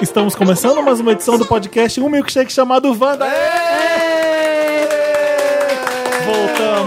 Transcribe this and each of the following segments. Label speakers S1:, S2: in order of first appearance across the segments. S1: Estamos começando mais uma edição do podcast Um Milkshake chamado Wanda.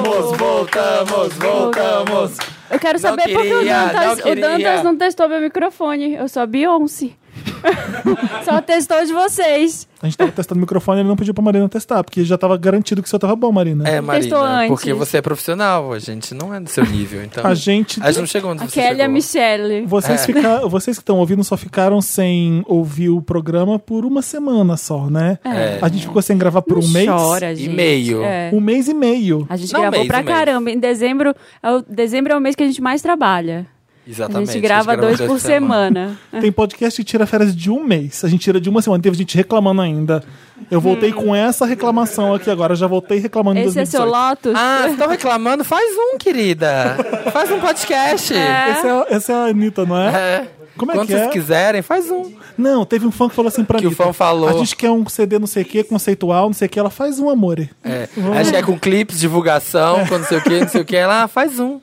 S1: Voltamos,
S2: voltamos, voltamos.
S3: Eu quero
S2: Não
S3: saber por que o
S2: queria, não
S3: Dantas, o
S2: queria.
S3: Dantas não testou meu microfone. Eu sou a Beyoncé. Só testou de vocês.
S1: A gente tava testando o microfone e ele não pediu pra Marina testar, porque já tava garantido que o seu tava bom, Marina.
S2: É, Marina,
S3: Testou antes.
S2: porque você é profissional, a gente não é do seu nível, então.
S1: A gente.
S2: A gente não chegou onde
S3: A
S2: você
S3: Kelly e a
S2: chegou.
S3: Michelle.
S1: Vocês,
S2: É.
S1: fica- vocês que estão ouvindo só ficaram sem ouvir o programa por uma semana só, né?
S2: É.
S1: A gente ficou sem gravar por
S3: Não
S1: um mês.
S3: Chora, gente.
S2: meio.
S3: É.
S1: Um mês e meio.
S3: A gente
S2: Não,
S3: gravou
S2: mês,
S3: pra
S2: um mês.
S3: caramba. Em dezembro é, o, dezembro é o mês que a gente mais trabalha.
S2: Exatamente.
S3: a gente grava dois por semana.
S1: Tem podcast que tira férias de um mês. A gente tira de uma semana. Teve gente reclamando ainda. Eu voltei com essa reclamação aqui agora. Eu já voltei reclamando em
S3: Hum. Esse é seu
S1: 2018.
S3: Lotus?
S2: Ah, estão reclamando? Faz um, querida. Faz um podcast. É.
S1: Esse é, essa é a Anitta, não é? Como é
S2: Quando
S1: que
S2: vocês
S1: é?
S2: quiserem, faz um.
S1: Não, teve um fã que falou assim pra
S2: Que o
S1: Anitta,
S2: fã falou.
S1: A gente quer um CD não sei o que, conceitual, não sei o que. Ela faz um amor.
S2: É. Acho que é com clipes, divulgação, com não sei o que, não sei o que. Ela ah, faz um.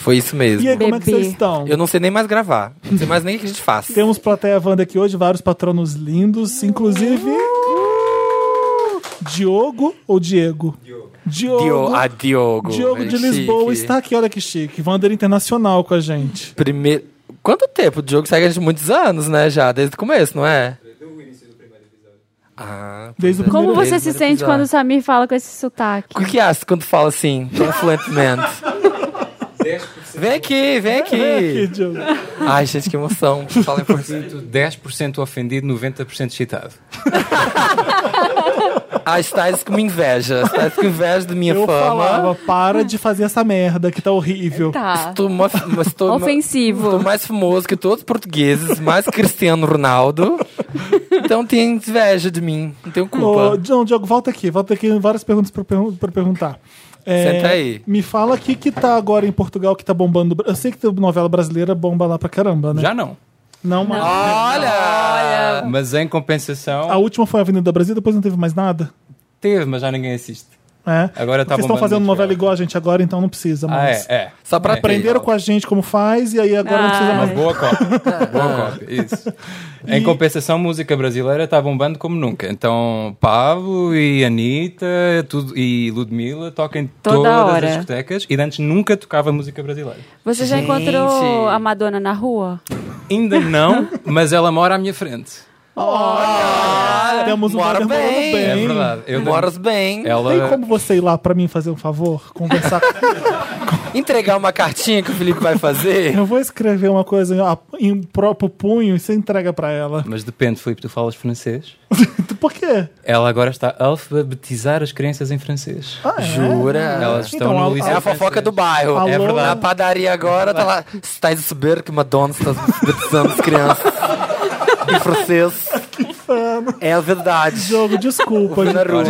S2: Foi isso mesmo.
S1: E aí, como é que
S3: Bebê.
S1: vocês estão?
S2: Eu não sei nem mais gravar. Não sei mais nem o que a gente faz.
S1: Temos plateia Wanda aqui hoje, vários patronos lindos, inclusive... Diogo ou Diego? Diogo.
S2: Dio, a Diogo.
S1: Diogo de
S2: Chique.
S1: Lisboa está aqui, olha que chique. Wander Internacional com a gente.
S2: Primeiro. Quanto tempo? O Diogo segue a gente muitos anos, né? Já, desde o começo, não é? Ah,
S1: Desde o
S2: pois é.
S3: Como
S1: primeiro
S3: você
S2: Desde
S3: se
S2: o
S3: sente
S2: episódio.
S3: quando o Samir fala com esse sotaque?
S2: O que acha quando fala assim, tão fluentemente? vem aqui, vem
S1: Aqui,
S2: aqui.
S1: Diogo.
S2: Ai, gente, que emoção. Fala em português.
S4: 10% ofendido, 90% excitado.
S2: Ai, estás com inveja. Estás com inveja da minha
S1: Eu
S2: fama.
S1: falava, para de fazer essa merda que tá horrível.
S3: Tá.
S2: Estou, mo- mas estou, estou
S3: Ofensivo.
S2: mais famoso que todos os portugueses, mais Cristiano Ronaldo. Então tem inveja de mim, não tenho
S1: Ô,
S2: culpa.
S1: Não, Diogo, volta aqui. Volta aqui, várias perguntas pra, pergun- pra perguntar. É,
S2: Senta aí.
S1: Me fala o que que tá agora em Portugal que tá bombando. Eu sei que novela brasileira bomba lá pra caramba, né?
S4: Já não.
S1: Não, mas...
S2: Olha!
S4: Mas em
S1: A
S4: compensação,
S1: última foi Avenida Brasil, depois não teve mais nada.
S4: teve, mas já ninguém assiste.
S1: É.
S4: Agora tá
S1: Vocês estão
S4: bombando
S1: fazendo
S4: muito
S1: novela
S4: legal.
S1: igual a gente agora, então não precisa
S4: Ah,
S1: mais.
S4: é, é.
S2: Só pra
S4: É.
S2: aprender.
S1: Aprenderam com a gente como faz e aí agora não precisa
S3: Ah,
S1: mais.
S4: Mas boa
S2: Ah.
S4: cópia. boa cópia, isso. Em compensação, música brasileira está bombando como nunca. Então, Pablo e Anitta tudo, e Ludmilla tocam em
S3: Toda
S4: todas
S3: hora.
S4: as discotecas e antes nunca tocava música brasileira.
S3: Você já
S2: Gente.
S3: encontrou a Madonna na rua?
S4: Ainda não, mas ela mora à minha frente.
S1: Temos um
S2: Mora
S1: Wander morando
S2: bem.
S4: É
S1: bem.
S4: verdade. Eu
S2: Moras bem.
S3: É.
S4: Ela...
S1: Tem como você ir lá pra mim fazer um favor? Conversar com...
S2: Entregar uma cartinha que o Felipe vai fazer.
S1: Eu vou escrever uma coisa em, em próprio punho e você entrega pra ela.
S4: Mas depende, Filipe, tu falas francês?
S1: Por quê?
S4: Ela agora está a alfabetizar as crianças em francês.
S1: Ah, é?
S2: Jura?
S4: Elas estão
S1: Então, a-
S4: no
S1: a-
S4: liceu.
S2: É a fofoca do bairro.
S1: Alô?
S2: É verdade. Na padaria agora tá lá. Estás a saber que Madonna está alfabetizando as crianças em francês. É verdade.
S1: Diogo, desculpa.
S2: Na
S1: gente.
S2: rua.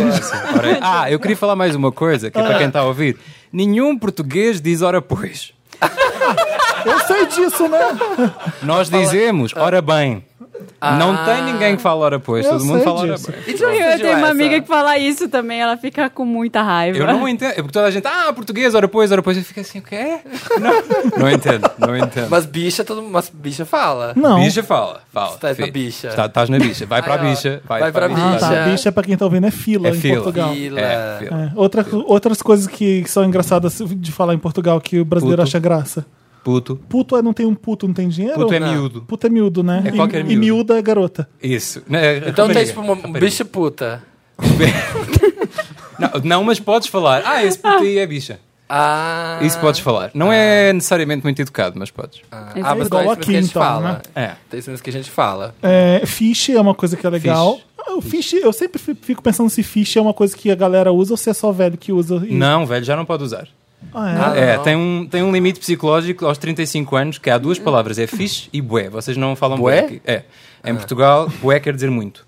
S4: Ora, Ah, eu queria falar mais uma coisa, que é para quem está a ouvir. Nenhum português diz ora pois.
S1: Eu sei disso, né?
S4: Nós dizemos ora bem. Não tem ninguém que fala ora pois,
S1: Ah. Eu
S4: todo mundo
S1: sei
S4: fala
S1: disso.
S4: ora bem.
S2: E de onde
S3: Eu
S2: surgiu
S3: tenho uma
S2: essa?
S3: amiga que fala isso também, ela fica com muita raiva.
S4: Eu não entendo, é porque toda a gente, ah, português, ora pois, ora pois, eu fico assim, o que é? Não, não entendo, não entendo.
S2: Mas bicha, todo mundo. Mas bicha fala.
S1: Não.
S4: Bicha fala, fala.
S2: Estás na
S4: filho.
S2: bicha.
S4: Está- Estás na bicha, vai para a
S2: Ai, ó.
S4: é bicha. Vai,
S2: Vai
S4: para
S2: pra
S1: Ah,
S2: bicha.
S1: tá. Bicha, pra quem tá ouvindo, é fila
S4: É
S1: em
S4: fila.
S1: Portugal.
S2: Fila.
S4: É, filho.
S1: É, outra- outras coisas que são engraçadas de falar em Portugal que o brasileiro
S4: Puto.
S1: acha graça.
S4: Puto,
S1: Puto é não tem um puto, não tem dinheiro?
S4: puto é
S2: Não.
S4: miúdo.
S1: Puto é miúdo, né?
S4: É
S1: e,
S4: qualquer
S1: e
S4: miúdo.
S1: miúda é garota.
S4: Isso.
S2: Então
S4: tem
S2: tens tipo uma bicha puta.
S4: Não, não, mas podes falar. Ah, esse puto aí é bicha.
S2: Ah.
S4: Isso podes falar. Não é necessariamente muito educado, mas podes.
S2: Ah,
S3: É
S2: mas
S1: igual
S2: não, é isso mesmo
S1: aqui,
S2: que a gente
S1: então,
S2: fala.
S1: né?
S4: É.
S2: É isso mesmo que a gente fala.
S1: É, fish é uma coisa que é legal.
S4: Fish.
S1: Ah, O fish, eu sempre fi- fico pensando se fish é uma coisa que a galera usa ou se é só velho que usa. E-
S4: Não, velho, já não pode usar.
S1: Ah, é?
S2: Ah,
S4: É,
S2: não.
S4: tem um, tem um limite psicológico aos 35 anos, que há duas palavras, é fixe e bué. Vocês não falam bué?
S2: Bué? Ah.
S4: aqui. É. Em Portugal, bué quer dizer muito.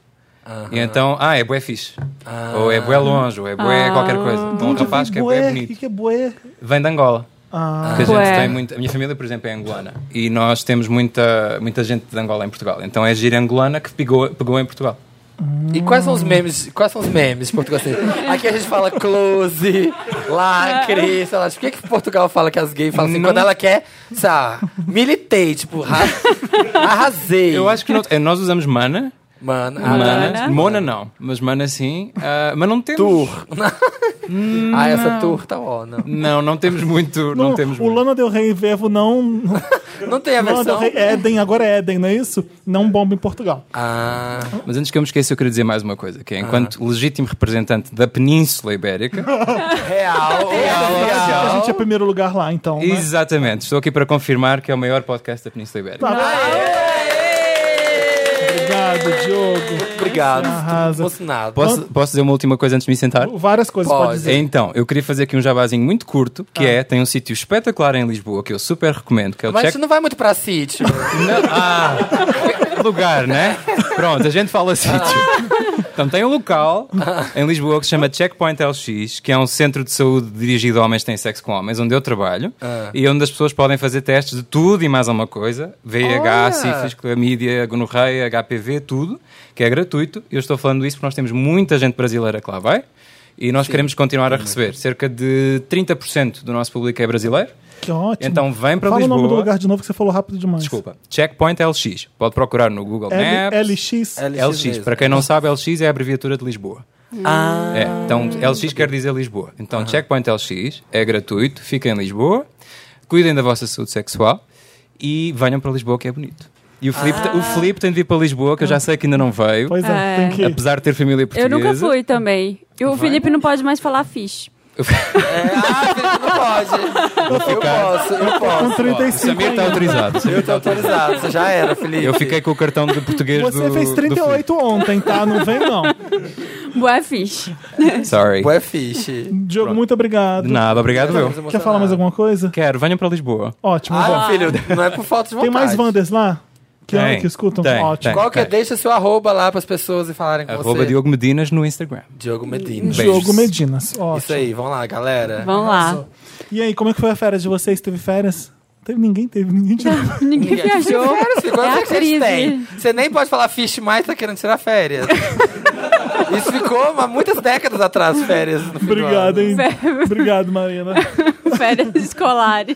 S4: E então, ah, é bué fixe.
S2: Ah.
S4: Ou é bué longe, ou é bué qualquer coisa. Um rapaz que é
S1: O
S4: bué
S1: que
S4: bonito.
S1: que é bué?
S4: Vem de Angola.
S1: Ah,
S4: Porque a gente
S3: Bué.
S4: tem muito- a minha família, por exemplo, é angolana. E nós temos muita, muita gente de Angola em Portugal. Então é gira angolana que pegou, pegou em Portugal.
S2: E quais são os memes? Quais são os memes de Portugal? Assim, aqui a gente fala close, lacre, sei lá. Tipo, Por que, que Portugal fala que as gays falam assim?
S4: Não-
S2: Quando ela quer, sei lá, militei, tipo, ra- arrasei.
S4: Eu acho que não- é, nós usamos mana.
S2: Mano, ah,
S4: Mana. Mona não, mas mana sim. Ah, mas não temos.
S2: tour.
S4: Hum.
S2: ah, essa tour tá ó, não.
S4: Não, não temos muito. Não,
S1: Não,
S4: temos
S1: o
S4: muito.
S1: Lana Del Rey e Vevo não.
S2: Não tem a
S1: Lana
S2: versão.
S1: Del Rey, Eden, agora é Eden, não é isso? Não bomba em Portugal.
S2: Ah,
S4: Mas antes que eu me esqueça, eu queria dizer mais uma coisa: que é, enquanto
S1: Ah.
S4: legítimo representante da Península Ibérica,
S2: real, real,
S1: A
S2: real.
S1: gente é primeiro lugar lá, então. né?
S4: exatamente, estou aqui para confirmar que é o maior podcast da Península
S1: Tá,
S4: Ibérica.
S1: Obrigado, Diogo.
S2: Obrigado.
S1: Arrasa.
S2: Emocionado.
S4: Posso, posso dizer uma última coisa antes de me sentar?
S1: Várias coisas pode,
S2: Pode.
S1: dizer.
S4: Então, eu queria fazer aqui um jabazinho muito curto, que é, tem um sítio espetacular em Lisboa, que eu super recomendo, que é o
S2: Mas a
S4: Check...
S2: gente não vai muito pra sítio.
S4: Não, ah, lugar, né? Pronto, a gente fala sítio. Então tem um local em Lisboa que se chama Checkpoint LX, que é um centro de saúde dirigido a homens que têm sexo com homens, onde eu trabalho e onde as pessoas podem fazer testes de tudo e mais alguma coisa: VIH,
S2: Olha!
S4: sífilis, clamídia, gonorreia, HPV, tudo, que é gratuito. Eu estou falando isso porque nós temos muita gente brasileira que lá vai. E nós queremos continuar a receber. Cerca de 30% do nosso público é brasileiro.
S1: Que ótimo.
S4: Então vem para
S1: Fala
S4: Lisboa.
S1: o nome do lugar de novo que você falou rápido demais.
S4: Desculpa. Checkpoint LX. Pode procurar no Google
S1: L,
S4: Maps.
S1: LX.
S4: LX.
S2: mesmo. né?
S4: Para quem não sabe, LX é a abreviatura de Lisboa.
S2: Ah,
S4: É. Então, LX quer dizer Lisboa. Então, Checkpoint LX é gratuito, fica em Lisboa, cuidem da vossa saúde sexual e venham para Lisboa, que é bonito. E o Filipe,
S2: Ah.
S4: o Filipe tem de vir para Lisboa, que eu já sei que ainda não veio,
S1: Pois é,
S3: É.
S1: tem que ir.
S4: apesar de ter família
S3: Eu
S4: portuguesa.
S3: nunca fui também. E o Felipe não pode mais falar fish.
S2: é. Ah, Felipe, não pode. Eu posso, eu
S1: Com
S2: posso.
S1: 35
S4: Samir está
S1: ainda.
S4: autorizado.
S2: Eu tô autorizado, você já era, Felipe.
S4: Eu fiquei com o cartão de português
S1: Você
S4: do
S1: fez
S4: do
S1: 38 ontem, tá? Não vem, não.
S3: Boa fish.
S4: Filipe. Sorry.
S2: Ué, fiche.
S1: Diogo, muito
S4: De
S1: obrigado.
S4: nada, obrigado eu.
S2: Estamos
S1: Quer falar mais alguma coisa?
S4: Quero, venham para Lisboa.
S1: Ótimo. bom.
S2: Ah, filho, não é por falta de vontade.
S1: Tem mais Wanders lá? Que, é
S4: Tem,
S1: que escutam?
S4: tem,
S1: Ótimo.
S4: tem.
S2: Qual que é? Deixa seu arroba lá pras pessoas e falarem com
S4: Arroba
S2: você.
S4: Diogo Medinas no Instagram.
S2: Diogo Medina.
S4: Bem.
S1: Diogo
S4: Beijos.
S1: Medinas. Ótimo.
S2: Isso aí, vamos lá, galera.
S3: Vamos lá.
S1: E aí, como é que foi a férias de vocês? Teve férias? Teve ninguém, teve ninguém. Teve.
S3: Ninguém viajou.
S2: Férias, filho,
S3: É
S2: quantos
S3: a
S2: anos vocês têm?
S3: crise.
S2: Você nem pode falar fish mais, tá querendo tirar férias. Isso ficou há muitas décadas atrás, férias. no fim do
S1: Obrigado,
S2: ano.
S1: hein? Obrigado, Marina.
S3: Férias escolares.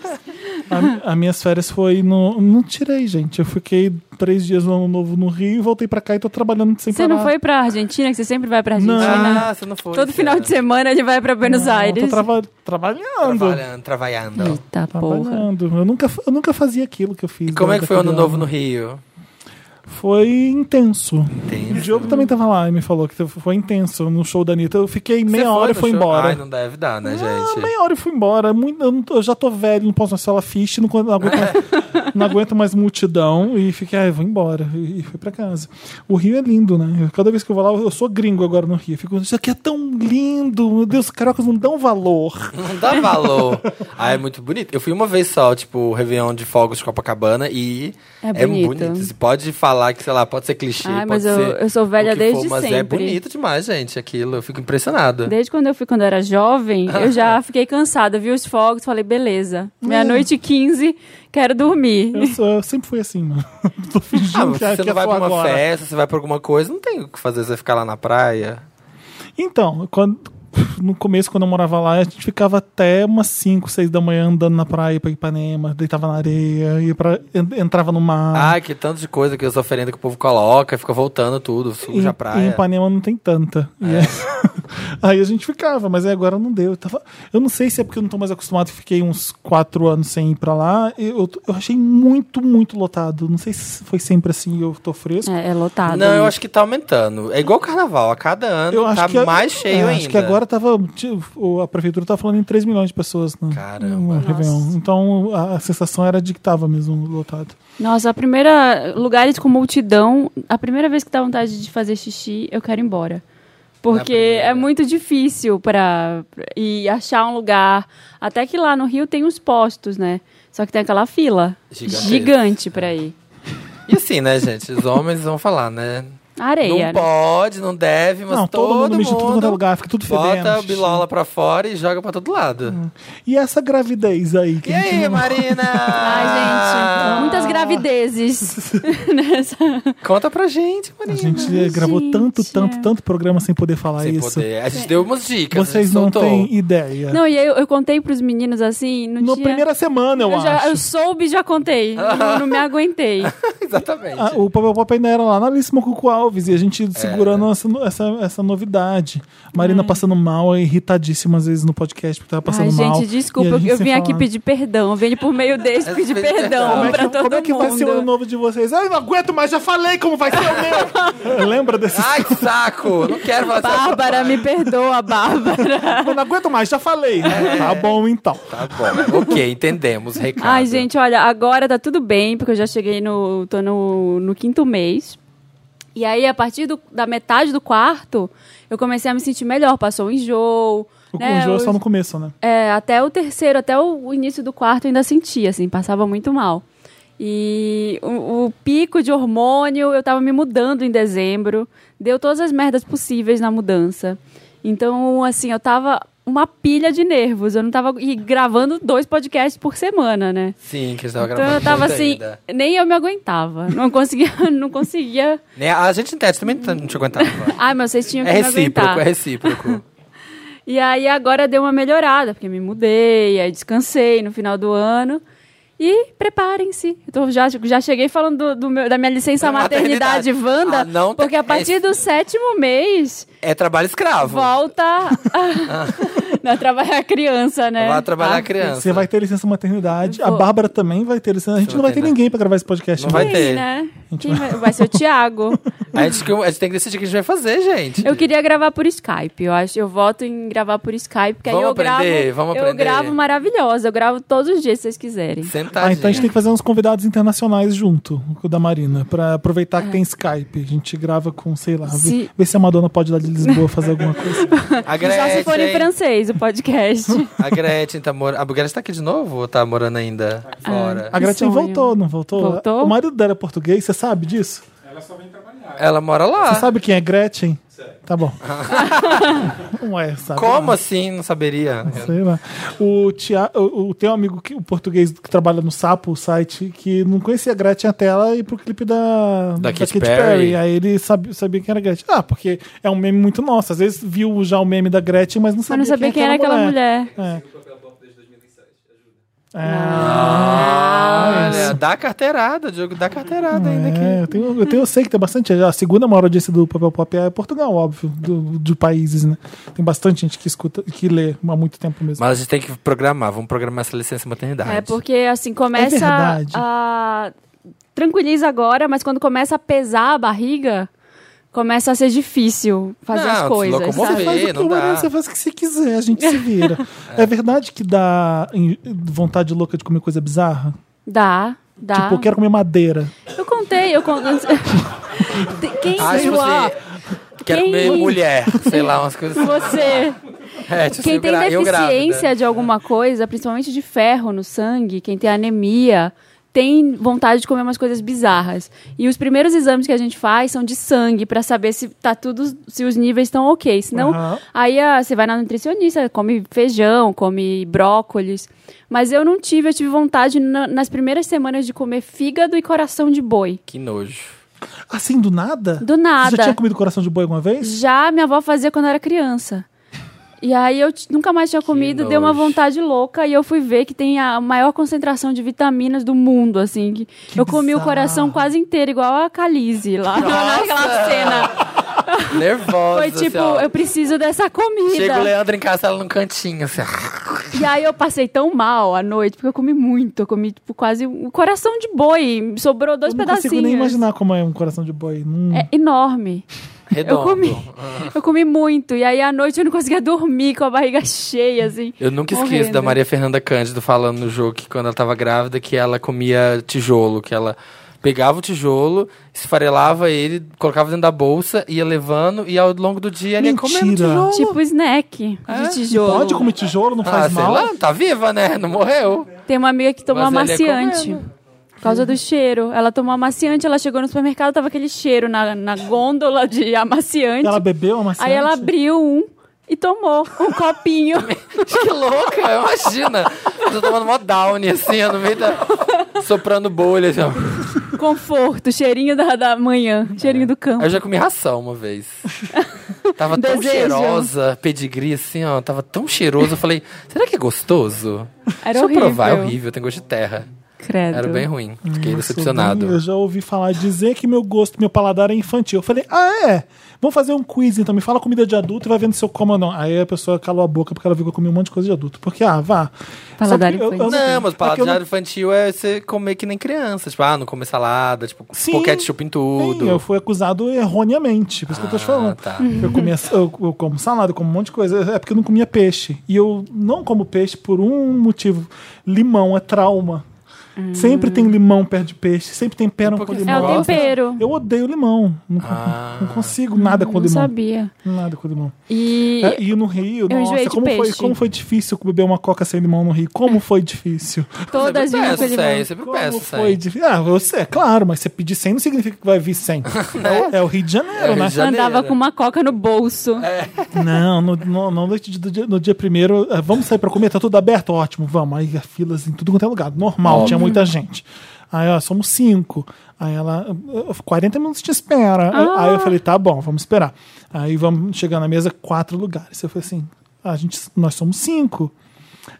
S1: A, as minhas férias foi no. Não tirei, gente. Eu fiquei três dias no Ano Novo no Rio, voltei pra cá e tô trabalhando sem
S3: Você
S1: parar.
S3: não foi pra Argentina, que você sempre vai pra Argentina?
S2: Ah, você não foi.
S3: Todo final de semana ele vai pra Buenos
S1: Não,
S3: Aires.
S1: Tô trava- trabalhando.
S2: Trabalhando, trabalhando.
S3: Eita porra.
S1: Trabalhando. Eu nunca, eu nunca fazia aquilo que eu fiz.
S2: E como é
S1: né,
S2: que foi o ano
S1: daquele
S2: novo no Rio?
S1: Foi intenso. O
S2: Tem.
S1: Diogo também tava lá e me falou que foi intenso no show da Anitta. Eu fiquei meia hora e fui embora.
S2: Ai, não deve dar, né, gente?
S1: Ah, Meia hora e fui embora. É Muito- eu, não tô- eu já tô velho, não posso mais falar fish, não, aguento, mais- não aguento mais multidão. E fiquei, ah, eu vou embora. E, e fui pra casa. O Rio é lindo, né? Eu- cada vez que eu vou lá, eu sou gringo agora no Rio. Eu Fico, isso aqui é tão lindo. Meu Deus, os cariocas não dão valor.
S2: Não dá valor. ah, é muito bonito. Eu fui uma vez só, tipo, o Réveillon de Fogos de Copacabana e
S3: É
S2: é bonito.
S3: bonito.
S2: Você pode falar que, sei lá, pode ser clichê,
S3: Ai,
S2: pode
S3: mas eu,
S2: ser
S3: eu sou
S2: o
S3: velha
S2: que for,
S3: desde
S2: mas
S3: sempre.
S2: é bonito demais, gente, aquilo. Eu fico impressionado.
S3: Desde quando eu fui, quando eu era jovem, eu já fiquei cansada. Vi os fogos, falei, beleza. Meia-noite e 15, quero dormir.
S1: Eu, sou- eu sempre fui assim, mano. Tô
S2: Ah,
S1: fingindo
S2: mas
S1: que,
S2: você
S1: é- que é
S2: não vai
S1: só
S2: pra uma
S1: agora.
S2: festa, você vai pra alguma coisa, não tem o que fazer, você vai ficar lá na praia.
S1: Então, quando- no começo, quando eu morava lá, a gente ficava até umas 5, 6 da manhã andando na praia pra Ipanema, deitava na areia, ia pra, en- entrava no mar.
S3: Ah.
S2: Ai, que tanto de coisa que as oferendas que o povo coloca, fica voltando tudo,
S1: Em-
S2: suja a
S1: Em
S2: praia.
S1: Ipanema não tem tanta. E é- aí a gente ficava, mas aí agora não deu. Eu, tava- eu não sei se é porque eu não tô mais acostumado, fiquei uns quatro anos sem ir pra lá. Eu, eu, eu achei muito, muito lotado. Não sei se foi sempre assim eu tô fresco.
S3: É, é lotado.
S2: Não, eu acho que tá aumentando. É igual o carnaval, a cada ano
S1: Eu acho
S2: tá
S1: que a-
S2: mais
S1: é,
S2: cheio ainda.
S1: Acho que agora tava. tipo, A prefeitura tava falando em 3 milhões de pessoas no, no
S2: Caramba.
S1: Réveillon. Então a, a sensação era de que tava mesmo lotado.
S3: Nossa, a primeira. Lugares com multidão, a primeira vez que dá vontade de fazer xixi, eu quero ir embora. Porque
S2: primeira.
S3: é muito difícil para e achar um lugar. Até que lá no Rio tem uns postos, né? Só que tem aquela fila
S2: Gigantesca.
S3: gigante pra ir.
S2: E assim, né, gente? Os homens vão falar, né?
S3: Areia. é,
S2: Não pode, não deve, mas
S1: não, todo, mundo mija em tudo quanto é lugar, fica tudo fedendo.
S2: Bota a bilola pra fora e joga pra todo lado.
S1: E essa gravidez aí? Que
S2: E
S1: Ah, a gente
S2: aí,
S1: não-
S2: Marina? Ah.
S3: Ai, gente, então, muitas gravidezes. Nessa...
S2: Conta pra gente,
S1: A
S2: Marina.
S1: gente gravou
S3: gente,
S1: tanto,
S3: é.
S1: tanto, tanto programa sem poder falar
S2: Sem
S1: isso.
S2: poder. A gente deu umas dicas. a
S1: Vocês
S2: gente
S1: não
S2: soltou.
S1: têm ideia.
S3: Não, e aí eu, eu contei pros meninos assim, no
S1: Na
S3: dia...
S1: primeira semana, eu,
S3: eu, já,
S1: acho.
S3: eu soube e já contei. não, não me aguentei.
S2: Exatamente.
S1: Ah, o Papel Pop ainda era lá na Líssima Cuco Alves e a
S2: É.
S1: gente segurando essa, essa, essa novidade. Marina passando mal, é irritadíssima às vezes no podcast porque tava passando
S3: É. Ai,
S1: mal.
S3: gente, desculpa,
S1: E a
S3: eu,
S1: gente
S3: eu
S1: sem
S3: vim aqui
S1: falar.
S3: pedir perdão. Eu vim por meio desse
S2: Eu
S3: pedir
S2: pedi perdão.
S3: perdão
S1: Como é,
S3: pra
S1: que,
S3: todo
S1: como é que
S3: mundo.
S1: vai ser o ano novo de vocês? Ai, não aguento mais, já falei como vai ser o meu! Lembra desse.
S2: Ai, que saco! Não quero falar dessa-
S3: Bárbara, me perdoa, Bárbara.
S1: Eu não aguento mais, já falei.
S2: É.
S1: Tá bom então.
S2: Tá bom. Ok, entendemos. Recado.
S3: Ai, gente, olha, agora tá tudo bem, porque eu já cheguei no. tô no, no quinto mês. E aí, a partir do- da metade do quarto, eu comecei a me sentir melhor. Passou o enjoo.
S1: O
S3: né,
S1: conjuro é
S3: os-
S1: só no começo, né?
S3: É, até o terceiro, até o início do quarto eu ainda sentia, assim, passava muito mal. E o, o pico de hormônio, eu tava me mudando em dezembro, deu todas as merdas possíveis na mudança. Então, assim, eu tava uma pilha de nervos, eu não tava e gravando dois podcasts por semana, né?
S2: Sim, que estava
S3: Então
S2: gravando.
S3: eu tava
S2: muito
S3: assim,
S2: ainda.
S3: nem eu me aguentava, não conseguia, não conseguia.
S2: Né, A gente internet também tá- não te aguentava.
S3: Ai, mas vocês tinham que
S2: É
S3: me aguentar.
S2: recíproco, é recíproco.
S3: E aí agora deu uma melhorada, porque me mudei, aí descansei no final do ano. E preparem-se. Eu tô- já, já cheguei falando do, do meu- da minha licença
S2: Da maternidade.
S3: maternidade Wanda,
S2: Ah, não,
S3: porque a
S2: é
S3: partir
S2: isso.
S3: do sétimo mês
S2: É trabalho escravo.
S3: volta a, não, trabalhar a criança, né?
S2: Vai trabalhar a
S3: Ah,
S2: criança.
S1: Você vai ter licença maternidade, a
S3: Vou.
S1: Bárbara também vai ter licença. A gente
S2: Você
S1: não vai ter
S2: vai ter. né?
S1: ninguém pra gravar esse podcast.
S2: Não
S1: mais.
S2: vai
S3: quem,
S2: ter.
S3: né? Quem vai, vai ser o Thiago.
S2: A gente, que- a gente tem que decidir o que a gente vai fazer, gente.
S3: Eu queria gravar por Skype. Eu acho, eu voto em gravar por Skype, porque aí
S2: Vamos
S3: eu
S2: aprender,
S3: gravo,
S2: vamos
S3: eu
S2: aprender.
S3: gravo maravilhosa. Eu gravo todos os dias, se vocês quiserem.
S2: Sentadinha.
S1: Ah, então a gente tem que fazer uns convidados internacionais junto com o da Marina, pra aproveitar que tem Skype. A gente grava com, sei lá,
S3: É. Se-
S1: vê, vê se a Madonna pode lá de Lisboa fazer alguma coisa.
S2: A
S3: Já
S2: Gretchen,
S3: se for em francês, o podcast.
S2: A Gretchen tá morando. A Gretchen tá aqui de novo ou tá morando ainda
S3: Ah.
S2: fora?
S1: A Gretchen
S3: sonho.
S1: voltou, não voltou?
S3: Voltou?
S1: O marido dela é português, você sabe disso?
S2: Ela mora lá.
S1: Você sabe quem é Gretchen? Tá bom. Ué, sabe?
S2: Como assim? Não saberia.
S1: Sei lá. O, Tia, o, o- tem um amigo que, o português que trabalha no Sapo, o site, que não conhecia a Gretchen até ela ir pro clipe da,
S2: Da Katy Perry.
S1: Aí ele sabe, sabia quem era a Gretchen. Ah, porque é um meme muito nosso. Às vezes viu já o meme da Gretchen, mas não
S3: Mas
S1: sabia,
S3: não sabia quem
S1: é
S3: era aquela mulher.
S1: É.
S2: Ah, Olha, dá carteirada, Diogo, dá carteirada ainda
S1: É,
S2: aqui.
S1: eu, tenho, eu, tenho, eu sei que tem bastante. A segunda maior audiência do Papel Pop é Portugal, óbvio, do, de países, né? Tem bastante gente que escuta, que lê há muito tempo mesmo.
S2: Mas a gente tem que programar, vamos programar essa licença maternidade.
S3: É porque assim começa
S1: verdade.
S3: a tranquiliza agora, mas quando começa a pesar a barriga, começa a ser difícil fazer
S2: Não,
S3: as
S2: se
S3: coisas,
S2: locomover.
S3: sabe?
S1: Faz o que
S2: não
S1: Marina,
S2: dá.
S1: você faz o que você quiser, a gente se vira. é. verdade que dá em- vontade louca de comer coisa bizarra?
S3: Dá, dá.
S1: Tipo, eu quero comer madeira.
S3: Eu contei, eu contei. Quem
S2: Acho que
S3: enjoar?
S2: você quer
S3: Quem-
S2: comer mulher, sei lá, umas coisas assim.
S3: Você,
S2: É, tipo,
S3: quem
S2: eu
S3: tem
S2: gra- eu grávida.
S3: deficiência de alguma coisa, principalmente de ferro no sangue, quem tem anemia, tem vontade de comer umas coisas bizarras. E os primeiros exames que a gente faz são de sangue pra saber se tá tudo, se os níveis estão ok. Senão,
S1: Aham.
S3: aí ah, você vai na nutricionista, come feijão, come brócolis. Mas eu não tive, eu tive vontade na- nas primeiras semanas de comer fígado e coração de boi.
S2: Que nojo.
S1: Assim, do nada?
S3: Do nada.
S1: Você já tinha comido coração de boi alguma vez?
S3: Já minha avó fazia quando eu era criança. E aí eu t- nunca mais tinha comido, deu uma
S2: nojo.
S3: vontade louca e eu fui ver que tem a maior concentração de vitaminas do mundo, assim. que eu comi o
S1: bizarro.
S3: coração quase inteiro, igual a Calize lá naquela cena.
S2: Nervosa.
S3: Foi
S2: assim,
S3: tipo,
S2: ó.
S3: eu preciso dessa comida.
S2: Chega o Leandro em casa, ela num cantinho, assim. ó.
S3: E aí eu passei tão mal à noite, porque eu comi muito, eu comi tipo quase um coração de boi, sobrou dois
S1: eu não
S3: pedacinhos.
S1: consigo nem imaginar como é um coração de boi. Hum.
S3: É enorme.
S2: Redondo.
S3: Eu comi, eu comi muito. E aí à noite eu não conseguia dormir com a barriga cheia, assim.
S2: Eu nunca esqueço
S3: morrendo.
S2: da Maria Fernanda Cândido falando no jogo que quando ela tava grávida que ela comia tijolo, que ela pegava o tijolo, esfarelava ele, colocava dentro da bolsa, ia levando e ao longo do dia ela ia comendo
S1: Mentira.
S2: tijolo.
S3: Tipo snack
S1: É?
S3: de tijolo.
S1: Pode comer tijolo, não
S2: ah,
S1: faz
S2: sei
S1: mal?
S2: lá, tá viva, né? Não morreu.
S3: Tem uma amiga que toma
S2: Mas ela ia
S3: amaciante.
S2: comendo.
S3: Por causa do cheiro. Ela tomou amaciante, ela chegou no supermercado, tava aquele cheiro na, na gôndola de amaciante.
S1: Ela bebeu amaciante?
S3: Aí ela abriu um e tomou um copinho.
S2: Que louca, imagina. Tô tomando mó down, assim, ó, no meio da... Soprando bolha, assim, ó.
S3: Conforto, cheirinho da, da manhã, cheirinho do campo.
S2: Eu já comi ração uma vez. Tava
S1: Um
S2: tão
S3: Desejo.
S2: cheirosa, pedigree, assim, ó. Tava tão cheiroso. Eu falei, será que é gostoso?
S3: Era
S2: Deixa eu
S3: horrível.
S2: provar, é horrível. Tem gosto de terra.
S3: Credo.
S2: Era bem ruim. Fiquei
S1: É Nossa,
S2: decepcionado.
S1: Eu já ouvi falar, dizer que meu gosto, meu paladar é infantil. Eu falei, ah, é? Vamos fazer um quiz então, me fala comida de adulto e vai vendo se eu como ou não. Aí a pessoa calou a boca porque ela viu que eu comi um monte de coisa de adulto. Porque, ah, vá.
S3: Paladar
S1: Só que eu- eu
S3: infantil.
S1: sei.
S2: Não, mas
S1: É que eu
S2: paladar
S1: não-
S2: infantil é você comer que nem criança. Tipo, ah, não comer salada, tipo,
S1: Sim.
S2: pôr ketchup em tudo.
S1: Sim, eu fui acusado erroneamente, por isso que eu tô te
S2: Ah,
S1: falando.
S2: tá.
S1: Eu, comia, eu, eu como salada, eu como um monte de coisa. É porque eu não comia peixe. E eu não como peixe por um motivo. Limão é trauma. Sempre tem limão perto de peixe, sempre tem
S2: Um
S1: perna com
S2: pouquinho
S1: limão.
S3: Hum. É o
S2: Nossa.
S3: tempero.
S1: Eu odeio limão. Não, con-
S2: Ah.
S1: não consigo nada com
S3: Não
S1: limão.
S3: sabia.
S1: Nada com limão.
S3: E
S1: É, E no Rio,
S3: eu
S1: nossa,
S3: enjoei de
S1: como foi,
S3: peixe.
S1: como foi difícil beber uma coca sem limão no Rio. Como foi difícil.
S3: todas
S2: sempre
S3: vinham com
S2: peço,
S3: limão.
S2: sério, sempre
S1: Como
S2: peço,
S1: foi
S2: sério.
S1: difícil. Ah, você, é claro, mas você pedir 100 não significa que vai vir 100. é, o Rio de
S2: É o
S1: Janeiro,
S2: Rio
S1: né?
S2: de Janeiro.
S3: Andava com uma coca no bolso.
S2: É,
S1: Não, no, no, no, noite do dia- no dia primeiro, eh, vamos sair pra comer, tá tudo aberto? Ótimo, vamos. Aí filas em tudo quanto é lugar, normal,
S2: Óbvio.
S1: tinha muita gente. Aí, ó, somos cinco. Aí ela, eh, 40 minutos de espera.
S3: Ah.
S1: Aí eu falei, tá bom, vamos esperar. Aí vamos chegar na mesa, quatro lugares. Eu falei assim, a gente, nós somos cinco.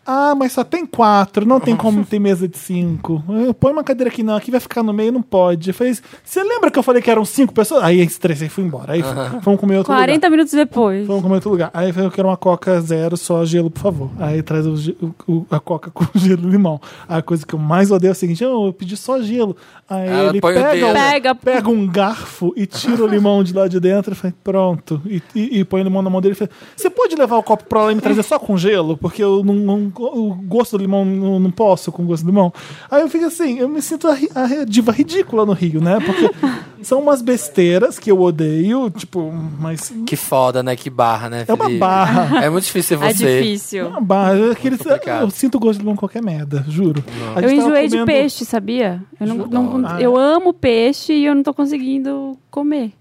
S1: Ah, mas só tem quatro, não tem como ter mesa de cinco. Eh, Põe uma cadeira aqui, não, aqui vai ficar no meio, não pode. Eu falei, você lembra que eu falei que eram cinco pessoas? Aí estressei e fui embora. Aí fomos comer em outro lugar.
S3: 40 minutos depois.
S1: Vamos comer em outro lugar. Aí eu falei, eu quero uma coca zero, só gelo, por favor. Aí traz o ge- o- o- a coca com gelo e limão. A coisa que eu mais odeio é o seguinte: "Não, eu pedi só gelo. Aí
S2: Ela
S1: ele
S2: põe o
S1: pega,
S2: dedo.
S1: um-
S3: Pega.
S1: pega um garfo e tira o limão de lá de dentro e fala, pronto. E, e- e põe o limão na mão dele e fala: Você pode levar o copo pra lá e me trazer só com gelo? Porque eu não, não- o gosto do limão não, não posso com o gosto do limão. Aí eu fico assim, eu me sinto a, ri- a ri- diva ridícula no Rio, né? Porque são umas besteiras que eu odeio, tipo, mas.
S2: Que foda, né? Que barra, né,
S1: É uma
S2: Felipe?
S1: barra.
S2: É muito difícil ser
S3: É
S2: você.
S3: difícil.
S1: Não, bah, eu- aqueles-
S2: complicado.
S1: eu sinto gosto de limão em qualquer merda, juro. A
S3: Eu
S1: gente tava
S3: enjoei de
S1: comendo-
S3: peixe, sabia? Eu, não, não-
S2: Não,
S1: né?
S3: eu amo peixe e eu não tô conseguindo comer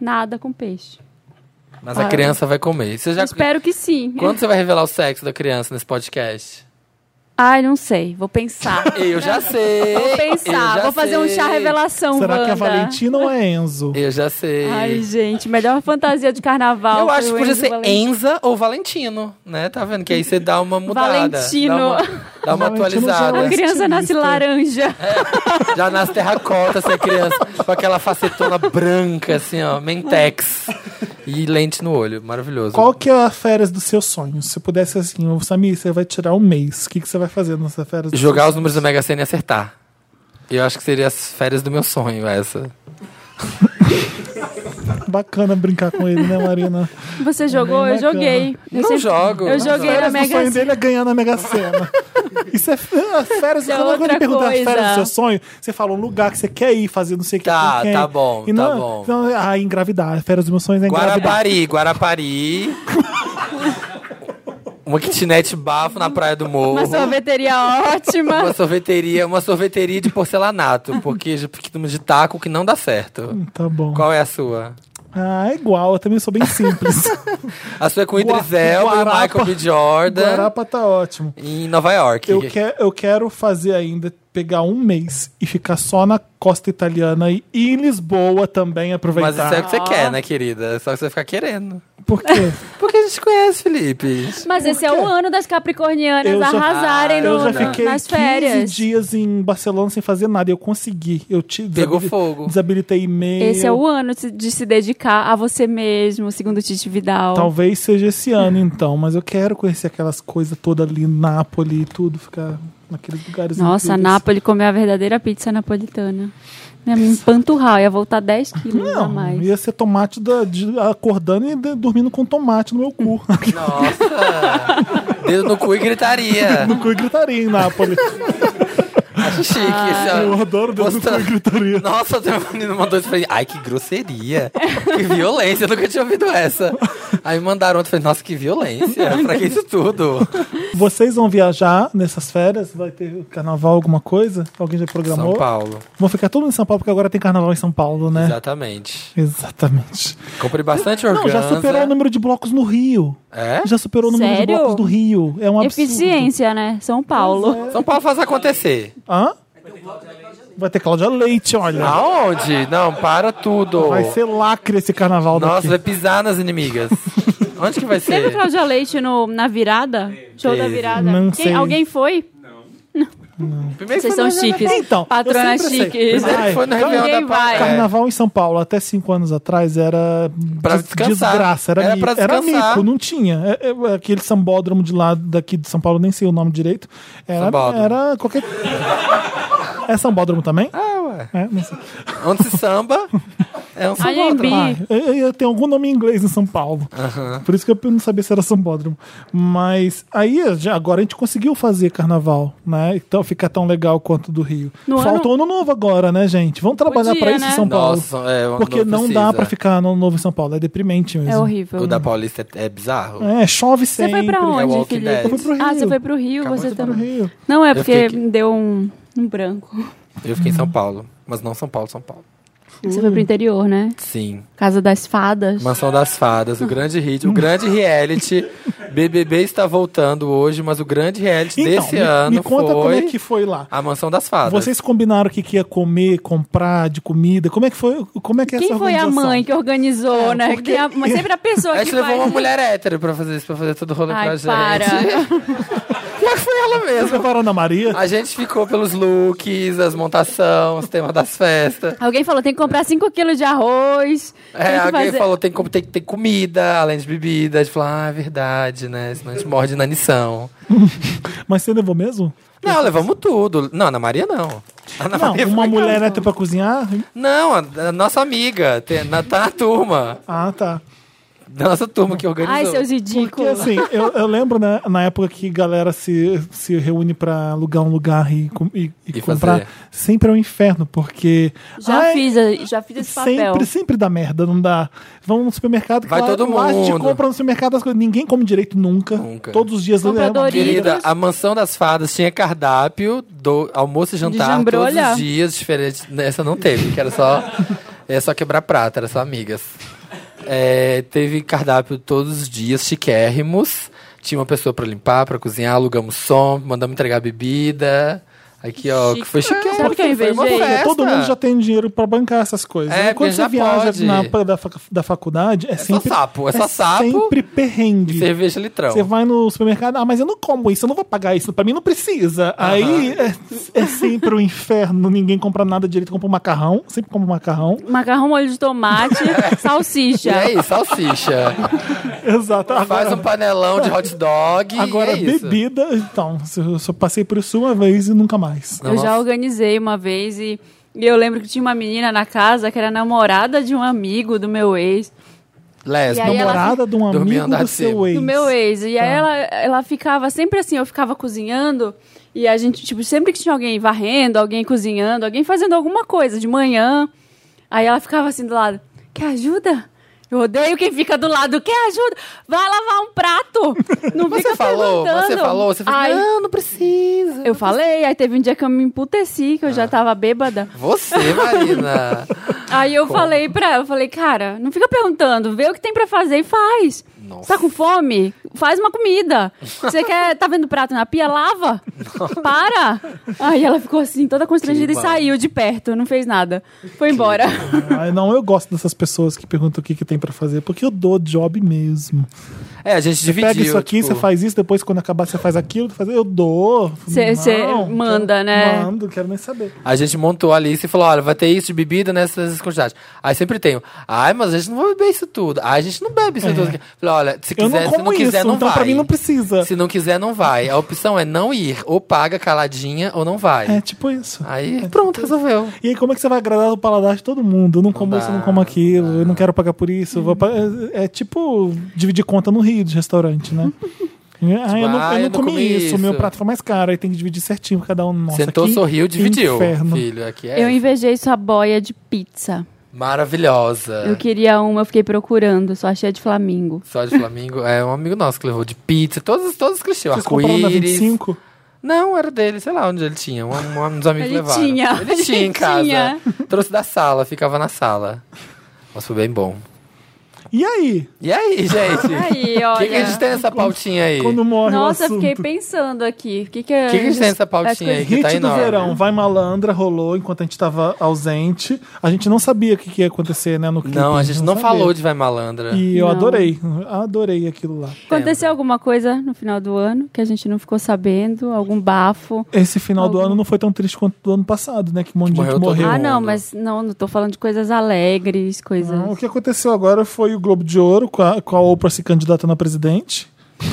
S3: nada com peixe.
S2: Mas a criança vai comer. Você já...
S3: Eu espero que sim.
S2: Quando você vai revelar o sexo da criança nesse podcast?
S3: Ai, não sei. Vou pensar.
S2: Eu já sei.
S3: Vou
S2: Eu
S3: pensar.
S2: já
S3: Vou fazer um
S2: sei.
S3: chá revelação,
S1: Será que é
S3: Wanda.
S1: Valentina ou é Enzo?
S2: Eu já sei.
S3: Ai, gente, melhor fantasia de carnaval.
S2: Eu
S3: foi
S2: acho
S3: o
S2: que podia
S3: Enzo
S2: ser
S3: Valentim.
S2: Enza ou Valentino, né? Tá vendo? Que aí você dá uma mudada.
S3: Valentino.
S2: Dá uma, dá uma
S1: Valentino já
S2: atualizada.
S1: é
S3: A criança nasce
S1: estilista.
S3: laranja.
S2: Já nasce terracota essa é criança, com aquela facetona branca, assim, ó, mentex. E lente no olho, maravilhoso.
S1: Qual que é a férias dos seus sonhos? Se pudesse assim, ô, Samir, você vai tirar um mês. O que, que você vai fazer nessa férias dos
S2: Jogar
S1: seus
S2: os números da Mega Sena e acertar. Eu acho que seria as férias do meu sonho, essa.
S1: sonhos? Bacana brincar com ele, né, Marina?
S3: Você jogou? Eu
S1: bacana.
S3: joguei. Eu
S2: Não
S3: sempre-
S2: jogo.
S3: Eu
S2: Não
S3: joguei na
S1: férias do
S3: Mega
S1: sonho dele é ganhar na Mega Sena. Isso é férias. férias
S3: É
S1: quando alguém
S3: outra
S1: perguntar as
S3: coisa.
S1: férias do seu sonho, você fala um lugar que você quer ir, fazer não sei o que.
S2: Tá,
S1: com quem.
S2: tá bom,
S1: E
S2: tá
S1: não,
S2: bom.
S1: Não, ah, engravidar. Férias dos meus sonhos é engravidar.
S2: Guarapari, Guarapari. Uma kitnet bafo na Praia do Morro.
S3: Uma sorveteria ótima.
S2: Uma sorveteria, uma sorveteria de porcelanato, porque de, porque de taco que não dá certo.
S1: Tá bom.
S2: Qual é a sua?
S1: Ah, é igual. Eu também sou bem simples.
S2: A sua é com o Idris
S1: Gua-
S2: Elba e o
S1: Guarapa-
S2: Michael B. Jordan
S1: Guarapa tá ótimo.
S2: em Nova York.
S1: Eu, que, eu quero fazer ainda, pegar um mês e ficar só na costa italiana e ir em Lisboa também aproveitar.
S2: Mas isso é o que você quer, né, querida? Só que você fica querendo.
S1: Por quê?
S2: Porque a gente conhece, Felipe.
S3: Mas esse é o ano das capricornianas
S1: Eu já-
S3: arrasarem
S2: Ah,
S1: eu
S3: no-
S1: já
S3: no-
S1: fiquei
S3: nas
S1: 15
S3: férias.
S1: dias em Barcelona sem fazer nada. e Eu consegui. Eu te
S2: Pegou
S1: desabili-
S2: fogo.
S1: Desabilitei e-mail.
S3: Esse é o ano de- de se dedicar a você mesmo, segundo o Tite Vidal.
S1: Talvez seja esse ano, então, mas eu quero conhecer aquelas coisas todas ali, Nápoles e tudo, ficar naqueles lugares.
S3: Nossa, a
S1: incríveis.
S3: Nápoles comeu a verdadeira pizza napolitana. Ia me empanturrar, ia voltar 10 quilos a
S1: Não, é
S3: mais.
S1: ia ser tomate da, de- acordando e de- dormindo com tomate no meu cu.
S2: Nossa! Dedo no cu e gritaria.
S1: no cu e gritaria em Nápoles.
S2: Acho chique. é essa-
S1: Eu adoro dentro da
S2: Posta-
S1: gritaria.
S2: Nossa, tem um menino mandou isso pra mim. Ai, que grosseria. Que violência. Eu nunca tinha ouvido essa. Aí mandaram outro. Falei, nossa, que violência. Pra que isso tudo?
S1: Vocês vão viajar nessas férias? Vai ter carnaval, alguma coisa? Alguém já programou?
S2: São Paulo.
S1: Vão ficar tudo em São Paulo, porque agora tem carnaval em São Paulo, né?
S2: Exatamente.
S1: Exatamente.
S2: Comprei bastante
S1: Não,
S2: organza.
S1: já superou o número de blocos no Rio.
S2: É?
S1: Já superou o número de
S3: Sério?
S1: blocos do Rio. É um absurdo. é.
S3: Eficiência, né? São Paulo.
S2: São Paulo faz acontecer.
S1: Hã? Vai ter Cláudia Leite, olha.
S2: Aonde? Não, para tudo.
S1: Vai ser lacre esse carnaval
S2: Nossa,
S1: daqui.
S2: vai pisar nas inimigas. Onde que vai
S3: Teve
S2: ser?
S3: Cláudia Leite no, na virada? Show da
S2: Teve.
S3: virada?
S1: Não
S3: Quem-
S1: sei.
S3: Alguém foi?
S2: Primeiro
S3: Vocês
S2: foi né?
S3: são
S2: no-
S3: chiques.
S1: Então, eu
S3: Patrona
S1: sempre sei.
S3: chique. É
S1: Ai,
S2: Foi na
S1: Ninguém
S2: reunião da
S3: vai.
S2: Paz. É,
S1: Carnaval em São Paulo, até cinco anos atrás, era
S2: Pra
S1: des-
S2: descansar.
S1: desgraça, era,
S2: Era
S1: mico,
S2: pra
S1: era
S2: descansar.
S1: mico, não tinha. É- é- Aquele sambódromo de lá, daqui de São Paulo, nem sei o nome direito. Era,
S2: Sambódromo.
S1: era qualquer. É sambódromo também?
S2: Ah, ué.
S1: É, não sei.
S2: Onde se samba, é um
S3: IMB.
S2: sambódromo.
S1: Ah, eu, eu tenho algum nome em inglês em São Paulo. Por isso que eu não sabia se era sambódromo. Mas aí já- agora a gente conseguiu fazer carnaval, né? Então fica tão legal quanto do Rio.
S3: No
S1: Falta o ano novo agora, né, gente? Vamos trabalhar
S3: Podia,
S1: pra isso em
S3: né?
S1: São Paulo.
S2: Nossa, é, o
S1: Porque não
S2: precisa.
S1: dá pra ficar no novo em São Paulo, é deprimente mesmo.
S3: É horrível.
S2: O da Paulista é, é bizarro.
S1: É, chove
S3: Você
S1: sempre.
S3: foi pra
S2: É
S3: onde,
S2: Walking
S3: Felipe?
S2: Dead. Eu
S1: fui pro Rio.
S3: Ah, você foi pro Rio,
S2: Acabou
S3: você
S2: de ir
S1: Pro
S3: também.
S1: Rio.
S3: Não, é
S2: Eu
S3: porque
S2: fiquei aqui.
S3: deu um, um branco.
S2: Eu fiquei em São Paulo, mas não São Paulo, São Paulo.
S3: Você
S1: Uhum.
S3: foi pro interior, né?
S2: Sim.
S3: Casa das Fadas.
S2: Mansão das Fadas, o grande hit, o grande reality. BBB está voltando hoje, mas o grande reality
S1: Então,
S2: desse
S1: me,
S2: ano
S1: me conta como
S2: foi
S1: é que foi lá.
S2: a Mansão das Fadas.
S1: Vocês combinaram o que, que ia comer, comprar de comida. Como é que foi? Como é que é
S3: Quem
S1: essa
S3: foi a
S1: organização?
S3: mãe que organizou, né? Quem a- mas sempre a pessoa
S2: A
S3: que
S2: gente levou
S3: faz,
S2: uma
S3: né?
S2: mulher hétero pra fazer isso, pra fazer todo o rolê
S3: Ai,
S2: pra gente.
S3: para.
S2: Mas foi ela
S1: Vocês
S2: mesma.
S1: levaram a Ana Maria?
S2: A gente ficou pelos looks, as montações, os temas das festas.
S3: Alguém falou, tem que comprar 5 quilos de arroz. tem
S2: É,
S3: que
S2: alguém
S3: fazer-
S2: falou tem que tem que ter comida, além de bebida. A gente falou, ah, é verdade, né? Senão a gente morde na nição.
S1: Mas você levou mesmo?
S2: Não, levamos tudo. Não, Ana Maria não. Ana
S1: Não,
S2: Maria
S1: uma
S2: foi-
S1: mulher hétero pra cozinhar?
S2: Não, a, a nossa amiga. Tem, na, tá na turma.
S1: Ah, tá.
S2: Da nossa turma que organizou.
S3: Ai, seus
S1: Porque
S3: ridículos.
S1: assim, eu, eu lembro né, na época que galera se, se reúne pra alugar um lugar e, com- e, e
S2: E
S1: comprar.
S2: fazer.
S1: Sempre é um inferno, porque.
S3: Já,
S1: ai,
S3: fiz, já fiz esse papel.
S1: Sempre, sempre dá merda, não dá. Vão no supermercado,
S2: Vai todo
S1: lá a gente
S2: mundo.
S1: compra no supermercado as coisas. Ninguém come direito nunca.
S2: Nunca.
S1: Todos os dias
S3: Compra
S1: é uma
S3: Doritos.
S2: Querida, a mansão das fadas tinha cardápio, do almoço e jantar todos
S3: jambrolha?
S2: os dias diferentes. Essa não teve, que era só, era só quebrar prata, era só amigas. É, teve cardápio todos os dias, chiquérrimos. Tinha uma pessoa pra limpar, pra cozinhar, alugamos som, mandamos entregar bebida. Aqui, ó, que foi
S3: Chique.
S2: chiquérrimo.
S3: Sabe o que eu
S2: foi uma
S3: invejei?
S2: festa.
S1: É, Todo mundo já tem dinheiro pra bancar essas coisas.
S2: É,
S1: Aí Quando
S2: porque
S1: você
S2: já
S1: viaja
S2: pode.
S1: na época da, fac- da faculdade, é,
S2: só
S1: sempre.
S2: sapo, é só sapo.
S1: sempre perrengue.
S2: Cerveja litrão.
S1: Você vai no supermercado, ah, mas eu não como isso, eu não vou pagar isso, pra mim não precisa. Aí é, é sempre o inferno, ninguém compra nada direito, compra um macarrão, sempre compra um macarrão.
S3: Macarrão, molho de tomate,
S2: É. E
S3: salsicha.
S2: aí, salsicha.
S1: Exato.
S2: Faz um panelão de hot dog. e
S1: Então Agora,
S2: é isso.
S1: bebida, então, se eu só passei por isso uma vez e nunca mais.
S3: Eu já organizei uma vez e, e eu lembro que tinha uma menina na casa que era namorada de um amigo do meu ex.
S2: Lésbica.
S3: E aí ela-
S1: Namorada de um
S2: Dormia
S1: amigo
S2: andar
S1: do
S2: de
S1: seu
S2: cima.
S1: ex.
S3: Do meu ex. E
S2: Tá.
S3: aí ela, ela ficava sempre assim, eu ficava cozinhando e a gente, tipo, sempre que tinha alguém varrendo, alguém cozinhando, alguém fazendo alguma coisa de manhã, aí ela ficava assim do lado, quer ajuda? Eu odeio quem fica do lado, quer ajuda? Vai lavar um prato! Não
S2: Você
S3: fica
S2: falou,
S3: perguntando.
S2: você falou, você falou,
S3: Ai,
S2: não, não precisa. Ah.
S3: Eu falei, aí teve um dia que eu me emputeci, que eu já tava bêbada.
S2: Você, Marina.
S3: Aí eu
S2: Como?
S3: falei pra ela, eu falei, cara, não fica perguntando, vê o que tem pra fazer e faz.
S2: Nossa.
S3: Tá com fome? Faz uma comida. Você quer, tá vendo prato na pia? Lava. Para. Aí ela ficou assim, toda constrangida e
S2: Que
S3: saiu de perto, não fez nada. Foi embora.
S1: Ah, não, eu gosto dessas pessoas que perguntam o que, que tem pra fazer, porque eu dou job mesmo.
S2: É, a gente dividiu.
S1: Pega isso aqui,
S2: tipo,
S1: você faz isso, depois quando acabar você faz aquilo, faz- eu dou.
S3: Cê-
S1: Não,
S3: cê
S1: quero-
S3: manda, né?
S1: Mando, quero nem saber.
S2: A gente montou a lista e falou, olha, vai ter isso de bebida nessas quantidades. Aí sempre tem, ai, mas a gente não vai beber isso tudo. Ai, a gente não bebe isso tudo. Falei, olha, se
S1: É. Eu
S2: quiser,
S1: não
S2: se
S1: como
S2: não quiser,
S1: isso,
S2: não
S1: então
S2: vai.
S1: pra mim não precisa.
S2: Se não quiser, não vai. A opção é não ir. Ou paga caladinha, ou não vai.
S1: É tipo isso.
S2: Aí, pronto, resolveu.
S1: E aí, como é que você vai agradar o paladar de todo mundo? Eu não como
S2: dá,
S1: isso, eu não como aquilo, eu não quero pagar por isso. eu vou pa- É, é tipo dividir conta no Rio de restaurante, né? Ah, eu não,
S2: ah,
S1: eu não comi, isso. meu prato foi mais caro, aí tem que dividir certinho cada um. Nossa,
S2: Sentou,
S1: que
S2: sorriu, dividiu.
S1: Inferno.
S2: Filho, aqui é
S3: Eu invejei sua boia de pizza.
S2: maravilhosa.
S3: Eu queria uma, eu fiquei procurando, só achei a de Flamingo.
S2: Só de Flamengo. É um amigo nosso que levou de pizza, todos, todos os clichês.
S1: Vocês compraram na
S2: Arco-íris.
S1: 25?
S2: Não, era dele, sei lá onde ele tinha. Um, um, uns amigos
S3: Ele
S2: levaram.
S3: tinha,
S2: Ele tinha em
S3: ele
S2: casa.
S3: tinha.
S2: Trouxe da sala, ficava na sala. Mas foi bem bom.
S1: E aí?
S2: E aí, gente?
S3: Aí,
S2: O
S3: olha.
S2: que, que a gente tem nessa pautinha aí?
S1: Quando morre o
S3: Nossa,
S1: assunto.
S3: fiquei pensando aqui. O que, que, é-
S2: O que, que a gente tem nessa pautinha aí
S3: As
S2: que
S1: Hit
S2: tá
S1: do
S2: enorme?
S1: verão, vai malandra, rolou enquanto a gente tava ausente. A gente não sabia o que, que ia acontecer, né, no clipe.
S2: Não, a gente não
S1: sabia.
S2: falou de Vai Malandra.
S1: E eu
S3: Não.
S1: adorei, adorei aquilo lá.
S3: Aconteceu alguma coisa no final do ano que a gente não ficou sabendo? Algum bafo?
S1: Esse final do
S3: Algum-
S1: ano não foi tão triste quanto do ano passado, né? Que um monte de
S2: Morreu
S1: gente
S2: todo
S1: morreu.
S3: Ah, não,
S2: mundo.
S3: mas não, não tô falando de coisas alegres, coisas.
S1: Não, Ah, o que aconteceu agora foi o Globo de Ouro com a, com a Oprah se candidatando a presidente.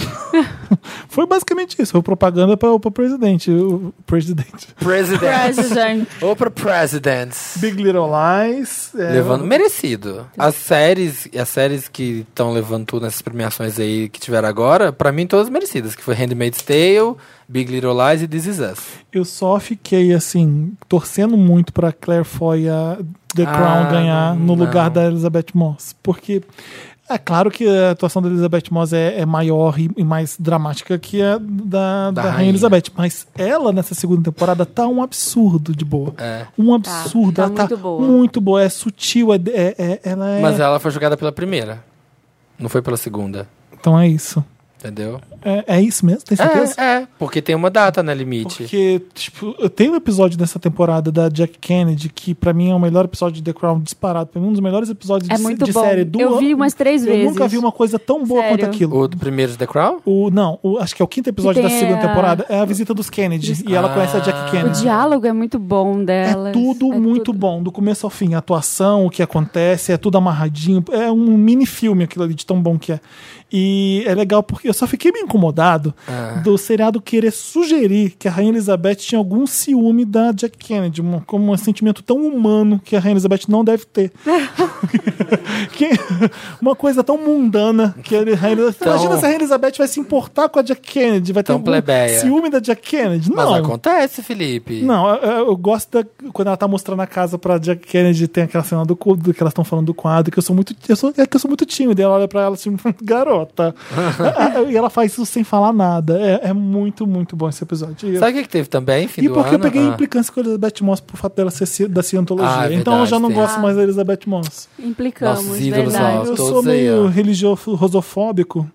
S1: foi basicamente isso, foi propaganda para o presidente, o presidente.
S2: President.
S3: President.
S2: Oprah President.
S1: Big Little Lies. é,
S2: Levando merecido. As séries, as séries que estão levando tudo nessas premiações aí que tiveram agora, pra mim todas merecidas, que foi Handmaid's Tale, Big Little Lies e This Is Us.
S1: Eu só fiquei assim torcendo muito para Claire Foy e a The
S2: Ah,
S1: Crown ganhar no
S2: não.
S1: lugar da Elizabeth Moss, porque é claro que a atuação da Elizabeth Moss é, é maior e, e mais dramática que a da, da, rainha.
S2: rainha.
S1: Elizabeth, mas ela nessa segunda temporada tá um absurdo de boa.
S2: É.
S1: Um absurdo,
S3: tá
S1: ela tá
S3: muito boa.
S1: muito boa, é sutil, é, é- é- ela é.
S2: Mas ela foi jogada pela primeira. Não foi pela segunda.
S1: Então é isso.
S2: Entendeu?
S1: É, é isso mesmo? Tem certeza?
S2: É, é, porque tem uma data, né, limite.
S1: Porque, tipo, eu tenho um episódio dessa temporada da Jack Kennedy que, pra mim, é o melhor episódio de The Crown disparado. Pra mim, um dos melhores episódios
S3: É
S1: de,
S3: muito
S1: de
S3: bom.
S1: série do
S3: eu
S1: ano.
S3: vi umas três
S1: Eu
S3: vezes.
S1: nunca vi uma coisa tão boa
S3: Sério.
S1: quanto aquilo.
S2: O do primeiro de The Crown?
S1: O, não, o- acho que é o quinto episódio
S3: Que
S1: da
S3: tem
S1: segunda
S3: a-
S1: temporada. É a visita dos Kennedy. E ela conhece a
S2: Ah.
S1: Jack
S3: O
S1: Kennedy.
S3: diálogo é muito bom dela.
S1: É tudo muito bom, do começo ao fim. A atuação, o que acontece, é tudo amarradinho. É um mini filme aquilo ali, de tão bom que é. E é legal porque eu só fiquei meio incomodado
S2: É.
S1: do seriado querer sugerir que a Rainha Elizabeth tinha algum ciúme da Jack Kennedy, uma- como um sentimento tão humano que a Rainha Elizabeth não deve ter. Que- uma coisa tão mundana que a Rainha Elizabeth.
S2: Tão-
S1: Imagina se a Rainha Elizabeth vai se importar com a Jack Kennedy, vai ter
S2: Tão
S1: algum
S2: Então, plebeia.
S1: ciúme da Jack Kennedy.
S2: Mas
S1: não.
S2: acontece, Felipe.
S1: Não, eu, eu- eu gosto da- quando ela tá mostrando a casa pra Jack Kennedy, tem aquela cena do cu- do que elas estão falando do quadro, que eu sou muito. Eu sou, é que eu sou muito tímido. E ela olha pra ela assim, garota. e ela faz isso sem falar nada. É, é muito, muito bom esse episódio. E eu-
S2: Sabe o que, que teve também, fim
S1: e
S2: do
S1: porque eu
S2: ano?
S1: peguei
S2: Ah.
S1: implicância com a Elizabeth Moss por fato dela ser ci- da cientologia.
S2: Ah, é
S1: então eu já não
S2: verdade, tem. Ah.
S1: gosto mais da Elizabeth Moss.
S3: Implicamos,
S2: Nossos ídolos,
S3: verdade.
S2: Nossa,
S1: eu
S2: todos
S1: sou meio
S2: aí, ó.
S1: religioso rosofóbico.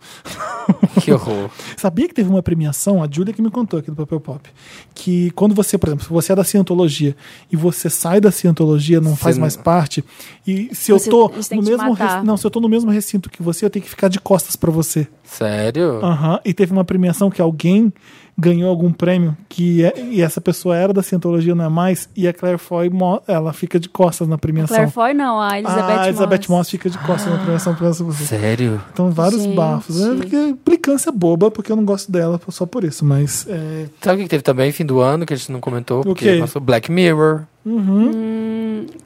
S2: Que horror.
S1: Sabia que teve uma premiação, a Julia que me contou aqui do Papel Pop, que quando você, por exemplo, se você é da Cientologia e você sai da Cientologia, não faz
S2: Você
S1: mais
S2: não-
S1: parte, e se
S3: Você-
S1: eu tô
S3: eles têm
S1: no
S3: que te
S1: mesmo
S3: matar.
S1: rec- não, se eu tô no mesmo recinto que você, eu tenho que ficar de costas pra você.
S2: Sério?
S1: Aham. E teve uma premiação que alguém ganhou algum prêmio que é- e essa pessoa era da Cientologia não é mais e a Claire Foy mo- ela fica de costas na premiação.
S3: Claire Foy não, a Elizabeth
S1: a Ah, Elizabeth
S3: Moss.
S1: Moss fica de costas na premiação por essa pessoa.
S2: Sério?
S1: Então, vários
S3: Gente.
S1: bafos. É porque implicância boba, porque eu não gosto dela só por isso, mas. é,
S2: Sabe o que que teve também, fim do ano, que a gente não comentou? Porque
S1: quê?
S2: passou Black Mirror.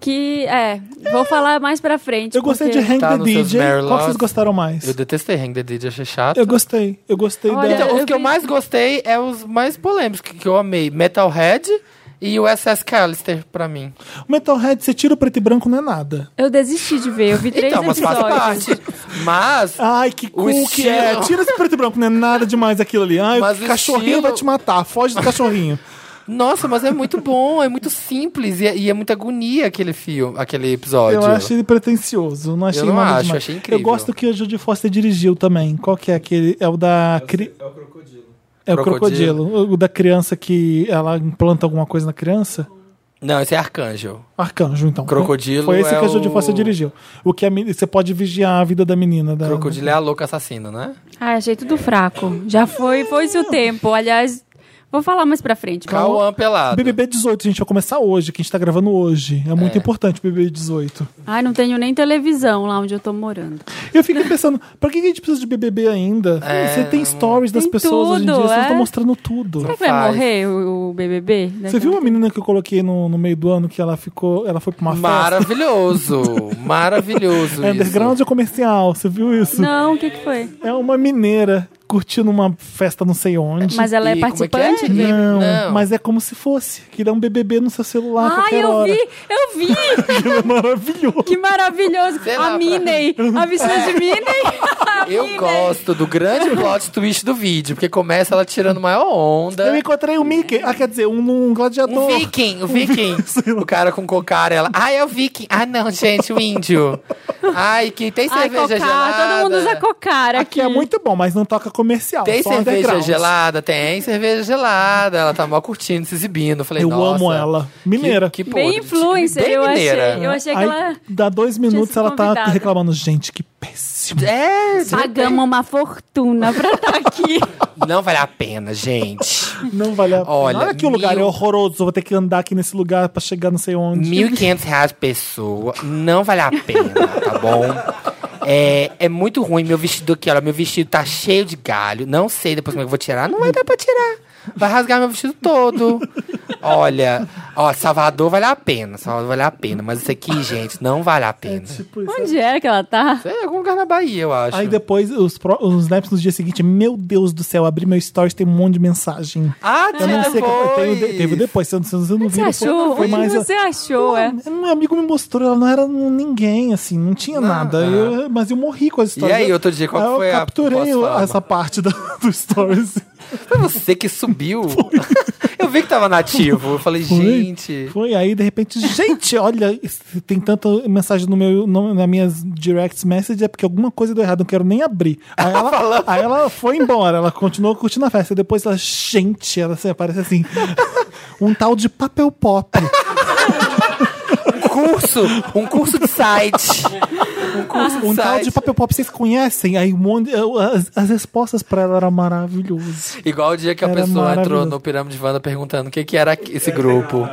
S3: Que, é, vou falar mais pra frente.
S1: Eu gostei de
S3: porque-
S1: Hang
S2: tá
S1: the
S2: nos seus
S1: DJ.
S2: Mary
S1: Qual que vocês
S2: Loves?
S1: gostaram mais?
S2: Eu
S1: Eu,
S2: detestei Hang the Did, achei chato.
S1: gostei. Eu gostei
S3: Olha,
S1: da.
S2: Então,
S3: eu
S2: os que eu
S3: vi-
S2: mais gostei é os mais polêmicos, que, que eu amei. Metalhead e o SS Callister, pra mim.
S1: Metalhead, você tira o preto e branco, não é nada.
S3: Eu desisti de ver, eu vi três
S2: então, mas faz
S3: episódios.
S2: parte. Mas...
S1: Ai, que cool que
S2: estilo-
S1: é. Tira esse preto e branco, não é nada demais aquilo ali. Ai,
S2: Mas
S1: o
S2: o
S1: cachorrinho
S2: estilo-
S1: vai te matar. Foge do cachorrinho.
S2: Nossa, mas é muito bom, é muito simples e é, e é muita agonia aquele filme, aquele episódio.
S1: Eu acho ele pretencioso. Não achei
S2: não
S1: nada
S2: acho,
S1: demais.
S2: achei incrível.
S1: Eu gosto que o Judy Foster dirigiu também. Qual que é aquele? É o da. cri-
S4: É o crocodilo.
S1: É o
S2: Crocodilo.
S1: crocodilo. O da criança que ela implanta alguma coisa na criança?
S2: Não, esse é Arcanjo.
S1: Arcanjo, então.
S2: Crocodilo
S1: Foi esse
S2: é
S1: que a Judy
S2: o-
S1: Foster dirigiu. O que a men- você pode vigiar a vida da menina. Da...
S2: Crocodilo é a louca assassina, né?
S3: Ai, Ah, achei tudo fraco. Já foi, foi-se o tempo. Aliás, vou falar mais pra frente.
S2: Cauã pelado.
S1: BBB 18, gente, vai começar hoje, que a gente tá gravando hoje. É muito
S2: É.
S1: importante o BBB 18.
S3: Ai, não tenho nem televisão lá onde eu tô morando.
S1: Eu fiquei pensando, pra que a gente precisa de BBB ainda?
S2: É,
S1: Você tem stories das
S3: Tem
S1: pessoas hoje em dia,
S3: tudo,
S1: vocês
S3: é.
S1: estão mostrando tudo.
S3: Será que é vai
S2: faz.
S3: morrer o, o BBB?
S1: Você viu uma menina que eu coloquei no, no meio do ano que ela ficou, ela foi pra uma festa?
S2: Maravilhoso, maravilhoso
S1: É
S2: isso.
S1: underground ou comercial? Você viu isso?
S3: Não, o que que foi?
S1: É uma mineira curtindo uma festa não sei onde.
S3: Mas ela é
S2: E como é que é?
S3: participante dele.
S1: Não,
S2: Não.
S1: mas é como se fosse. Que ele é um BBB no seu celular a
S3: Ai,
S1: qualquer
S3: eu
S1: hora.
S3: vi, eu vi!
S1: Aquilo é maravilhoso.
S3: Que maravilhoso!
S2: Sei lá,
S3: a
S2: pra-
S3: Minnie, a vestida de Minnie. A
S2: Eu
S3: Minnie. né?
S2: gosto do grande plot twist do vídeo, porque começa ela tirando maior
S1: Eu
S2: onda.
S1: encontrei o Mickey. Ah, quer dizer, um, um
S2: Um
S1: gladiador.
S2: viking, o viking.
S1: sei lá.
S2: O cara com cocara, ela. Ah, é o viking. Ah, não, gente, o índio. Ai, que tem
S3: Ai,
S2: cerveja
S3: é cocar,
S2: Ah, gelada.
S3: todo mundo usa cocar
S1: Aqui
S3: aqui.
S1: é muito bom, mas não toca comercial.
S2: Tem
S1: só
S2: cerveja
S1: underground.
S2: gelada? Tem cerveja gelada. Ela tá mó curtindo, se exibindo. Falei,
S1: Eu
S2: nossa,
S1: amo ela.
S2: que-
S1: Mineira.
S2: Que, podre.
S3: Bem influencer,
S2: Bem
S3: eu
S2: mineira.
S3: achei. Eu achei que
S1: Aí,
S3: ela
S1: Dá dois minutos,
S3: sido
S1: ela tá
S3: convidada.
S1: reclamando. Gente, que péssimo.
S2: É,
S3: pagamos uma fortuna pra estar aqui.
S2: não vale a pena, gente.
S1: Não vale a pena.
S2: Olha,
S1: Olha que o lugar
S2: mil-
S1: é horroroso. Vou ter que andar aqui nesse lugar pra chegar não sei onde.
S2: 1.500 reais por pessoa, não vale a pena, tá bom? É, é muito ruim meu vestido aqui, olha. Meu vestido tá cheio de galho. Não sei depois como é que eu vou tirar. Não vai dar pra tirar. Vai rasgar meu vestido todo. Olha, ó, Salvador vale a pena. Salvador vale a pena. Mas isso aqui, gente, não vale a pena.
S1: Tipo isso.
S3: Onde era que ela tá?
S2: É algum lugar na Bahia, eu acho.
S1: Aí depois os, pro- os snaps no dia seguinte, meu Deus do céu, abri meu stories, tem um monte de mensagem.
S2: Ah,
S1: Eu não sei que tem, o de-
S2: depois.
S1: teve o depois, se eu, se eu não vi
S3: Você
S1: depois,
S3: achou?
S1: foi
S3: Onde
S1: mais a-
S3: você achou? É.
S1: Não, Um amigo me mostrou, ela não era um ninguém, assim, não tinha nada. Eu- mas eu morri com as histórias.
S2: é. aí, outro dia, qual
S1: Aí eu
S2: foi a
S1: capturei
S2: pós-fama?
S1: essa parte da, do stories.
S2: Foi você que subiu. eu vi que tava nativo. Eu falei, gente.
S1: Foi aí, de repente, gente, olha, esse- tem tanta mensagem no meu, no, nas minhas direct message, é porque alguma coisa deu errado, não quero nem abrir. Aí ela, aí ela foi embora, ela continuou curtindo a festa. E depois ela, gente, ela assim, aparece assim, um tal de papel pop.
S2: curso, um curso de site. Um curso de
S1: Um tal
S2: site.
S1: de papel pop, vocês conhecem? Aí um monte- eu- as, as respostas pra ela eram maravilhosas.
S2: Igual o dia que a
S1: Era
S2: pessoa entrou
S1: maravilhoso.
S2: no Pirâmide Wanda perguntando o que, que era esse grupo.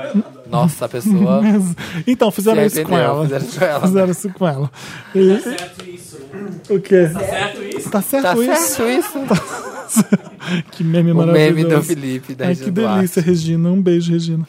S2: Nossa, a pessoa
S1: Mas- Então, fizeram
S2: Se
S1: isso com
S2: arrependeu,
S1: ela.
S2: fizeram isso com ela.
S1: Fizeram isso com ela. E- O quê? Tá certo isso? Tá certo
S2: tá
S1: isso? Tá
S2: certo isso.
S1: que meme
S2: O
S1: maravilhoso.
S2: meme do Felipe da
S1: Ai,
S2: Regina
S1: que
S2: Duarte.
S1: delícia, Regina. Um beijo, Regina.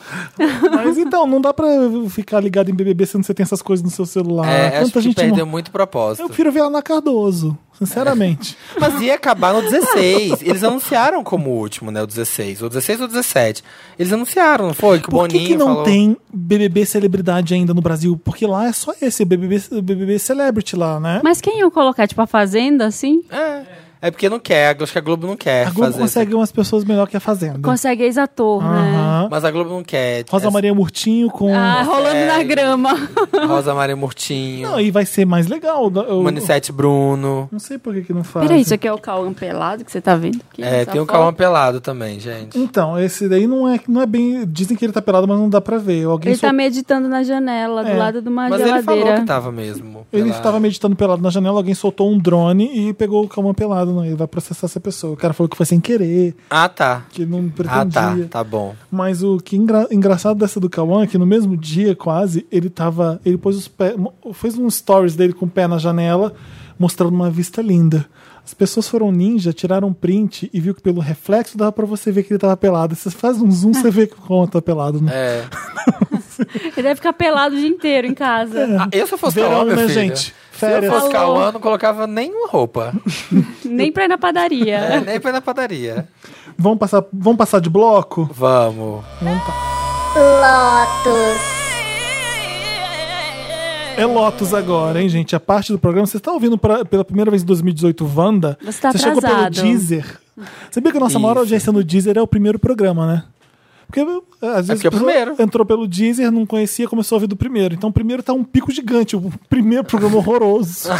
S1: Mas então, não dá pra ficar ligado em BBB sendo que você tem essas coisas no seu celular.
S2: É, acho
S1: Ah, Quanta
S2: que
S1: gente
S2: perdeu
S1: mor-
S2: muito
S1: Eu
S2: propósito.
S1: prefiro ver ela na Cardoso, sinceramente.
S2: Mas ia acabar no 16. Eles anunciaram como último, né? O 16. Ou 16 ou 17. Eles anunciaram, não foi? Que o
S1: Por que,
S2: Boninho
S1: que não
S2: falou.
S1: tem BBB celebridade ainda no Brasil? Porque lá é só esse, BBB, BBB celebrity lá, né?
S3: Mas quem eu colocar, tipo, a Fazenda, assim?
S2: É, é porque não quer. Acho que a Globo não quer
S1: a Globo
S2: fazer
S1: consegue umas pessoas melhor que a Fazenda.
S3: Consegue ex-ator, né?
S1: Aham.
S2: isso. Mas a Globo não quer. É,
S1: Rosa
S2: Essa-
S1: Maria Murtinho com...
S3: Ah, rolando na
S2: sério.
S3: grama.
S2: Rosa Maria Murtinho.
S1: Não, e vai ser mais legal. Eu...
S2: Manicete Bruno.
S1: Não sei por que, que não faz.
S3: Peraí, isso aqui é o Cauã pelado que você tá vendo? aqui
S2: É,
S3: nessa
S2: tem o
S3: foto?
S2: Cauã Pelado também, gente.
S1: Então, esse daí não é, não é bem. Dizem que ele tá pelado, mas não dá pra ver. Alguém
S3: Ele
S1: sol-
S3: tá meditando na janela,
S1: É.
S3: do lado de uma
S2: Mas ele
S3: geladeira.
S2: falou que tá tava mesmo.
S1: ele
S2: pelado.
S1: estava meditando pelado na janela, alguém soltou um drone e pegou o Calma pelado. Não, ele vai processar essa pessoa. O cara falou que foi sem querer,
S2: Ah, tá.
S1: que não
S2: Ah, tá.
S1: pretendia.
S2: Tá bom.
S1: Mas o que engra- engraçado dessa do Cauã é que no mesmo dia, quase, ele tava. Ele pôs os pés. fez um stories dele com o pé na janela, mostrando uma vista linda. As pessoas foram ninja, tiraram um print e viu que pelo reflexo dava pra você ver que ele tava pelado. Você faz um zoom, você vê que o Cauã tá pelado, né?
S2: É.
S3: Ele deve ficar pelado o dia inteiro em casa.
S2: Ah, eu se eu fosse
S1: Verão,
S2: Cauã, meu
S1: né,
S2: filho.
S1: gente?
S2: Se eu
S1: Férias.
S2: fosse
S3: Falou.
S2: Cauã, eu não colocava nenhuma roupa.
S3: Nem pra ir na padaria.
S2: É, nem pra ir na padaria.
S1: Vamos passar, vamos passar de bloco?
S2: Vamos.
S1: É Lotus agora, hein, gente? A parte do programa. Você está ouvindo pra- pela primeira vez em 2018 Wanda?
S3: Você tá
S1: chegou pelo
S3: atrasado.
S1: Deezer. Sabia que a nossa maior
S2: Isso.
S1: audiência no Deezer é o primeiro programa, né? Porque eh, às vezes
S2: porque é o
S1: a pessoa
S2: primeiro.
S1: entrou pelo Deezer, não conhecia, começou a ouvir do primeiro. Então o primeiro tá um pico gigante. O primeiro programa horroroso.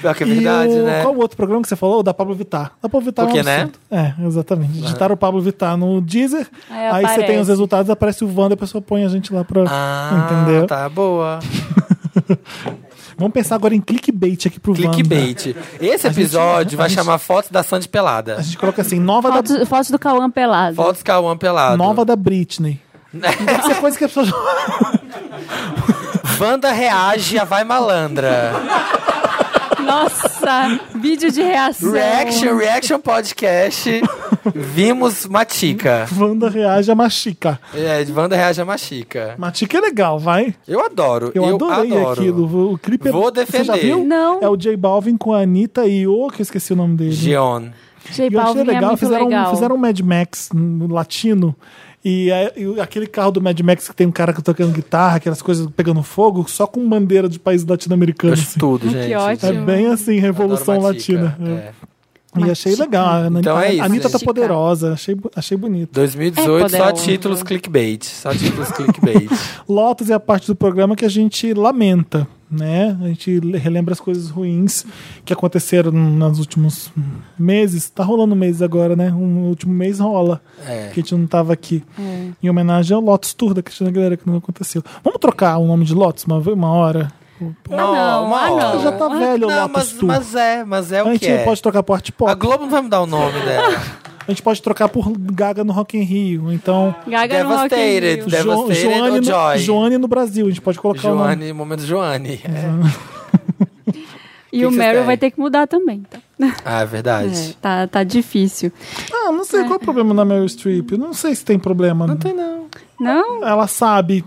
S2: Pior Ah, que é verdade,
S1: e o,
S2: né?
S1: Qual o outro programa que você falou? O da Pablo Vittar. Da Pablo Vittar é um
S2: Porque, né?
S1: absurdo. É, exatamente. Digitaram o Pablo Vittar no Deezer,
S3: Aí
S1: aí, você
S3: aparece.
S1: tem os resultados, aparece o Wanda, a pessoa põe a gente lá pra.
S2: Ah,
S1: entendeu?
S2: tá boa.
S1: Vamos pensar agora em clickbait aqui pro Wanda.
S2: Clickbait. Esse episódio vai chamar Fotos da Sandy Pelada.
S1: A gente coloca assim, nova, da,
S3: Fotos, fotos do Cauã pelado.
S2: Fotos Cauã Pelado.
S1: nova da Britney. Isso é coisa que as pessoas.
S2: Wanda reage a Vai Malandra.
S3: Nossa, vídeo de reação.
S2: Reaction, Reaction Podcast. Vimos Matica.
S1: Wanda reage a Machica.
S2: É, de Wanda reage a Machica.
S1: Machica é legal, vai.
S2: Eu adoro.
S1: Eu, adorei
S2: adoro.
S1: aquilo. O clipe é-
S2: Vou
S1: Você já
S2: defender.
S1: viu?
S3: Não.
S1: É o J Balvin com a Anitta e o. que eu esqueci o nome dele.
S2: Gion.
S3: J
S1: E eu achei
S3: Balvin é
S1: legal,
S3: muito
S1: fizeram,
S3: legal.
S1: fizeram um Mad Max no latino. E, é- e aquele carro do Mad Max que tem um cara tocando guitarra, aquelas coisas pegando fogo, só com bandeira de países
S2: Eu
S1: latino-americanos.
S2: acho tudo,
S3: Que
S2: gente.
S1: É
S3: ótimo.
S1: bem assim, Revolução
S2: Adoro Matica,
S1: Latina. né?
S2: é.
S1: E achei
S3: Matica.
S1: legal. A Anitta,
S2: Então é isso,
S1: a Anitta tá
S3: gente.
S1: poderosa, achei, bo- achei bonito.
S3: É,
S2: 2018, só
S3: poderoso.
S2: títulos clickbait. Só títulos clickbait.
S1: Lotus é a parte do programa que a gente lamenta, né? A gente le- relembra as coisas ruins que aconteceram nos últimos meses. Tá rolando mês agora, né? Um último mês rola.
S2: É.
S1: Que a gente não tava aqui.
S3: É.
S1: Em homenagem ao Lotus Tour da Cristina Aguilera, que não aconteceu. Vamos trocar o nome de Lotus uma, ve- uma hora?
S3: Ah, não,
S2: uma
S3: ah,
S2: hora.
S3: não.
S1: Já tá velho o
S2: Não,
S1: Lotus
S2: mas,
S1: Tour.
S2: mas é, mas é
S1: a
S2: o
S1: gente
S2: que é.
S1: pode trocar por Art Pop.
S2: A Globo não vai mudar o nome dela.
S1: A gente pode trocar por Gaga no Rock in Rio. Então,
S3: Gaga é no Rock in
S2: um Devastated.
S3: Rio.
S1: Jo-
S2: Devastated ou
S1: Joane, no,
S2: Joy?
S1: Joane no Brasil. A gente pode colocar o nome.
S2: Joane, momento Joane. É.
S3: E
S2: que
S3: o
S2: vocês
S3: Meryl
S2: têm?
S3: vai ter que mudar também. Tá,
S2: Ah, é verdade.
S3: tá, tá difícil.
S1: Ah, não sei qual é o problema na Meryl Streep. Não sei se tem problema. Não tem, não.
S3: Não?
S1: Ela sabe.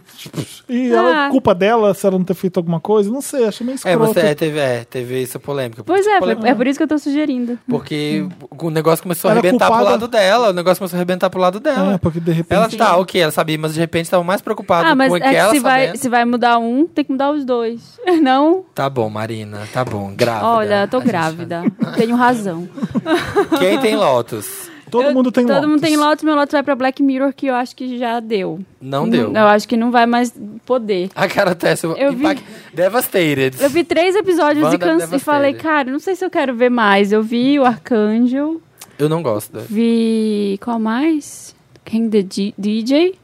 S1: E
S3: Ah.
S1: ela, é culpa dela se ela não ter feito alguma coisa. Não sei, achei meio
S2: É,
S1: escroto.
S2: você é, teve, é, teve essa polêmica.
S3: Pois é,
S2: Polêmica.
S3: é por isso que eu tô sugerindo.
S2: Porque o negócio começou a
S1: Ela é
S2: arrebentar pro
S1: culpada.
S2: lado dela. O negócio começou a arrebentar pro lado dela.
S1: É, porque de repente.
S2: Ela tá, ok, ela sabia, mas de repente tava mais preocupada
S3: Ah, mas
S2: com o
S3: é
S2: que
S3: que
S2: ela
S3: se vai,
S2: sabendo.
S3: se vai mudar um, tem que mudar os dois. Não?
S2: Tá bom, Marina, tá bom, grávida.
S3: Olha, eu
S2: A
S3: tô
S2: gente-
S3: grávida. Tenho razão.
S2: Quem tem Lotus?
S1: Todo
S3: Eu-
S1: mundo tem
S3: Todo
S1: Lotus.
S3: mundo tem lote, meu lote vai pra Black Mirror, que eu acho que já deu.
S2: Não deu.
S3: Eu acho que Hum, não vai mais poder.
S2: A cara Tessa,
S3: Eu vi-
S2: impact... devastated.
S3: Eu vi três episódios
S2: Wanda
S3: e, canse-
S2: Devastated.
S3: e falei, cara, não sei se eu quero ver mais. Eu vi o Arcanjo,
S2: Eu não gosto.
S3: vi. Qual mais? Quem the G- DJ?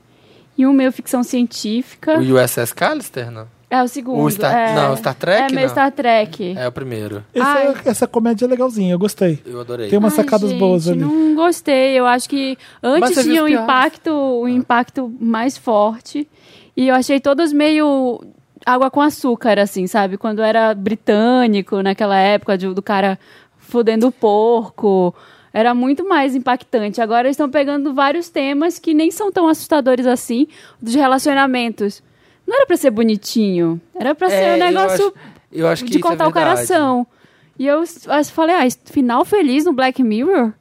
S3: E um meio ficção científica.
S2: O USS Callister, não?
S3: É o segundo.
S2: O Star-
S3: é...
S2: não, o Star Trek,
S3: É meio
S2: não.
S3: Star Trek.
S2: É o primeiro.
S1: Essa,
S3: Ai.
S1: essa comédia é legalzinha, eu gostei.
S2: Eu adorei.
S1: Tem um umas
S3: Ai,
S1: sacadas
S3: gente,
S1: boas ali.
S3: Não gostei. Eu acho que
S2: Mas você
S3: antes tinha
S2: viu
S3: um
S2: os piores? Ah.
S3: impacto, um impacto mais forte. E eu achei todas meio água com açúcar, assim, sabe? Quando era britânico, naquela época, de- do cara fudendo o porco. Era muito mais impactante. Agora eles estão pegando vários temas que nem são tão assustadores assim, dos relacionamentos. Não era pra ser bonitinho. Era pra ser
S2: É,
S3: um negócio
S2: Eu acho, eu acho que
S3: de
S2: isso é
S3: cortar o
S2: verdade.
S3: coração. E eu, eu falei, ah, esse final feliz no Black Mirror?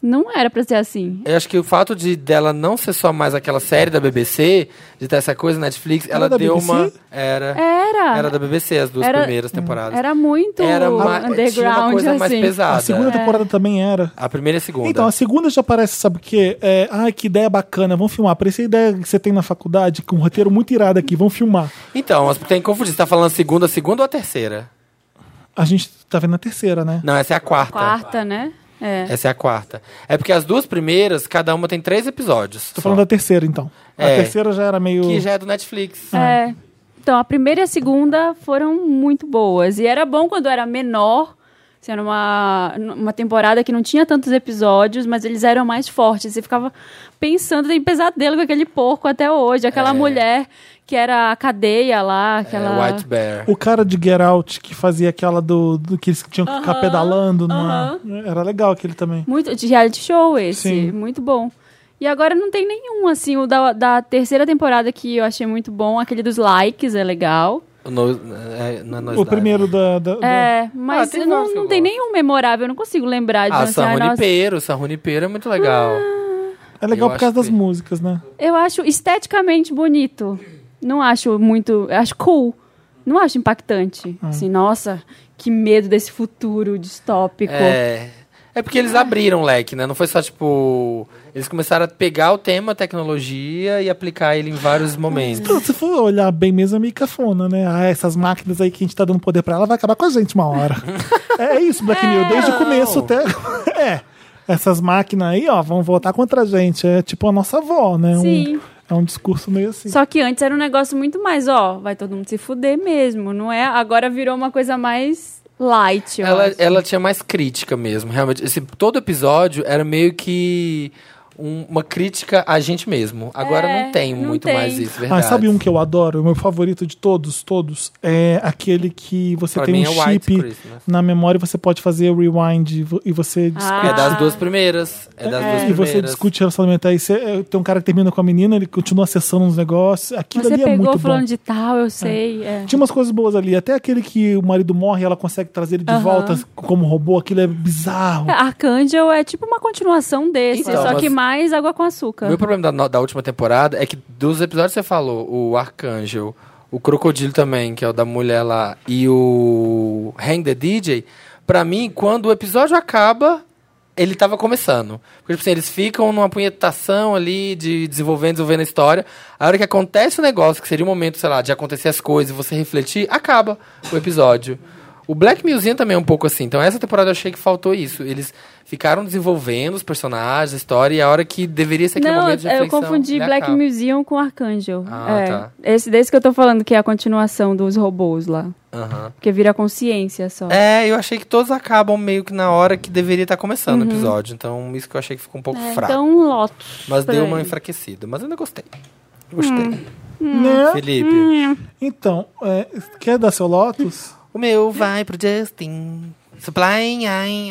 S3: Não era pra ser assim.
S2: Eu acho que o fato de dela não ser só mais aquela série da BBC, de ter essa coisa na Netflix,
S1: Era
S2: ela
S1: é da
S2: deu
S1: BBC?
S2: uma. Era.
S3: Era.
S2: Era da BBC as duas
S3: É. Era-
S2: primeiras temporadas.
S3: Era muito
S2: Era ma- tinha uma
S3: underground,
S2: coisa
S3: assim.
S2: mais
S1: A
S2: pesada.
S1: segunda temporada
S3: É.
S1: também era.
S2: A primeira e a segunda.
S1: Então, a segunda já parece, sabe o quê? É, Ai, que ideia bacana, vamos filmar. Parece a ideia que você tem na faculdade, com um roteiro muito irado aqui, vamos filmar.
S2: Então, mas tem que confundir. Você tá falando a segunda, a segunda ou a terceira?
S1: A gente tá vendo a terceira, né?
S2: Não, essa é a quarta.
S3: Quarta, né? É.
S2: Essa é a quarta. É porque as duas primeiras, cada uma tem três episódios.
S1: Tô
S2: só,
S1: falando da terceira, então. A
S2: É.
S1: terceira já era meio.
S2: Que já é do Netflix.
S3: É. Então, a primeira e a segunda foram muito boas. E era bom quando era menor, sendo uma, uma temporada que não tinha tantos episódios, mas eles eram mais fortes. Você ficava pensando em pesadelo com aquele porco até hoje. Aquela
S2: É.
S3: mulher que era a cadeia lá, aquela...
S2: É, White Bear.
S1: O cara de Get Out que fazia aquela do, do que eles tinham que ficar
S3: Aham,
S1: pedalando. numa- Era legal aquele também.
S3: Muito de reality show esse,
S1: Sim.
S3: muito bom. E agora não tem nenhum, assim, o da, da terceira temporada que eu achei muito bom, aquele dos likes é legal.
S2: O, no, é, não é
S1: O
S2: Noisedade.
S1: primeiro da. da- da-
S3: É, mas
S2: Ah, tem vários
S3: não,
S2: que
S3: não
S2: eu
S3: tem
S2: gosto.
S3: nenhum memorável, eu não consigo lembrar de
S2: Ah,
S3: assim,
S2: San
S3: ai, nossa.
S2: Junipero. San Junipero é muito legal.
S1: É legal
S2: eu
S1: por causa
S2: acho
S1: das
S2: que-
S1: músicas, né?
S3: Eu acho esteticamente bonito. Não acho muito. eu Acho cool. Não acho impactante.
S2: Ah.
S3: Assim, nossa, que medo desse futuro distópico.
S2: É. É porque eles abriram o leque, né? Não foi só tipo. Eles começaram a pegar o tema tecnologia e aplicar ele em vários momentos.
S1: Então, se for olhar bem mesmo, é meio cafona, né? Ah, essas máquinas aí que a gente tá dando poder pra ela vai acabar com a gente uma hora. é isso, Black Mirror, desde o começo até. é. Essas máquinas aí, ó, vão voltar contra a gente. É tipo a nossa avó, né? Um-
S3: Sim.
S1: é um discurso meio assim.
S3: Só que antes era um negócio muito mais, ó, vai todo mundo se fuder mesmo, não é? Agora virou uma coisa mais light, eu
S2: Ela, é-
S3: acho.
S2: ela tinha mais crítica mesmo, realmente. Esse, todo episódio era meio que um- uma crítica a gente mesmo. Agora
S3: É,
S2: não tem
S3: não
S2: muito
S3: tem.
S2: mais isso,
S1: Ah,
S2: verdade.
S1: sabe um que eu adoro? O meu favorito de todos, todos, é aquele que você
S2: Pra
S1: tem
S2: mim
S1: um
S2: é White
S1: chip
S2: Christmas.
S1: na memória e você pode fazer rewind e vo- e você
S3: Ah.
S2: É das duas primeiras. É das duas
S1: E você
S2: primeiras.
S1: discute relacionamento. Aí você, é, tem um cara que termina com a menina, ele continua acessando uns negócios. Aquilo
S3: Você
S1: ali é
S3: pegou
S1: muito
S3: falando
S1: bom. Tipo,
S3: de tal, eu sei. é.
S1: Tinha umas coisas boas ali. Até aquele que o marido morre e ela consegue trazer ele de
S3: Aham.
S1: volta como robô. Aquilo é bizarro.
S3: É, Arcangel é tipo uma continuação desse,
S2: Então,
S3: só que
S2: mas-
S3: mais água com açúcar.
S2: O meu problema da, no- da última temporada é que dos episódios que você falou, o Arcangel, o Crocodilo também, que é o da mulher lá, e o Hang the DJ, pra mim, quando o episódio acaba, ele tava começando. Porque, tipo assim, eles ficam numa punhetação ali, de desenvolvendo, desenvolvendo a história. A hora que acontece o negócio, que seria o momento, sei lá, de acontecer as coisas e você refletir, acaba o episódio. O Black Museum também é um pouco assim. Então, essa temporada eu achei que faltou isso. Eles ficaram desenvolvendo os personagens, a história, e a hora é que deveria ser aquele
S3: Não,
S2: momento de
S3: eu
S2: reflexão,
S3: confundi
S2: ele
S3: Black
S2: acaba.
S3: Museum com Arcangel.
S2: Ah,
S3: é,
S2: tá.
S3: Esse desse que eu tô falando, que é a continuação dos robôs lá.
S2: Aham.
S3: Porque vira consciência só.
S2: É, eu achei que todos acabam meio que na hora que deveria estar começando o episódio. Então, isso que eu achei que ficou um pouco
S3: Uhum. É,
S2: fraco.
S3: então, um Lotus.
S2: Mas
S3: pra
S2: deu uma
S3: ele.
S2: enfraquecida. Mas ainda gostei. Gostei.
S3: Hum.
S2: Hum.
S1: Né?
S2: Felipe,
S1: Então, é, quer dar seu Lotus?
S2: o meu vai pro Justin. Supply, ai, ai,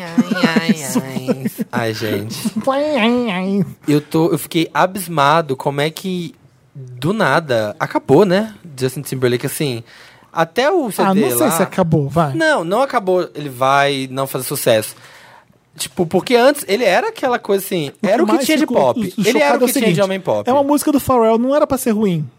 S2: ai, ai. Ai, gente. Hum, Eu, tô, eu fiquei abismado como é que, do nada, acabou, né? Justin Timberlake, assim, até o CD
S1: ah, não sei
S2: lá...
S1: se acabou, vai.
S2: Não, não acabou. Ele vai não fazer sucesso. Tipo, porque antes ele era aquela coisa assim, era o que
S1: mais
S2: tinha de
S1: fico
S2: pop.
S1: chocado
S2: Ele
S1: é
S2: era
S1: o
S2: o que tinha de
S1: seguinte,
S2: homem pop.
S1: É uma música do Pharrell, não era pra ser ruim.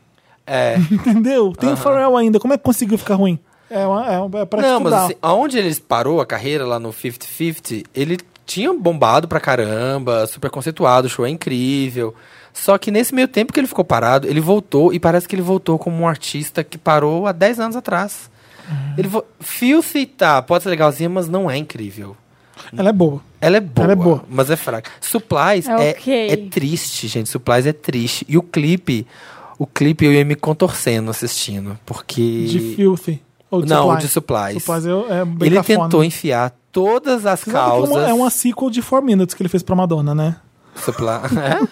S2: É.
S1: Entendeu? Tem o Pharrell ainda. Como é que conseguiu ficar ruim? É, uma, é, uma, é pra
S2: não,
S1: estudar.
S2: mas assim, aonde ele parou a carreira lá no 50-50, ele tinha bombado pra caramba, super conceituado, o show é incrível. Só que nesse meio tempo que ele ficou parado, ele voltou e parece que ele voltou como um artista que parou há 10 anos atrás.
S1: Uhum.
S2: Ele vo... Filthy, tá, pode ser legalzinha, mas não é incrível.
S1: Ela é boa.
S2: Ela é boa,
S1: Ela é boa.
S2: mas é fraca. Supplies
S3: É
S2: é,
S3: ok.
S2: é triste, gente. Supplies é triste. E o clipe, o clipe eu ia me contorcendo assistindo, porque...
S1: De Filthy. Ou de
S2: não, o
S1: Supply.
S2: de Supplies.
S1: Supplies é, é bem
S2: Ele
S1: cafona.
S2: tentou enfiar todas as
S1: Você sabe que
S2: causas.
S1: É uma, é uma sequel de 4 Minutes que ele fez pra Madonna, né?
S2: Supla- É?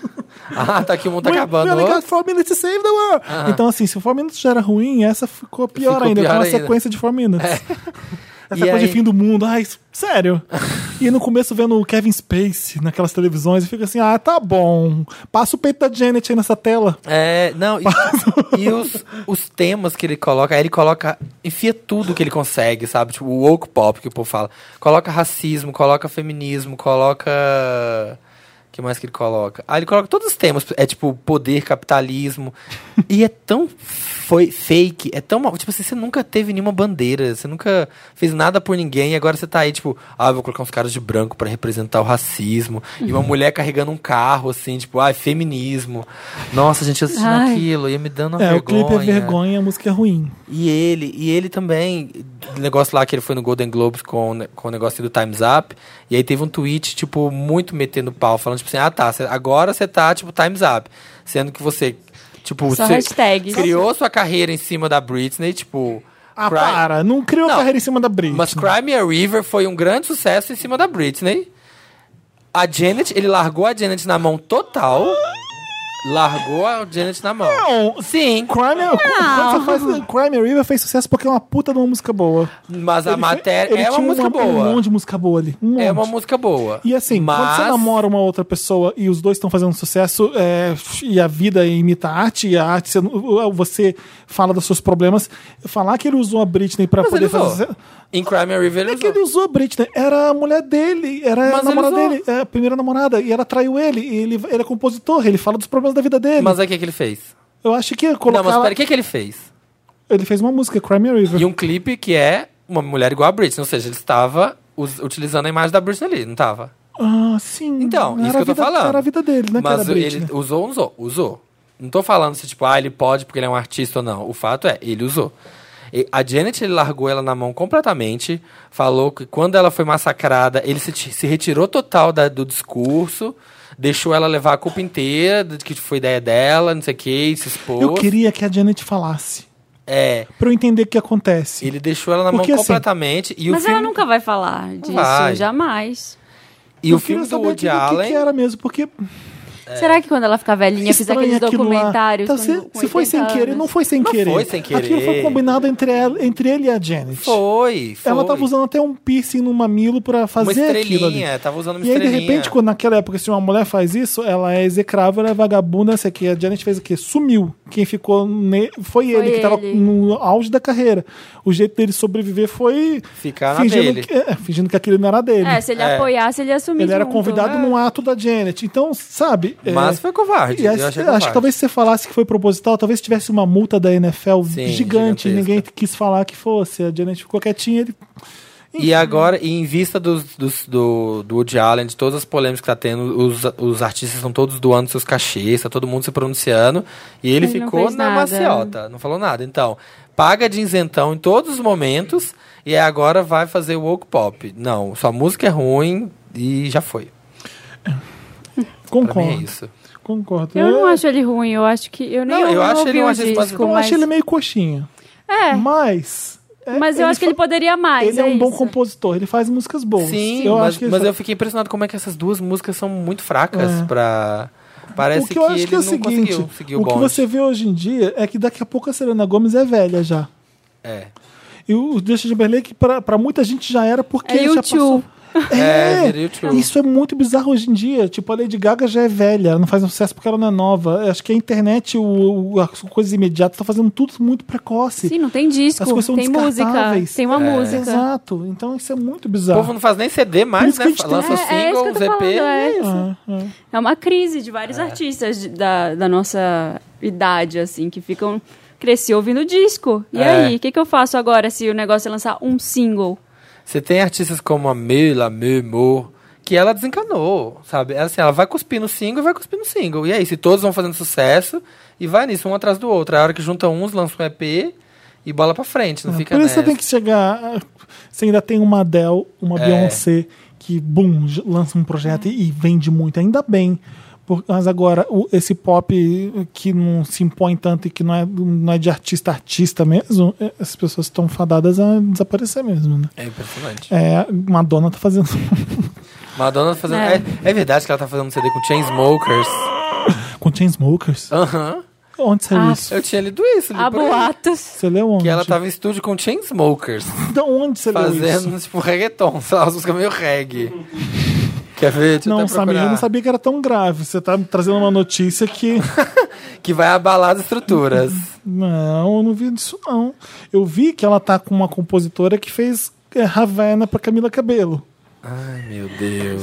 S2: Ah, tá aqui o mundo tá
S1: We-
S2: acabando.
S1: We only got 4 Minutes to save the world! Então, assim, se o 4 Minutes já era ruim, essa ficou pior
S2: Ficou
S1: ainda.
S2: pior
S1: com a
S2: ainda. É.
S1: sequência de 4 Minutes. Essa
S2: E
S1: coisa
S2: aí-
S1: de fim do mundo. Ai, s- sério. e no começo vendo o Kevin Space naquelas televisões, e fica assim, ah, tá bom. Passa o peito da Janet aí nessa tela.
S2: É, não, e, e os, os temas que ele coloca, aí ele coloca, enfia tudo que ele consegue, sabe? Tipo, o woke pop que o povo fala. Coloca racismo, coloca feminismo, coloca. O que mais que ele coloca? Ah, ele coloca todos os temas. É tipo, poder, capitalismo. e é tão foi fake, é tão mal. Tipo assim, você nunca teve nenhuma bandeira, você nunca fez nada por ninguém, e agora você tá aí, tipo, ah, eu vou colocar uns caras de branco pra representar o racismo. E uma mulher carregando um carro, assim, tipo, ah, é feminismo. Nossa, gente, eu assistindo
S3: Ai.
S2: aquilo, ia me dando uma
S1: É, o
S2: vergonha.
S1: clipe é vergonha, a música é ruim.
S2: E ele, e ele também, o negócio lá que ele foi no Golden Globes com, o ne- com o negócio do Time's Up, e aí teve um tweet, tipo, muito metendo pau, falando, tipo assim, ah tá, cê- agora você tá, tipo, Time's Up. Sendo que você, tipo,
S3: Só
S2: cê
S3: hashtags.
S2: criou sua carreira em cima da Britney, tipo.
S1: Ah,
S2: Cry-
S1: para. Não criou
S2: Não,
S1: a carreira em cima da Britney.
S2: Mas Cry Me a River foi um grande sucesso em cima da Britney. A Janet, ele largou a Janet na mão total. Largou a Janet na mão.
S1: Não.
S2: Sim.
S1: Crime, é quando você faz, um Crime River fez sucesso porque é uma puta de uma música boa.
S2: Mas a
S1: Ele fe-
S2: matéria
S1: ele
S2: é uma
S1: tinha
S2: música boa.
S1: Um monte de música boa ali. Um monte.
S2: É uma música boa.
S1: E assim, quando
S2: mas
S1: você namora uma outra pessoa e os dois estão fazendo sucesso, é, e a vida imita a arte, e a arte você, não- você fala dos seus problemas, falar que ele usou a Britney pra
S2: Mas ele
S1: poder
S2: usou.
S1: fazer.
S2: Em Crime and River, ele
S1: É que
S2: usou.
S1: ele usou a Britney, era a mulher dele, era a
S2: Mas ele
S1: namorada
S2: usou.
S1: dele, é a primeira namorada, e ela traiu ele, e ele, ele é compositor, ele fala dos problemas da vida dele.
S2: Mas aí o que, que ele fez?
S1: Eu acho que é
S2: Não,
S1: colocar.
S2: mas peraí, o que, que ele fez?
S1: Ele fez uma música, Crime River.
S2: E um clipe que é uma mulher igual a Britney, ou seja, ele estava us- utilizando a imagem da Britney ali, não estava?
S1: Ah, sim.
S2: Então,
S1: Era
S2: isso que eu tô
S1: a vida-
S2: falando.
S1: Era a vida dele, né? que era
S2: Mas
S1: a Britney.
S2: ele usou ou não usou? Usou. Não tô falando se, tipo, ah, ele pode porque ele é um artista ou não. O fato é, ele usou. E A Janet, ele largou ela na mão completamente, falou que quando ela foi massacrada, ele se, ti- se retirou total da- do discurso, deixou ela levar a culpa inteira, de que foi ideia dela, não sei o que, se expôs.
S1: Eu queria que a Janet falasse.
S2: É,
S1: Pra eu entender o que acontece.
S2: ele deixou ela na
S1: Porque,
S2: mão
S1: assim,
S2: completamente. e o
S3: Mas ela
S2: filme,
S3: nunca vai falar disso,
S2: vai.
S3: jamais.
S2: e o
S1: queria
S2: filme do
S1: saber
S2: Woody
S1: o que- o que
S2: Allen...
S1: que era mesmo, porque
S3: Será que quando ela ficar velhinha,
S1: É.
S3: fizer
S1: Estranho
S3: aqueles
S1: aquilo lá.
S3: documentários.
S1: Tá,
S3: com-
S1: se,
S3: com
S1: se foi
S3: 80
S1: sem querer,
S3: anos?
S1: não foi sem
S2: Não
S1: querer.
S2: foi sem querer.
S1: Aquilo foi combinado entre, ela- entre ele e a Janet.
S2: Foi, foi.
S1: Ela tava usando até um piercing no mamilo pra
S2: uma
S1: fazer aquilo ali.
S2: estrelinha, tava usando uma
S1: E aí, de
S2: estrelinha.
S1: repente, quando naquela época, se uma mulher faz isso, ela é execrável, ela é vagabunda, não sei o que. A Janet fez o quê? Sumiu. Quem ficou ne... foi ele, que tava
S3: ele.
S1: no auge da carreira. O jeito dele sobreviver foi
S2: Ficar na
S1: fingindo
S2: dele.
S1: que... é, fingindo que aquilo não era dele.
S3: É, se ele
S2: É.
S3: apoiasse, ele ia assumir.
S1: ele era
S3: junto.
S1: convidado
S2: É.
S1: num ato da Janet. Então, sabe? é,
S2: Mas foi covarde.
S1: e
S2: eu
S1: acho,
S2: achei
S1: acho
S2: covarde.
S1: que talvez se você falasse que foi proposital, talvez tivesse uma multa da NFL
S2: Sim,
S1: gigante.
S2: gigantesca.
S1: Ninguém quis falar que fosse. A Janet ficou quietinha. Ele...
S2: E agora, e em vista dos, dos- do, do Woody Allen, de todas as polêmicas que tá tendo, os, os artistas estão todos doando seus cachês, tá todo mundo se pronunciando. E ele,
S3: Ele não
S2: ficou
S3: fez
S2: na
S3: nada.
S2: maciota, não falou nada. Então, paga de isentão em todos os momentos e aí agora vai fazer o woke pop. Não, sua música é ruim e já foi. Pra
S1: Concordo.
S2: mim é isso.
S1: Concordo. É,
S3: Eu não acho ele ruim, eu acho que. Eu nem
S2: Não, eu
S3: eu
S2: acho
S3: ouvi
S2: ele um
S3: o
S2: artista
S3: disco,
S2: bastante-
S1: Então, eu
S3: mas...
S1: acho ele meio coxinha.
S3: É,
S1: Mas. é,
S3: mas eu acho que ele
S1: fa-
S3: poderia mais.
S1: Ele é um bom
S3: isso.
S1: compositor, ele faz músicas boas.
S2: Sim,
S1: eu
S2: mas,
S1: acho que ele
S2: mas
S1: fa-
S2: eu fiquei impressionado como é que essas duas músicas são muito fracas
S1: É.
S2: pra. Parece
S1: o que eu acho
S2: ele
S1: que é o
S2: não
S1: seguinte:
S2: conseguiu seguir o,
S1: o que
S2: bonde.
S1: você vê hoje em dia é que daqui a pouco a Selena Gomes é velha já.
S2: É.
S1: E o Justin Timberlake, é pra, pra muita gente, já era porque
S3: É
S1: ele já
S3: U2.
S1: passou.
S2: É,
S1: É,
S2: vira U2.
S1: isso é muito bizarro hoje em dia. Tipo, a Lady Gaga já é velha, ela não faz um sucesso porque ela não é nova. Eu Acho que a internet, o, o- as coisas imediatas, estão fazendo tudo muito precoce.
S3: Sim, não tem disco,
S1: As coisas são
S3: tem música,
S1: descartáveis.
S3: tem
S2: É.
S3: uma música.
S1: Exato. Então isso é muito
S2: O
S1: bizarro.
S2: povo não faz nem CD
S1: Por
S2: mais,
S1: isso
S2: né?
S1: que a gente tem-
S2: Lança um
S3: É, é isso que eu
S2: singles,
S3: tô
S2: EP.
S3: falando, é, isso.
S1: É, é.
S3: É uma crise de vários artistas de- da, da nossa idade, assim, que ficam. Cresci ouvindo disco. E
S2: É.
S3: aí, o que, que eu faço agora se o negócio é lançar um single?
S2: Você tem artistas como a Mila Memo, que ela desencanou, sabe? Ela, assim, ela vai cuspindo single e vai cuspindo single. E é isso, e todos vão fazendo sucesso e vai nisso, um atrás do outro. É a hora que junta uns, lança um EP e bola pra frente, não fica
S1: É, Por isso
S2: nessa.
S1: você tem que chegar. Você ainda tem uma Adele,
S2: É.
S1: uma Beyoncé, que, bum, j- lança um projeto e, e vende muito, ainda bem. Por- mas agora, o- esse pop que não se impõe tanto e que não é, não é de artista a artista mesmo, é- as pessoas estão fadadas a desaparecer mesmo, né?
S2: É impressionante.
S1: É, Madonna tá fazendo.
S2: Madonna tá fazendo.
S3: É.
S2: É. é verdade que ela tá fazendo um CD com Chainsmokers.
S1: com Chainsmokers.
S2: Aham.
S1: Onde saiu
S3: Ah.
S1: isso?
S2: Eu tinha lido isso, li
S3: Há
S2: por aí.
S3: boatos.
S1: Você leu onde?
S2: Que ela tava em estúdio com Chainsmokers,
S1: Da onde você leu isso?
S2: fazendo tipo reggaeton, sei lá, as músicas meio reggae. Quer ver? Deixa eu
S1: Não,
S2: até
S1: Samir, eu
S2: procurar.
S1: não sabia que era tão grave. Você tá me trazendo uma notícia que.
S2: Que vai abalar as estruturas.
S1: Não, eu não vi disso não. Eu vi que ela tá com uma compositora que fez é, Ravena pra Camila Cabelo.
S2: Ai, meu Deus.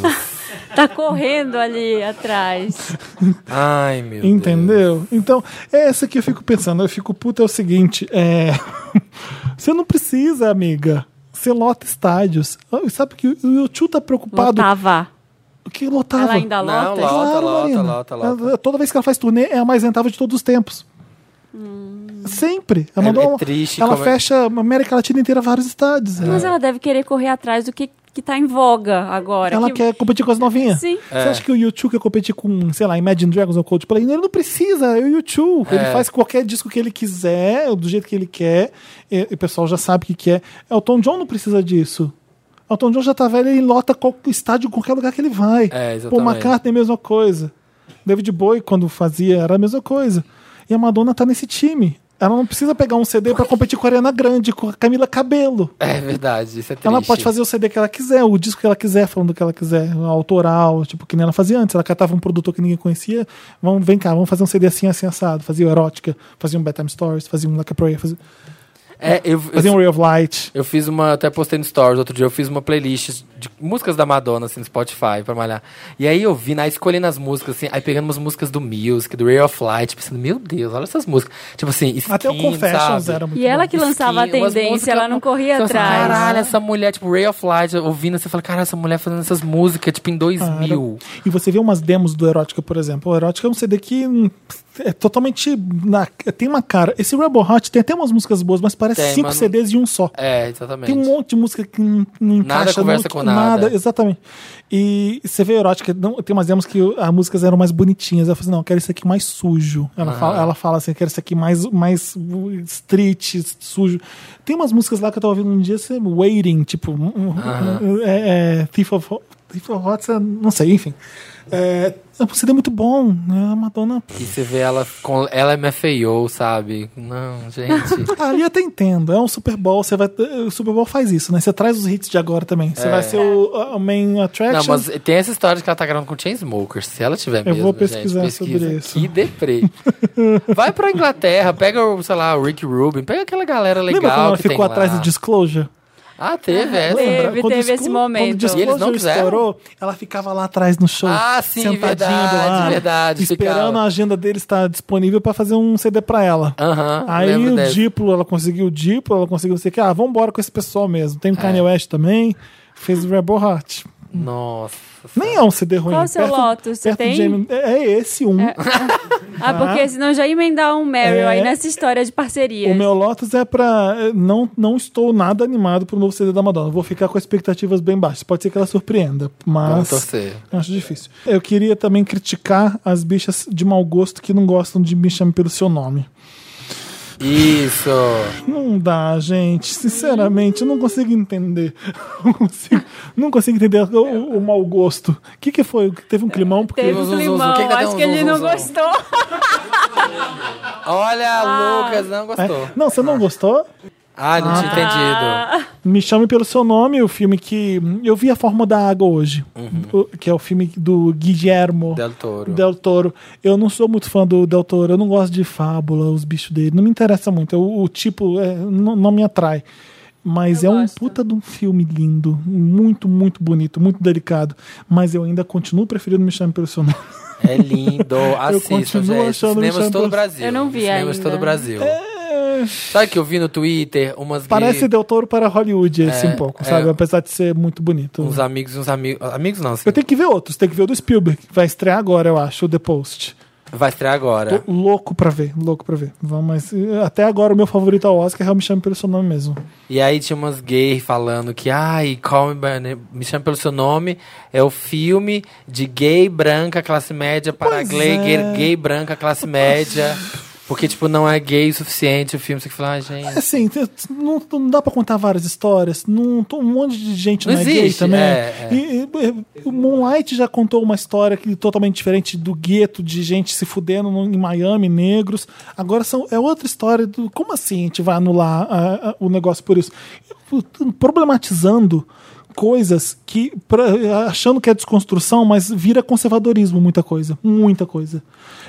S3: Tá correndo ali atrás.
S2: Ai, meu Deus.
S1: entendeu? Então, é essa que eu fico pensando. Eu fico puta é o seguinte, é você não precisa, amiga. Você lota estádios. Ah, Sabe que o YouTube tá preocupado
S3: Lotava.
S1: que lotava.
S3: Ela ainda
S2: Não,
S3: lota?
S2: lota.
S1: Marina.
S2: lota, lota.
S1: Ela- Toda vez que ela faz turnê, é a mais rentável de todos os tempos.
S3: Hum.
S1: Sempre. Ela,
S2: É-
S1: mandou
S2: é
S1: uma-
S2: triste
S1: ela
S2: como é-
S1: fecha a América Latina inteira, vários estádios.
S3: Mas ela deve querer correr atrás do que, que tá em voga agora.
S1: Ela
S3: que...
S1: quer competir com as novinhas.
S3: Sim.
S2: É.
S1: Você acha que o YouTube quer competir com, sei lá, Imagine Dragons ou Coldplay? Ele não precisa, é o YouTube. Ele
S2: É.
S1: faz qualquer disco que ele quiser, é do jeito que ele quer. E, e o pessoal já sabe o que, que é. Elton John não precisa disso. Elton John já tá velho, ele lota qual estádio, qualquer lugar que ele vai.
S2: É,
S1: Pô,
S2: exatamente.
S1: McCartney é a mesma coisa. David Bowie, quando fazia, era a mesma coisa. E a Madonna tá nesse time. Ela não precisa pegar um CD pra competir com a Ariana Grande, com a Camila Cabelo.
S2: É verdade, isso é triste.
S1: Ela pode fazer o CD que ela quiser, o disco que ela quiser, falando o que ela quiser, o autoral, tipo, que nem ela fazia antes. Ela catava um produtor que ninguém conhecia, vamos, vem cá, vamos fazer um CD assim, assim, assado. Fazia o Erótica, fazia um Bedtime Stories, fazia um Like a Prayer, fazia,
S2: É, eu,
S1: fazia um
S2: eu,
S1: Ray of Light.
S2: eu fiz uma, até postei no Stories outro dia, eu fiz uma playlist de músicas da Madonna, assim, no Spotify, pra malhar. E aí eu vi, na escolhendo as músicas, assim, aí pegando umas músicas do Music, do Ray of Light, pensando, meu Deus, olha essas músicas. Tipo assim, skin,
S1: Até o Confessions
S2: sabe?
S1: era um muito
S3: E ela
S1: bom.
S3: que lançava
S2: Skin,
S3: a
S2: umas músicas-
S3: tendência, ela não corria
S2: Então, assim,
S3: atrás.
S2: Caralho, essa mulher, tipo, Ray of Light, ouvindo, você fala, caralho, essa mulher fazendo essas músicas, tipo, em 2000.
S1: E você vê umas demos do Erótica, por exemplo. O Erótica é um CD que hum, é totalmente. na- tem uma cara. Esse Rebel Hot tem até umas músicas boas, mas parece
S2: Tem,
S1: cinco
S2: mas não-
S1: CDs em um só.
S2: É, exatamente.
S1: Tem um monte de música que não, não
S2: Nada
S1: encaixa
S2: conversa
S1: não-
S2: com nada.
S1: Exatamente. E você vê a erótica, não, tem umas demos que as músicas eram mais bonitinhas. Ela fala assim: não, eu quero isso aqui mais sujo. Ela, fala, ela fala assim: eu quero isso aqui mais, mais street, sujo. Tem umas músicas lá que eu tava ouvindo um dia, assim, Waiting, tipo, um- um- é, é, Thief of. Rots, não sei, enfim. É, é um CD muito bom, né? A Madonna.
S2: E você vê ela com. Ela me afeiou, sabe? Não, gente.
S1: Ali eu até entendo. É um Super Bowl, você vai. O Super Bowl faz isso, né? Você traz os hits de agora também. Você
S2: É.
S1: vai ser o, a- a main attraction.
S2: Não, mas é tem essa história de que ela tá gravando com Chainsmokers. Se ela tiver
S1: Eu
S2: mesmo,
S1: vou pesquisar
S2: gente, pesquisa.
S1: sobre isso.
S2: Que deprê. Vai pra Inglaterra, pega, o, sei lá, o Rick Rubin, pega aquela galera legal
S1: Lembra quando ela
S2: que tem
S1: ficou atrás
S2: lá.
S1: do Disclosure?
S2: Ah, teve essa.
S3: Lembra.
S1: Lembra? Quando
S3: teve
S1: o Disclo-
S3: esse momento.
S1: Quando o
S2: E eles não
S1: Disclosure
S2: quiseram?
S1: estourou, ela ficava lá atrás no show.
S2: Ah, sim,
S1: sentadinha
S2: verdade,
S1: do lado,
S2: verdade,
S1: Esperando
S2: ficava.
S1: a agenda dele estar disponível pra fazer um CD pra ela.
S2: Aham,
S1: Aí
S2: Ah, lembro
S1: o
S2: dessa.
S1: Diplo, ela conseguiu o Diplo, ela conseguiu não sei o que. Ah, vambora com esse pessoal mesmo.
S2: É.
S1: Tem o Kanye West também, fez o Rebel Heart.
S2: Nossa.
S1: Nem é um CD ruim.
S3: Qual o seu
S1: Perto-
S3: Lotus? Você
S1: perto
S3: tem?
S1: de Jamie- É é esse um.
S3: Ah, porque senão já ia emendar um Meryl
S1: É.
S3: aí nessa história de parcerias.
S1: O meu Lotus é pra. é, Não, não estou nada animado pro novo CD da Madonna. Vou ficar com expectativas bem baixas. Pode ser que ela surpreenda,
S2: Vamos
S1: mas.
S2: torcer.
S1: Acho difícil. Eu queria também criticar as bichas de mau gosto que não gostam de me chamar pelo seu nome.
S2: Isso.
S1: Não dá, gente. Sinceramente, eu não consigo entender. Não consigo, não consigo entender o, o mau gosto. O que, que foi? Teve um climão? Porque
S3: Teve
S2: Zum,
S3: um
S2: zum, zum,
S3: limão,
S2: zum. Quem que deu
S3: acho
S2: um
S3: que ele
S2: zum,
S3: não
S2: zum, zum?
S3: gostou.
S2: Olha,
S3: Ah.
S2: Lucas, não
S1: É,
S2: gostou.
S1: Não, você não gostou?
S2: Ah, não tinha entendido.
S3: Ah,
S1: Me Chame Pelo Seu Nome, o filme que. Eu vi A Forma da Água hoje, o- que é o filme do Guillermo
S2: Uhum. Del Toro.
S1: Del Toro. Eu não sou muito fã do Del Toro, eu não gosto de fábula, os bichos dele. Não me interessa muito, o, o tipo é, não, não me atrai. Mas
S3: Eu
S1: é
S3: gosto.
S1: um puta de um filme lindo, muito, muito bonito, muito delicado. Mas eu ainda continuo preferindo Me Chame Pelo Seu Nome.
S2: É lindo. Assistam,
S1: continuo
S2: gente.
S1: achando
S2: Cinemas de
S1: Michel
S2: todo o
S1: Bruce-
S2: Brasil.
S3: Eu não vi
S2: Cinemas de todo o
S3: ainda.
S2: Brasil. Sabe que eu vi no Twitter umas
S1: É. Parece Del Toro para Hollywood esse
S2: É,
S1: um pouco,
S2: é.
S1: sabe? Apesar de ser muito bonito.
S2: uns amigos e uns amigos. Amigos não, assim.
S1: Eu tenho que ver outros, tem que ver o do Spielberg, que vai estrear agora, eu acho, o The Post.
S2: Vai estrear agora.
S1: Tô louco pra ver, louco pra ver. Vamos, mas eh, até agora o meu favorito ao Oscar é o Me Chame Pelo Seu Nome mesmo.
S2: E aí tinha umas gays falando que, ai, call me, by Name- me chama pelo seu nome, é o filme de gay branca classe média para
S1: Pois
S2: gay,
S1: é.
S2: gay, gay branca classe média. Porque, tipo, não é gay o suficiente o filme. Você que fala, ai, gente.
S1: Assim, t- t- não, não dá pra contar várias histórias, não, tô- um monte de gente
S2: Não
S1: não, é gay
S2: existe,
S1: também.
S2: é, é.
S1: E, e, e, o Moonlight já contou uma história que, totalmente diferente do gueto, de gente se fudendo no- em Miami, negros. Agora são, é outra história do como assim a gente vai anular a- a- o negócio por isso? Problematizando coisas que pra- achando que é desconstrução, mas vira conservadorismo muita coisa, muita coisa.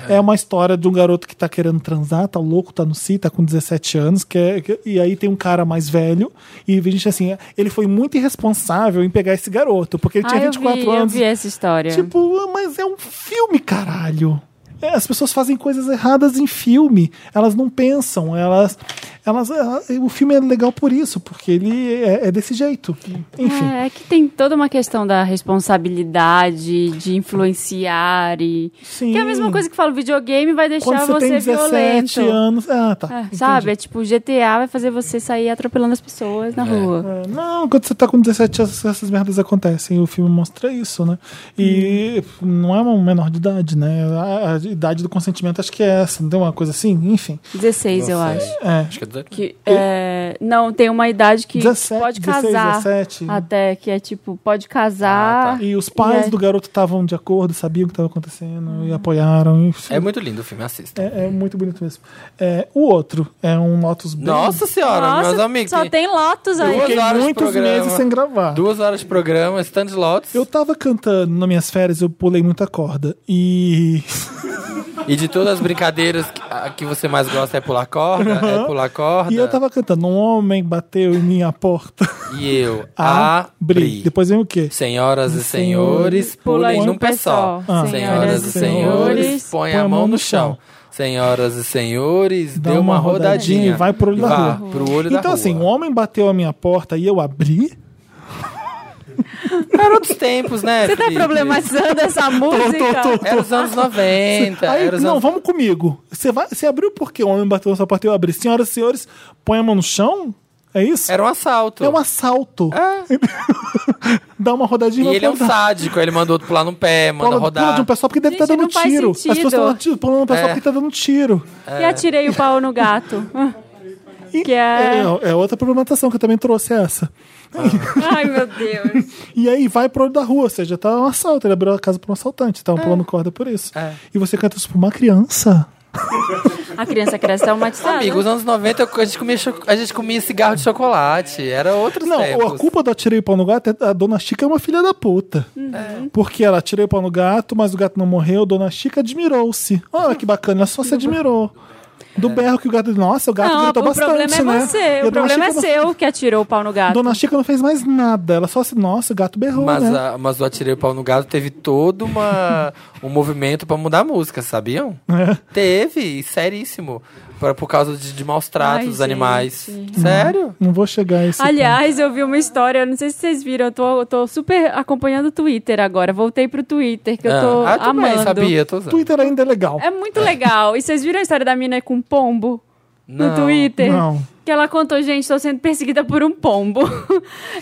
S1: É, uma história de um garoto que tá querendo transar, tá louco, tá no si, tá com 17 anos, que é- que- e aí tem um cara mais velho e a gente assim, ele foi muito irresponsável em pegar esse garoto, porque ele
S3: ah,
S1: tinha
S3: eu
S1: 24
S3: vi, eu
S1: anos.
S3: vi essa história.
S1: Tipo, ah, mas é um filme, caralho. É, As pessoas fazem coisas erradas em filme. Elas não pensam. Elas, elas, ela- o filme é legal por isso, porque ele é, é desse jeito. Enfim.
S3: É, é que tem toda uma questão da responsabilidade, de influenciar e...
S1: Sim.
S3: Que é a mesma coisa que fala, o videogame vai deixar
S1: Quando você, tem 17
S3: violento.
S1: anos. Ah, tá.
S3: É,
S1: entendi.
S3: sabe? É tipo, o GTA vai fazer você sair atropelando as pessoas na rua.
S1: É, Não, quando você tá com 17 anos, essas merdas acontecem. O filme mostra isso, né? E
S3: Hum.
S1: não é uma menor de idade, né? A, a idade do consentimento acho que é essa, não tem uma coisa assim? Enfim.
S3: 16, eu
S2: Não sei.
S3: acho.
S1: É.
S2: Acho que é do-
S3: Que, é, não, tem uma idade que
S1: 17,
S3: pode
S1: 16,
S3: casar.
S1: 17.
S3: Até que é tipo, pode casar.
S2: Ah, tá.
S1: E os pais
S3: E é- Hum.
S1: do garoto estavam de acordo, sabiam o que estava acontecendo e apoiaram. Enfim,
S2: É muito lindo o filme, assista.
S1: é, é muito bonito mesmo. É, o outro é um Lotus bem...
S2: Nossa senhora,
S3: Nossa,
S2: meus amigos.
S3: só
S2: tem
S3: tem Lotus
S1: eu
S2: duas
S3: aí.
S1: fiquei
S2: horas de
S1: muitos
S2: programa.
S1: meses sem gravar.
S2: Duas horas de programa, stand lots.
S1: Eu tava cantando nas minhas férias, eu pulei muita corda. E.
S2: E de todas as brincadeiras que, a que você mais gosta é pular corda, é pular corda.
S1: E eu tava cantando. Um homem bateu em minha porta.
S2: E eu abri.
S1: Depois vem o quê?
S2: Senhoras e senhores, pulem num um pé só.
S3: Ah.
S2: Senhoras e senhores, põe a mão no chão. Senhoras e senhores,
S1: Dá
S2: deu uma
S1: uma rodadinha
S2: rodadinha.
S1: e vai pro olho da
S2: Vá
S1: rua.
S2: pro olho da
S1: então, assim, um
S2: rua.
S1: homem bateu a minha porta e eu abri. um-
S2: Era outros tempos, né?
S3: Você tá
S2: Felipe?
S3: problematizando essa música?
S2: Era os anos 90.
S1: Aí,
S2: era os
S1: não,
S2: anos...
S1: vamos comigo. Você, vai, você abriu porque o homem bateu na sua porta e eu abri. Senhoras e senhores, põe a mão no chão? É isso?
S2: Era um assalto.
S1: É um assalto.
S2: É.
S1: Dá uma rodadinha
S2: E
S1: vai
S2: ele é um
S1: pular.
S2: sádico, ele mandou outro pular num pé, manda
S1: Pula- pula de
S2: rodar.
S1: um pessoal porque deve
S3: Gente,
S1: estar dando
S3: não faz
S1: tiro.
S3: sentido.
S1: tá As pessoas estão pulando um
S2: É.
S1: pessoal porque tá dando tiro.
S3: E atirei o pau no gato.
S1: E
S3: que é.
S1: É, é outra problematização que eu também trouxe essa.
S3: Ai, meu Deus.
S1: E aí vai pro olho da rua, ou seja, tá um assalto, ele abriu a casa pra um assaltante,
S3: É.
S1: tá um pulando corda por isso.
S2: É.
S1: E você canta isso pra uma criança.
S3: A criança cresce traumatizada.
S2: Amigo, os anos 90 eu- a gente, comia cho- a gente comia cigarro de chocolate. Era outros
S1: Não,
S2: tempos.
S1: a culpa do atirei o pau no gato é a dona Chica é uma filha da puta.
S3: Uhum.
S1: É. Porque ela atirei o pau no gato, mas o gato não morreu, dona Chica admirou-se. Olha que bacana, ela só se admirou. Do berro que o gato. Nossa, o gato
S3: É. Não, o
S1: gritou bastante,
S3: problema é
S1: né?
S3: você.
S1: E a dona
S3: O problema é
S1: Chica não-
S3: seu que atirou o pau no gato.
S1: Dona Chica não fez mais nada. Ela só se. Nossa, o gato berrou,
S2: Mas,
S1: né?
S2: a, mas o Atirei o Pau no Gato teve todo uma, um movimento pra mudar a música, sabiam?
S3: É.
S2: Teve, seríssimo. Pra- por causa de, de maus tratos
S3: Ai,
S2: dos animais.
S3: gente.
S2: Sério?
S1: Não vou chegar a esse.
S3: Aliás, eu vi uma história, eu não sei se vocês viram, eu tô, eu tô super acompanhando o Twitter agora. Voltei pro Twitter, que eu tô
S2: ah, eu também
S3: amando.
S2: sabia, tô
S1: ponto.
S2: usando.
S1: Twitter ainda é legal.
S3: É muito legal. E vocês viram a história da mina com pombo? No
S2: Não.
S3: Twitter?
S1: Não.
S3: Que ela contou, gente, estou sendo perseguida por um pombo.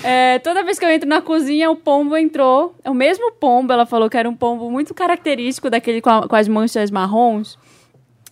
S3: É, toda vez que eu entro na cozinha, o pombo entrou. É o mesmo pombo, ela falou que era um pombo muito característico daquele com, a- com as manchas marrons.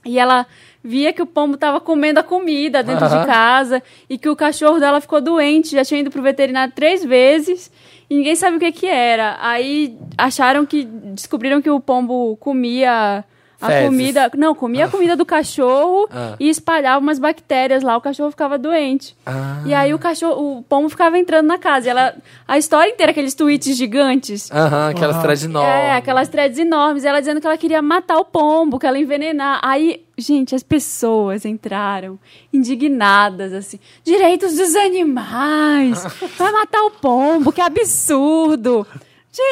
S3: E ela via que o pombo estava comendo a comida dentro
S2: Aham.
S3: de casa e que o cachorro dela ficou doente, já tinha ido pro veterinário três vezes e ninguém sabe o que que era. Aí acharam que descobriram que o pombo comia a
S2: Fezes.
S3: comida, não, comia a comida do cachorro
S2: Ah.
S3: e espalhava umas bactérias lá, o cachorro ficava doente.
S2: Ah.
S3: E aí o cachorro, o pombo ficava entrando na casa. E ela, a história inteira aqueles tweets gigantes.
S2: Aham, aquelas tradinol.
S3: É, aquelas threads enormes. Ela dizendo que ela queria matar o pombo, que ela ia envenenar. Aí, gente, as pessoas entraram indignadas, assim. Direitos dos animais! Vai matar o pombo, que absurdo!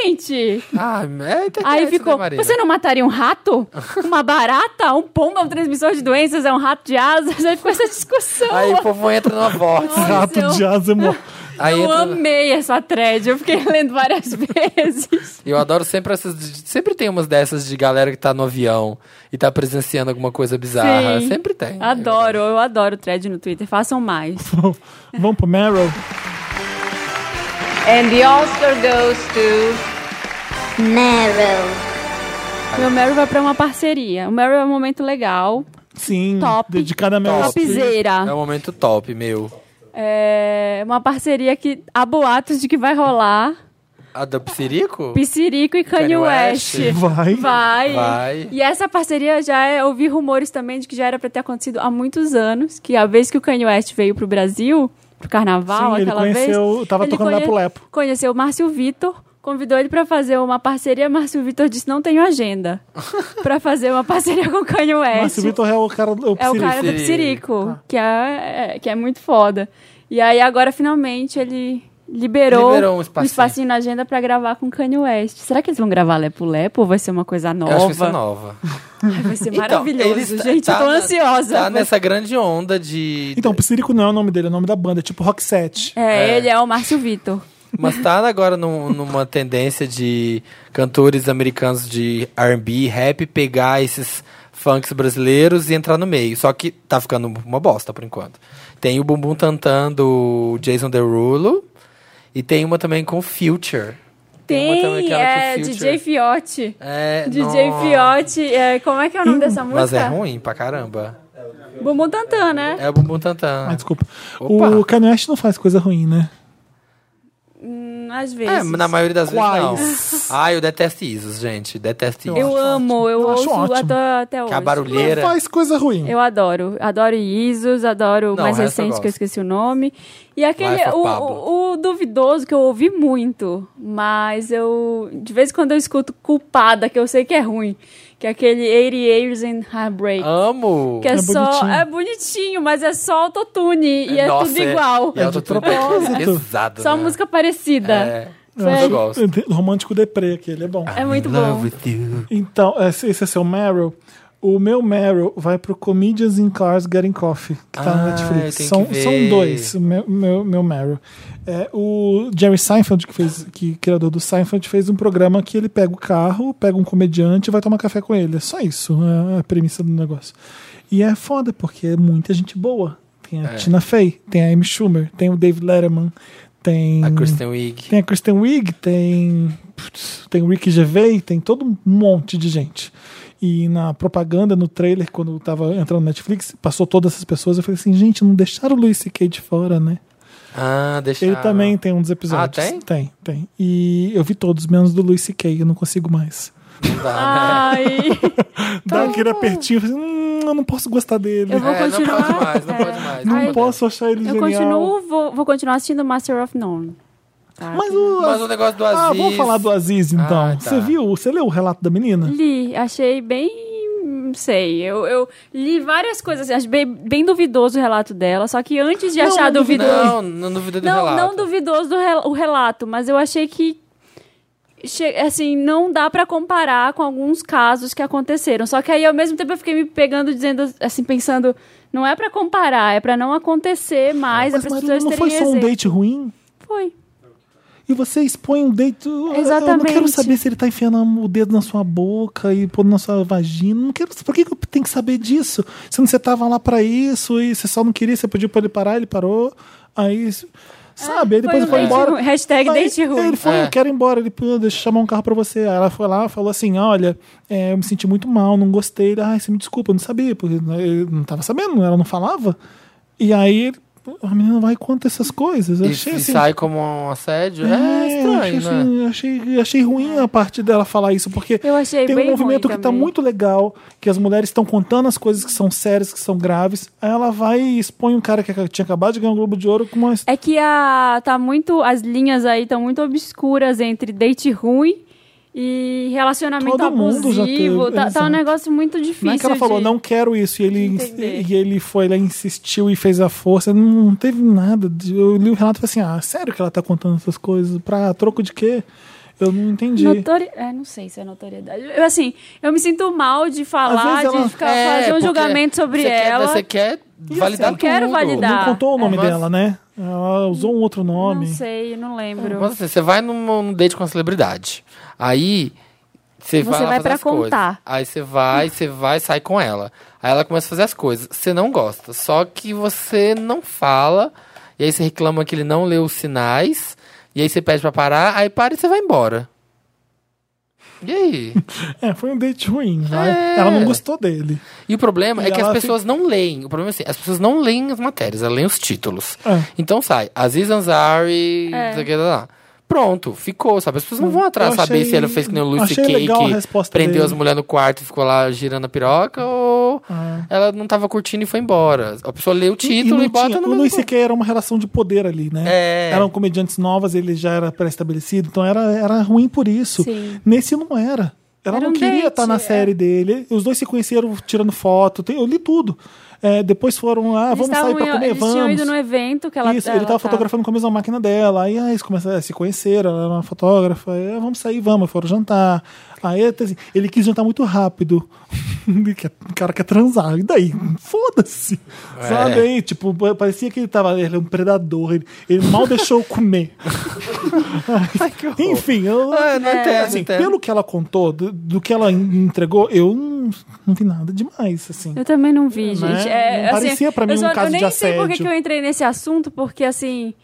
S3: Gente!
S2: Ah, é internet,
S3: Aí ficou,
S2: né, Marina?
S3: você não mataria um rato? Uma barata? Um pombo é um transmissor de doenças, é um rato de asas? Aí ficou essa discussão.
S2: Aí o povo entra numa vórtice.
S3: é Nossa,
S1: Rato
S3: eu-
S1: de asa é mó-
S2: Aí
S3: eu
S2: entra-
S3: amei essa thread, eu fiquei lendo várias vezes.
S2: Eu adoro sempre essas. de- Sempre tem umas dessas de galera que tá no avião e tá presenciando alguma coisa bizarra.
S3: Sim.
S2: Sempre tem.
S3: Adoro, eu adoro thread no Twitter, façam mais.
S1: Vamos pro Meryl.
S5: And the Oscar goes to
S6: Meryl.
S3: Meu Meryl vai pra uma parceria. O Meryl é um momento legal,
S1: Sim.
S3: Top.
S1: Dedicada a Meryl.
S2: Top.
S1: Streep.
S2: É um
S3: topzera.
S2: momento top, meu.
S3: É uma parceria que há boatos de que vai rolar
S2: A do Psirico?
S3: Pissirico e Kanye
S2: Kanye
S3: West.
S2: West.
S1: Vai.
S3: Vai.
S2: Vai.
S3: E essa parceria já é, ouvi rumores também de que já era pra ter acontecido há muitos anos, que a vez que o Kanye West veio pro Brasil, pro carnaval,
S1: Sim, ele
S3: aquela
S1: conheceu-
S3: vez,
S1: tava
S3: ele
S1: tocando
S3: conhe-
S1: Lepo-Lepo.
S3: Conheceu o Márcio Vitor, convidou ele pra fazer uma parceria, Márcio Vitor disse: "Não tenho agenda". pra fazer uma parceria com o Kanye West.
S1: Mas o Vitor é o cara do
S3: É o cara do
S2: Psirico.
S3: Psirico, que, é, é- que é muito foda. E aí agora, finalmente, ele liberou,
S2: Liberou um espacinho.
S3: na agenda pra gravar com Kanye West. Será que eles vão gravar Lepo Lepo ou vai ser uma coisa nova?
S2: Eu acho que isso é nova.
S3: Ai, vai ser
S2: Então,
S3: maravilhoso,
S2: eles tá-
S3: gente.
S2: tá
S3: eu tô
S2: na-
S3: ansiosa.
S2: Tá nessa grande onda de.
S1: Então, Psirico não é o nome dele, é o nome da banda, é tipo Roxette.
S3: É,
S2: É.
S3: ele é o Márcio Vitor.
S2: Mas tá agora num- numa tendência de cantores americanos de R&B, rap, pegar esses funks brasileiros e entrar no meio. Só que tá ficando uma bosta por enquanto. Tem o Bumbum Tantan do Jason Derulo e tem uma também com o Future. uma também
S3: Tem,
S2: que era
S3: é,
S2: com o Future.
S3: DJ Fiote.
S2: É,
S3: DJ
S2: nossa.
S3: Fiote, é, como é que é o nome dessa música?
S2: Mas é ruim pra caramba.
S3: Bumbum Tantan, né?
S2: É o Bumbum Tantan.
S1: Ah, desculpa.
S2: Opa.
S1: O Kanye West não faz coisa ruim, né?
S3: Hum, Às vezes.
S2: É, na maioria das
S1: Quais?
S2: vezes não. Ah, eu detesto Isos, gente. Detesto Isos.
S3: Eu amo, eu,
S1: Eu acho
S3: ouço
S1: ótimo.
S3: até, até hoje.
S2: Que a barulheira.
S1: Não faz coisa ruim.
S3: Eu adoro. Adoro Isos, adoro o
S2: Não,
S3: mais
S2: o resto eu
S3: recente, que eu
S2: gosto.
S3: esqueci o nome. E aquele,
S2: Life of
S3: o,
S2: Pablo.
S3: o, o duvidoso, que eu ouvi muito, mas eu, de vez em quando eu escuto culpada, que eu sei que é ruim, que é aquele 80 Years and Heartbreak.
S2: Amo.
S3: Que é,
S1: É
S3: só.
S1: bonitinho.
S3: É bonitinho, mas é só autotune e é
S2: Nossa,
S3: tudo igual.
S2: É, autotune
S1: de propósito.
S2: pesado,
S3: Só
S2: né?
S3: música parecida.
S2: É.
S3: Sério.
S2: Eu gosto.
S1: Romântico deprê, que ele é bom.
S3: É muito bom.
S1: Então, esse esse é seu Meryl. O meu Meryl vai pro Comedians in Cars Getting Coffee, que tá
S2: Ah,
S1: na
S2: eu
S1: Netflix.
S2: tenho
S1: São,
S2: que ver.
S1: são dois, o meu, meu, meu Meryl. É, o Jerry Seinfeld, que fez, que criador do Seinfeld, fez um programa que ele pega o carro, pega um comediante e vai tomar café com ele. É só isso, é a premissa do negócio. E é foda, porque é muita gente boa. Tem
S2: É.
S1: a Tina Fey, tem a Amy Schumer, tem o Dave Letterman, tem...
S2: A Kristen Wiig.
S1: Tem a Kristen Wiig, tem putz, tem o Ricky Gervais, tem todo um monte de gente. E na propaganda, no trailer, quando eu tava entrando no Netflix, passou todas essas pessoas. Eu falei assim, gente, não deixaram o Luis C.K. de fora, né?
S2: Ah, deixa
S1: Ele também tem um dos episódios.
S2: Ah, tem?
S1: Tem, tem. E eu vi todos, menos do Luis C.K., eu não consigo mais.
S2: Não dá, né?
S3: Ai,
S1: Dá aquele apertinho, eu falei, hum, eu não posso gostar dele.
S3: Tá. eu vou
S2: É, não
S3: continuar.
S2: pode mais, não
S3: É.
S2: pode mais.
S1: Não
S3: Ai,
S2: pode
S1: posso achar ele
S3: Eu
S1: genial.
S3: continuo, vou, vou continuar assistindo Master of None. Tá?
S1: Mas o,
S2: mais. Mas o negócio do Aziz...
S1: Ah, vamos falar do Aziz então.
S2: Ah, tá.
S1: Você viu, você leu o relato da menina?
S3: Li, achei bem. Não sei, eu, eu li várias coisas, assim, achei bem, bem duvidoso o relato dela, só que antes de
S1: Não, é
S3: achar
S1: não duvido-
S3: duvidoso.
S2: Não, não duvido do
S3: Não,
S2: relato.
S3: não duvidoso do rel- o relato, mas eu achei que che- assim, não dá pra comparar com alguns casos que aconteceram. Só que aí ao mesmo tempo eu fiquei me pegando dizendo assim, pensando, não é pra comparar, é pra não acontecer mais, é
S1: Mas
S3: para
S1: Marina,
S3: pessoas
S1: não
S3: terem
S1: foi só um
S3: exemplo.
S1: date ruim?
S3: Foi.
S1: E você expõe um date. Eu- Eu não
S3: Exatamente.
S1: quero saber se ele tá enfiando o dedo na sua boca e pondo na sua vagina. Não quero. Por que, que eu tenho que saber disso? Se você tava lá pra isso e você só não queria, você pediu pra ele parar, ele parou. Aí. Sabe? aí depois ele
S3: foi um
S1: foi
S3: date
S1: embora.
S3: ruim. Hashtag
S1: Aí
S3: date ruim.
S1: Ele foi,
S2: É.
S1: eu quero ir embora. Ele, pô, deixa eu chamar um carro pra você. Aí ela foi lá falou assim: olha, é, eu me senti muito mal, não gostei. Ele, ai, você me desculpa, eu não sabia, porque eu não tava sabendo, ela não falava. E aí ele, pô, a menina vai e conta essas coisas. Eu
S2: E,
S1: achei
S2: e
S1: assim.
S2: sai como um assédio? É,
S1: eu achei,
S2: estranho, né?
S1: assim, eu achei, eu achei ruim a parte dela falar isso, porque
S3: Eu achei
S1: tem um
S3: bem
S1: movimento
S3: ruim
S1: que tá
S3: também.
S1: muito legal, que as mulheres estão contando as coisas que são sérias, que são graves. Aí ela vai e expõe um cara que tinha acabado de ganhar um Globo de Ouro com uma.
S3: É que a tá muito as linhas aí estão muito obscuras entre date ruim e relacionamento
S1: Todo mundo já teve,
S3: abusivo. Tá, tá um
S1: exato.
S3: negócio muito difícil.
S1: Não é que ela falou,
S3: de-
S1: não quero isso, e ele,
S3: entender.
S1: e ele foi lá, insistiu e fez a força. Não, não teve nada. de- Eu li o relato e falei assim: ah, sério que ela tá contando essas coisas? Pra troco de quê? Eu não entendi.
S3: Notori... É, não sei se é notoriedade. Eu, assim, eu me sinto mal de falar,
S1: Às vezes
S3: de
S1: ela-
S3: ficar
S2: É,
S3: fazer um
S2: porque
S3: julgamento sobre
S2: você Quer, você
S3: ela.
S2: quer validar
S3: eu quero
S2: tudo.
S3: validar.
S1: Não contou o nome
S2: É, mas-
S1: dela, né? Ela usou um outro nome.
S3: Não sei, não lembro.
S2: Mas assim, você vai num, num date com uma celebridade. Aí você,
S3: Você
S2: lá
S3: vai
S2: fazer
S3: pra
S2: as coisas.
S3: contar.
S2: Aí você vai, você vai, sai com ela. Aí ela começa a fazer as coisas. Você não gosta. Só que você não fala. E aí você reclama que ele não leu os sinais. E aí você pede pra parar. Aí para e você vai embora. E aí?
S1: É, foi um date ruim. vai.
S2: É.
S1: Ela não gostou dele.
S2: E o problema
S1: E
S2: é que as
S1: ela
S2: pessoas não leem. O problema é assim, as pessoas não leem as matérias, elas leem os títulos.
S1: É.
S2: Então sai, Aziz Ansari,
S3: É.
S2: não sei o que lá. Pronto, ficou, sabe? As pessoas não vão atrás
S1: Eu
S2: saber
S1: achei-
S2: se ele fez que nem o Lucy
S1: achei
S2: C.K.
S1: legal a
S2: que
S1: resposta
S2: prendeu
S1: dele.
S2: as mulheres no quarto e ficou lá girando a piroca ou ela não tava curtindo e foi embora. A pessoa lê o título e,
S1: Ah. não
S2: bota
S1: tinha-
S2: no
S1: O
S2: mesmo
S1: Luiz
S2: lugar.
S1: C.K. era uma relação de poder ali, né?
S2: É.
S1: Eram comediantes novas, ele já era pré-estabelecido, então era, era ruim por isso.
S3: Sim.
S1: Nesse não era. Ela
S3: Era
S1: não
S3: um
S1: queria
S3: date,
S1: estar na
S3: é.
S1: série dele. Os dois se conheceram tirando foto. tem- eu li tudo. É, depois foram lá,
S3: Eles
S1: vamos sair pra
S3: estavam-
S1: comer,
S3: eles
S1: vamos.
S3: tinham ido no evento que ela
S1: Isso,
S3: ela tá.
S1: ele tava fotografando com a mesma máquina dela. Aí ah, eles começaram a se conhecer, ela era uma fotógrafa. Aí, ah, vamos sair, vamos, foram jantar. Aí até assim, ele quis jantar muito rápido. Ele quer- o cara quer transar. E daí? Foda-se.
S2: É.
S1: Sabe aí? Tipo, parecia que ele tava. Ele é um predador. Ele, ele mal deixou eu comer. Enfim, eu,
S2: Ah, não
S1: é,
S2: entendo,
S1: assim,
S2: entendo.
S1: pelo que ela contou, do, do que ela en- entregou, eu não, não vi nada demais, assim.
S3: Eu também não vi, gente. É,
S1: Não
S3: assim,
S1: parecia pra mim
S3: eu só-
S1: um caso
S3: Eu
S1: de
S3: nem sei por que
S1: assédio.
S3: que eu entrei nesse assunto, porque assim.